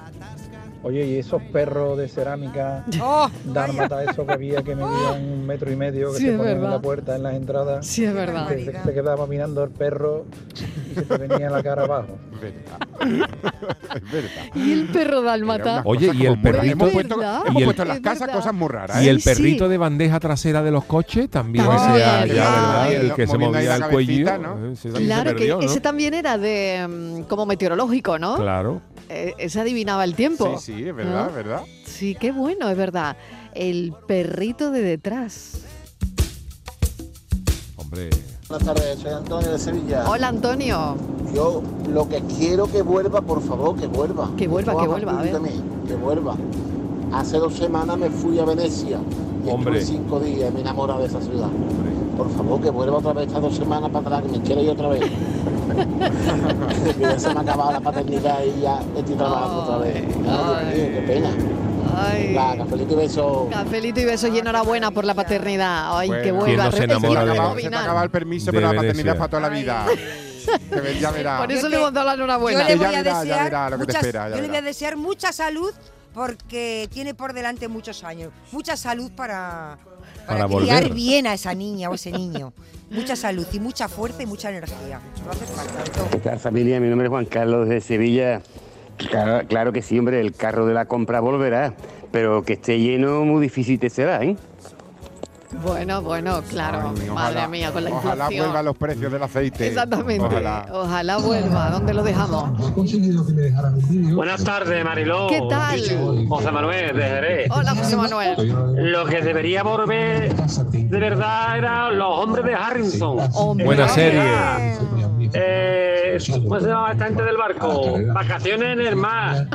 [SPEAKER 2] Oye, y esos perros de cerámica,
[SPEAKER 9] ¡Oh!
[SPEAKER 2] dármata, esos que había que medían un metro y medio, que
[SPEAKER 1] Sí,
[SPEAKER 2] se
[SPEAKER 1] es
[SPEAKER 2] ponían en
[SPEAKER 1] verdad.
[SPEAKER 2] la puerta, en las entradas.
[SPEAKER 1] Sí, es verdad.
[SPEAKER 2] Que se, se quedaba mirando al perro y se te venía la cara abajo.
[SPEAKER 1] Y el perro
[SPEAKER 7] Era
[SPEAKER 1] dalmata.
[SPEAKER 7] una
[SPEAKER 8] Oye,
[SPEAKER 7] cosa
[SPEAKER 8] y el
[SPEAKER 7] como rara.
[SPEAKER 8] perrito.
[SPEAKER 7] Hemos puesto,
[SPEAKER 1] ¿Verdad?
[SPEAKER 7] hemos
[SPEAKER 8] y el-
[SPEAKER 7] puesto en las casas cosas muy raras.
[SPEAKER 8] Y
[SPEAKER 7] ¿eh?
[SPEAKER 8] el perrito de bandeja trasera de los coches también.
[SPEAKER 7] También,
[SPEAKER 8] ese, ah, ya,
[SPEAKER 7] ¿verdad?
[SPEAKER 8] ¿verdad? El que se
[SPEAKER 7] Moviendo ahí
[SPEAKER 8] movía
[SPEAKER 7] la
[SPEAKER 8] el cuello.
[SPEAKER 7] cabecita, ¿no?
[SPEAKER 8] eh, se- se
[SPEAKER 1] Claro,
[SPEAKER 8] perdió,
[SPEAKER 1] que
[SPEAKER 8] ¿no?
[SPEAKER 1] ese también era de mm, como meteorológico, ¿no?
[SPEAKER 8] Claro.
[SPEAKER 1] Eh, ese adivinaba el tiempo.
[SPEAKER 7] Sí, sí, es verdad,
[SPEAKER 1] ¿no?
[SPEAKER 7] es verdad.
[SPEAKER 1] Sí, qué bueno, es verdad. El perrito de detrás.
[SPEAKER 8] Hombre.
[SPEAKER 3] Buenas tardes, soy Antonio de Sevilla.
[SPEAKER 1] Hola, Antonio.
[SPEAKER 3] Yo lo que quiero que vuelva, por favor, que vuelva.
[SPEAKER 1] Que vuelva,
[SPEAKER 3] Yo
[SPEAKER 1] que
[SPEAKER 3] hago
[SPEAKER 1] vuelva, a ver.
[SPEAKER 3] públicamente, Que vuelva. Hace dos semanas me fui a Venecia. Y
[SPEAKER 8] Hombre.
[SPEAKER 3] Estuve cinco días y me enamoré de esa ciudad. Por favor, que vuelva otra vez estas dos semanas para atrás, que me quiera ir otra vez. que ya se me ha acabado la paternidad y ya estoy trabajando otra vez. Ay, Dios mío, qué pena.
[SPEAKER 1] Ay.
[SPEAKER 3] Venga, feliz y beso.
[SPEAKER 1] Cafelito y besos y enhorabuena por la paternidad. Ay, qué
[SPEAKER 7] Bueno.
[SPEAKER 1] vuelva.
[SPEAKER 7] ¿Quién no se
[SPEAKER 1] re- el
[SPEAKER 7] enamora
[SPEAKER 1] señor
[SPEAKER 7] de-
[SPEAKER 1] Ramón
[SPEAKER 7] Se te
[SPEAKER 1] Vinal.
[SPEAKER 7] acaba el permiso,
[SPEAKER 8] De
[SPEAKER 7] pero la
[SPEAKER 8] Venecia.
[SPEAKER 7] paternidad para toda la vida. Que ve- ya verás.
[SPEAKER 1] Por eso
[SPEAKER 9] Yo
[SPEAKER 1] le
[SPEAKER 9] te-
[SPEAKER 1] hemos dado la enhorabuena.
[SPEAKER 9] Yo le voy
[SPEAKER 7] Ya
[SPEAKER 9] a
[SPEAKER 7] verá, ya
[SPEAKER 9] desear,
[SPEAKER 7] verá lo que te
[SPEAKER 9] muchas-
[SPEAKER 7] espera, ya
[SPEAKER 9] yo le voy
[SPEAKER 7] verá.
[SPEAKER 9] a desear mucha salud porque tiene por delante muchos años. Mucha salud para,
[SPEAKER 8] Para
[SPEAKER 9] criar
[SPEAKER 8] volver.
[SPEAKER 9] bien a esa niña o ese niño. mucha salud y mucha fuerza y mucha energía. Lo hace falta.
[SPEAKER 18] ¿Qué tal familia? Mi nombre es Juan Carlos de Sevilla. Claro, claro que sí, hombre, el carro de la compra volverá, pero que esté lleno muy difícil te será, ¿eh?
[SPEAKER 1] Bueno, bueno, claro. Madre mía, con la
[SPEAKER 7] Ojalá
[SPEAKER 1] inflación.
[SPEAKER 7] vuelvan los precios del aceite.
[SPEAKER 1] Exactamente.
[SPEAKER 7] Ojalá.
[SPEAKER 1] Ojalá vuelva. ¿Dónde lo dejamos?
[SPEAKER 5] Buenas tardes, Mariló.
[SPEAKER 1] ¿Qué tal?
[SPEAKER 5] José Manuel de Jerez.
[SPEAKER 1] Hola, José Manuel.
[SPEAKER 5] Lo que debería volver de verdad eran los hombres de Harrison.
[SPEAKER 8] Buena serie.
[SPEAKER 5] Eh, ¿Cómo se llama esta gente del barco? Vacaciones en el mar.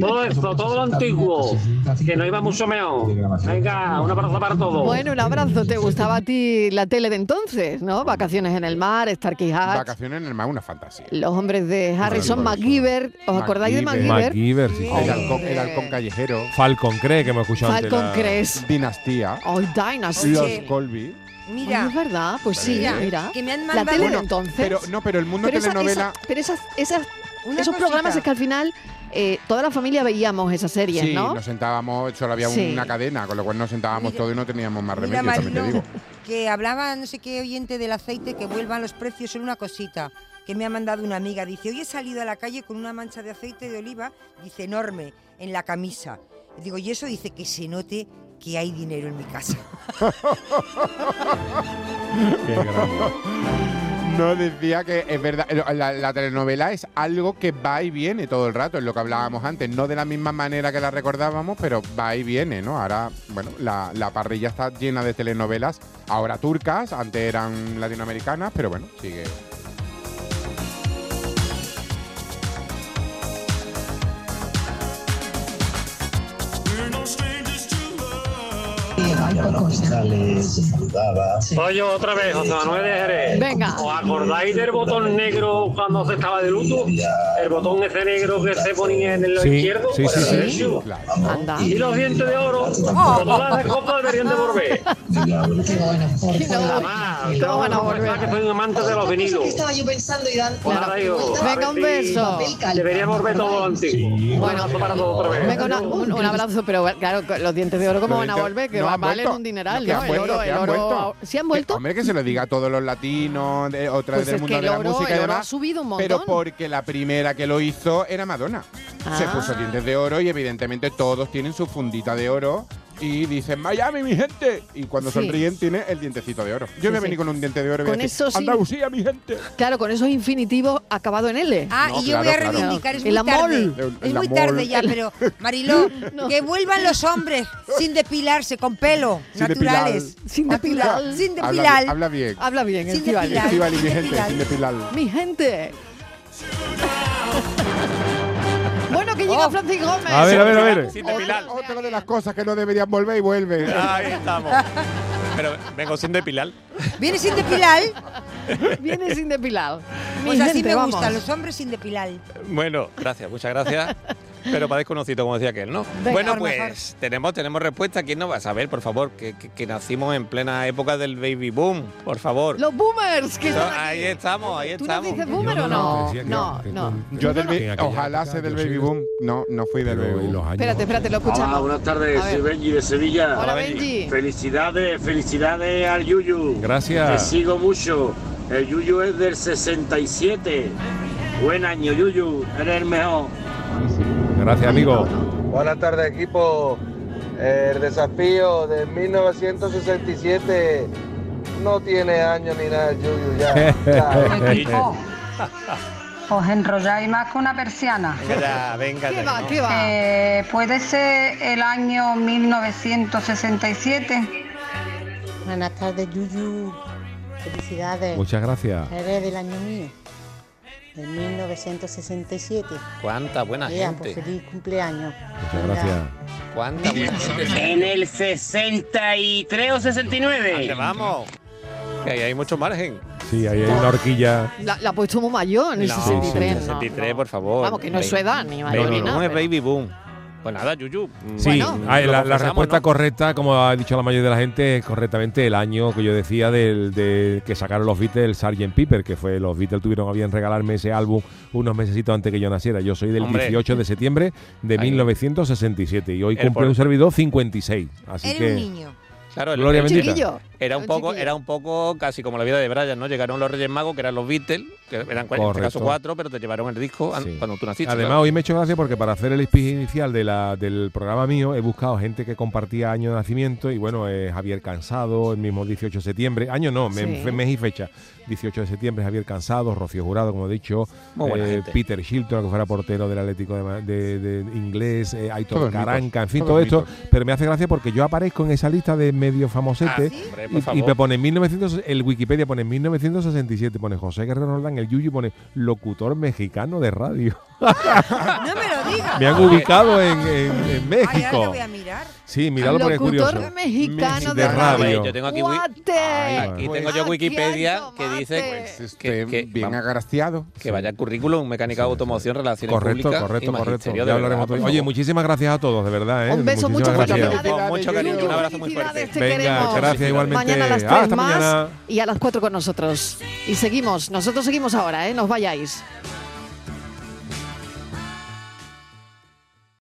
[SPEAKER 5] Todo esto, todo lo antiguo. Que no iba mucho mejor. Venga, un abrazo para todos.
[SPEAKER 1] Bueno, un abrazo. ¿Te gustaba a ti la tele de entonces, no? Vacaciones en el mar, Starkey Hatch.
[SPEAKER 7] Vacaciones en el mar, una fantasía.
[SPEAKER 1] Los hombres de Harrison, MacGyver. ¿Os acordáis de MacGyver?
[SPEAKER 8] MacGyver, sí.
[SPEAKER 7] El halcón, el halcón callejero.
[SPEAKER 8] Eh, Falcon Cree, que hemos escuchado antes.
[SPEAKER 1] Eh, Falcon
[SPEAKER 8] la-
[SPEAKER 1] Crest.
[SPEAKER 7] Dinastía.
[SPEAKER 1] Oh, Dynasty.
[SPEAKER 7] Los
[SPEAKER 1] Oye.
[SPEAKER 7] Colby.
[SPEAKER 1] Mira. es verdad, pues sí,
[SPEAKER 9] Mira,
[SPEAKER 1] mira.
[SPEAKER 9] que me han
[SPEAKER 1] la tele de
[SPEAKER 9] mandado-
[SPEAKER 1] entonces.
[SPEAKER 7] Pero no, pero el mundo
[SPEAKER 1] Pero esa-
[SPEAKER 7] telenovela.
[SPEAKER 1] esa- pero esas, esas-
[SPEAKER 9] Una
[SPEAKER 1] esos
[SPEAKER 9] cosita.
[SPEAKER 1] programas es que al final eh, toda la familia veíamos esas series,
[SPEAKER 7] Sí,
[SPEAKER 1] ¿no?
[SPEAKER 7] nos sentábamos, solo había
[SPEAKER 1] Sí.
[SPEAKER 7] una cadena, con lo cual nos sentábamos
[SPEAKER 9] Mira-
[SPEAKER 7] todos y no teníamos más
[SPEAKER 9] Mira,
[SPEAKER 7] remedio, también te
[SPEAKER 9] Mariló,
[SPEAKER 7] digo.
[SPEAKER 9] que hablaba no sé qué oyente del aceite, que vuelvan los precios en una cosita que me ha mandado una amiga. Dice, hoy he salido a la calle con una mancha de aceite de oliva, dice, enorme, en la camisa. Digo, y eso dice que se note que hay dinero en mi casa.
[SPEAKER 7] No decía que es verdad, la, la telenovela es algo que va y viene todo el rato, es lo que hablábamos antes, no de la misma manera que la recordábamos, pero va y viene, ¿no? Ahora, bueno, la, la parrilla está llena de telenovelas, ahora turcas, antes eran latinoamericanas, pero bueno, sigue.
[SPEAKER 5] Soy yo otra vez, José Manuel de Jerez.
[SPEAKER 1] Venga.
[SPEAKER 5] ¿Os acordáis del botón negro cuando se estaba de luto? El botón ese negro que se ponía en el
[SPEAKER 8] Sí,
[SPEAKER 5] izquierdo.
[SPEAKER 8] sí, sí,
[SPEAKER 5] para
[SPEAKER 8] sí.
[SPEAKER 5] el derecho.
[SPEAKER 1] Anda.
[SPEAKER 5] Y los dientes de oro,
[SPEAKER 1] Oh.
[SPEAKER 5] todas las copas deberían de volver. Jamás, te vamos a confesar que soy un amante de los vinilos.
[SPEAKER 6] yo pensando y dando.
[SPEAKER 5] Pues nada, digo,
[SPEAKER 1] Venga, un
[SPEAKER 5] a ver si
[SPEAKER 1] beso.
[SPEAKER 5] Debería volver todo lo antiguo.
[SPEAKER 1] Bueno,
[SPEAKER 5] para todos
[SPEAKER 7] Pues,
[SPEAKER 5] otra vez.
[SPEAKER 1] Venga, una- un, un abrazo, pero claro, con los dientes de oro, ¿cómo
[SPEAKER 7] Los
[SPEAKER 1] van a
[SPEAKER 7] dientes-
[SPEAKER 1] volver? Que
[SPEAKER 7] no,
[SPEAKER 1] va-
[SPEAKER 7] han
[SPEAKER 1] valen
[SPEAKER 7] vuelto.
[SPEAKER 1] un dineral,
[SPEAKER 7] que
[SPEAKER 1] ¿no?
[SPEAKER 7] han
[SPEAKER 1] El
[SPEAKER 7] vuelto,
[SPEAKER 1] oro,
[SPEAKER 7] que
[SPEAKER 1] el
[SPEAKER 7] han
[SPEAKER 1] oro.
[SPEAKER 7] vuelto.
[SPEAKER 1] ¿Sí han
[SPEAKER 7] Que-
[SPEAKER 1] vuelto?
[SPEAKER 7] hombre, que se lo diga a todos los latinos, de, otra
[SPEAKER 1] Pues
[SPEAKER 7] vez del
[SPEAKER 1] es
[SPEAKER 7] mundo
[SPEAKER 1] que
[SPEAKER 7] de
[SPEAKER 1] el
[SPEAKER 7] la
[SPEAKER 1] oro-
[SPEAKER 7] música
[SPEAKER 1] el
[SPEAKER 7] y
[SPEAKER 1] oro
[SPEAKER 7] demás.
[SPEAKER 1] ha subido un
[SPEAKER 7] Pero
[SPEAKER 1] montón.
[SPEAKER 7] porque la primera que lo hizo era Madonna. Se
[SPEAKER 1] Ah.
[SPEAKER 7] puso dientes de oro y evidentemente todos tienen su fundita de oro. Y dicen, Miami, mi gente. Y cuando
[SPEAKER 1] Sí.
[SPEAKER 7] sonríen, tiene el dientecito de oro.
[SPEAKER 1] Sí,
[SPEAKER 7] Yo voy a
[SPEAKER 1] sí.
[SPEAKER 7] venir con un diente de oro y voy
[SPEAKER 1] Con
[SPEAKER 7] a decir,
[SPEAKER 1] eso sí.
[SPEAKER 7] Andalucía, mi gente.
[SPEAKER 1] Claro, con esos infinitivos acabado en L.
[SPEAKER 9] Ah,
[SPEAKER 7] No,
[SPEAKER 9] y yo voy a
[SPEAKER 7] claro, claro.
[SPEAKER 9] reivindicar, es
[SPEAKER 1] El
[SPEAKER 9] muy tarde.
[SPEAKER 1] amor. El-
[SPEAKER 9] Es
[SPEAKER 7] el
[SPEAKER 9] muy
[SPEAKER 7] amor.
[SPEAKER 9] tarde ya, pero Mariló,
[SPEAKER 1] No.
[SPEAKER 9] que vuelvan los hombres sin depilarse, con pelo,
[SPEAKER 7] Sin depilar.
[SPEAKER 9] naturales.
[SPEAKER 1] Sin
[SPEAKER 9] depilar. Sin depilar.
[SPEAKER 7] Habla, habla bien.
[SPEAKER 1] Habla bien,
[SPEAKER 9] Sin
[SPEAKER 1] Estíbaliz.
[SPEAKER 9] depilar.
[SPEAKER 7] Estíbaliz,
[SPEAKER 9] sin
[SPEAKER 7] mi gente,
[SPEAKER 9] depilar.
[SPEAKER 7] sin depilar.
[SPEAKER 1] Mi gente. bueno, que llega Francis Gómez.
[SPEAKER 7] A ver, a ver, a ver.
[SPEAKER 13] Sin depilar.
[SPEAKER 7] Otra de las cosas que no deberían volver y vuelve.
[SPEAKER 13] Ahí estamos. Pero vengo sin depilar.
[SPEAKER 9] Viene sin depilar.
[SPEAKER 1] Viene sin depilar. Mi
[SPEAKER 9] Pues así
[SPEAKER 1] gente,
[SPEAKER 9] me
[SPEAKER 1] vamos.
[SPEAKER 9] gustan los hombres sin depilar.
[SPEAKER 13] Bueno, gracias, muchas gracias. Pero para desconocido, como decía aquel, ¿no?
[SPEAKER 9] Venga,
[SPEAKER 13] bueno,
[SPEAKER 9] mejor,
[SPEAKER 13] pues
[SPEAKER 9] mejor.
[SPEAKER 13] tenemos tenemos respuesta. ¿Quién nos va a saber, por favor? Que, que- que nacimos en plena época del baby boom, por favor.
[SPEAKER 1] Los boomers, que
[SPEAKER 13] No,
[SPEAKER 1] están aquí.
[SPEAKER 13] ahí estamos, ahí
[SPEAKER 1] ¿Tú
[SPEAKER 13] eh, estamos.
[SPEAKER 1] no dices boomer o no? No, no.
[SPEAKER 7] Yo del
[SPEAKER 1] no.
[SPEAKER 7] ba- ojalá sea del baby boom. No, no fui del baby boom.
[SPEAKER 1] Espérate, espérate, lo
[SPEAKER 10] Hola,
[SPEAKER 1] escuchamos.
[SPEAKER 10] buenas
[SPEAKER 1] A
[SPEAKER 10] tardes,
[SPEAKER 1] ver.
[SPEAKER 10] soy Benji de Sevilla.
[SPEAKER 1] Hola, Benji.
[SPEAKER 10] Felicidades, felicidades al Yuyu.
[SPEAKER 8] Gracias.
[SPEAKER 10] Te sigo mucho. El Yuyu es del 67. Buen año, Yuyu. Eres el mejor.
[SPEAKER 8] Gracias, amigo.
[SPEAKER 16] Buenas tardes, equipo. El desafío de 1967 no tiene año ni nada, Yuyu, ya.
[SPEAKER 22] Equipo, Os enrolláis más que una persiana.
[SPEAKER 13] Venga ya, venga ya, ¿no?
[SPEAKER 22] Eh, ¿Puede ser el año 1967?
[SPEAKER 19] Buenas tardes, Yuyu. Felicidades.
[SPEAKER 8] Muchas gracias.
[SPEAKER 19] Eres del año mío, de 1967.
[SPEAKER 13] Cuánta buena
[SPEAKER 19] Ea, pues
[SPEAKER 13] gente.
[SPEAKER 19] feliz cumpleaños.
[SPEAKER 8] Muchas gracias.
[SPEAKER 13] Cuánta buena gente.
[SPEAKER 10] En el 63 o 69.
[SPEAKER 13] Ande, vamos. Que ahí hay mucho margen.
[SPEAKER 8] Sí, ahí hay una horquilla.
[SPEAKER 1] La, la ha puesto muy mayor en el 63, ¿no?
[SPEAKER 13] 63, por favor.
[SPEAKER 1] Vamos, que no es su
[SPEAKER 13] Baby-
[SPEAKER 1] edad, ni mayor
[SPEAKER 13] Baby
[SPEAKER 1] ni
[SPEAKER 13] boom
[SPEAKER 1] nada,
[SPEAKER 13] es baby boom. Pues nada, Yuyu. mm,
[SPEAKER 8] Sí,
[SPEAKER 13] lo
[SPEAKER 8] ah, la, la
[SPEAKER 13] confesamos,
[SPEAKER 8] respuesta
[SPEAKER 13] ¿no?
[SPEAKER 8] correcta, como ha dicho la mayoría de la gente, es correctamente el año que yo decía del, de que sacaron los Beatles el Sgt. Pepper, que fue los Beatles tuvieron a bien regalarme ese álbum unos mesecitos antes que yo naciera. Yo soy del
[SPEAKER 13] Hombre.
[SPEAKER 8] 18 de septiembre de 1967 y hoy
[SPEAKER 13] El
[SPEAKER 8] cumple
[SPEAKER 13] por-
[SPEAKER 8] un servidor 56. Así
[SPEAKER 13] Era
[SPEAKER 8] que
[SPEAKER 13] un niño. Claro, el-
[SPEAKER 8] Gloria
[SPEAKER 13] el-
[SPEAKER 8] bendita.
[SPEAKER 13] Era un poco, era un poco casi como la vida de Brian, ¿no? Llegaron los Reyes Magos, que eran los Beatles, que eran en este
[SPEAKER 8] Correcto.
[SPEAKER 13] caso cuatro, pero te llevaron el disco an- cuando tú naciste.
[SPEAKER 8] Además,
[SPEAKER 13] claro.
[SPEAKER 8] hoy me he hecho gracia porque para hacer el speech inicial de la- del programa mío he buscado gente que compartía año de nacimiento y bueno, eh, Javier Cansado, el mismo 18 de septiembre, año no, me-
[SPEAKER 13] Sí.
[SPEAKER 8] fe- mes y fecha, 18 de septiembre, Javier Cansado, Rocío Jurado, como he dicho, eh,
[SPEAKER 13] Muy buena gente.
[SPEAKER 8] Peter Shilton, que fuera portero del Atlético de, Ma- de- de inglés, eh, Aitor
[SPEAKER 13] Todos mitos,
[SPEAKER 8] Caranca, en fin,
[SPEAKER 13] todos
[SPEAKER 8] todo esto,
[SPEAKER 13] mitos.
[SPEAKER 8] pero me hace gracia porque yo aparezco en esa lista de medio famosete
[SPEAKER 13] Ah, ¿sí? Hombre, por
[SPEAKER 8] y- y,
[SPEAKER 13] favor.
[SPEAKER 8] me pone 1900, el Wikipedia pone 1967, pone José Guerrero Roldán, el Yuyu pone locutor mexicano de radio.
[SPEAKER 4] No me lo digas.
[SPEAKER 8] Me han ubicado en, en- en México.
[SPEAKER 4] Ay, ahora lo voy a mirar.
[SPEAKER 8] Sí, mirad porque es
[SPEAKER 1] Locutor
[SPEAKER 8] curioso.
[SPEAKER 1] mexicano de,
[SPEAKER 8] de radio.
[SPEAKER 13] Yo tengo aquí, wi- aquí
[SPEAKER 1] pues,
[SPEAKER 13] tengo yo Wikipedia que dice
[SPEAKER 8] Pues este,
[SPEAKER 13] que, que-
[SPEAKER 7] bien
[SPEAKER 13] vamos,
[SPEAKER 7] agraciado.
[SPEAKER 13] que vaya currículum, mecánica de automoción, relaciones
[SPEAKER 8] Correcto,
[SPEAKER 13] públicas.
[SPEAKER 8] correcto,
[SPEAKER 13] y
[SPEAKER 8] correcto.
[SPEAKER 13] magisterio,
[SPEAKER 8] Ya
[SPEAKER 13] de
[SPEAKER 8] hablaremos
[SPEAKER 13] verdad,
[SPEAKER 8] otro día.
[SPEAKER 13] por
[SPEAKER 8] Oye,
[SPEAKER 13] favor.
[SPEAKER 8] muchísimas gracias a todos, de verdad. ¿eh?
[SPEAKER 1] Un beso,
[SPEAKER 8] Muchísimas
[SPEAKER 1] mucho
[SPEAKER 8] gracias.
[SPEAKER 1] felicidades.
[SPEAKER 13] Con mucho cariño, un abrazo muy fuerte.
[SPEAKER 1] Te
[SPEAKER 8] Venga,
[SPEAKER 1] Este queremos.
[SPEAKER 8] muchas gracias igualmente. Ah,
[SPEAKER 1] Mañana a las 3
[SPEAKER 8] Hasta
[SPEAKER 1] más
[SPEAKER 8] mañana.
[SPEAKER 1] y a las 4 con nosotros. Y seguimos, nosotros seguimos ahora, ¿eh? No os vayáis.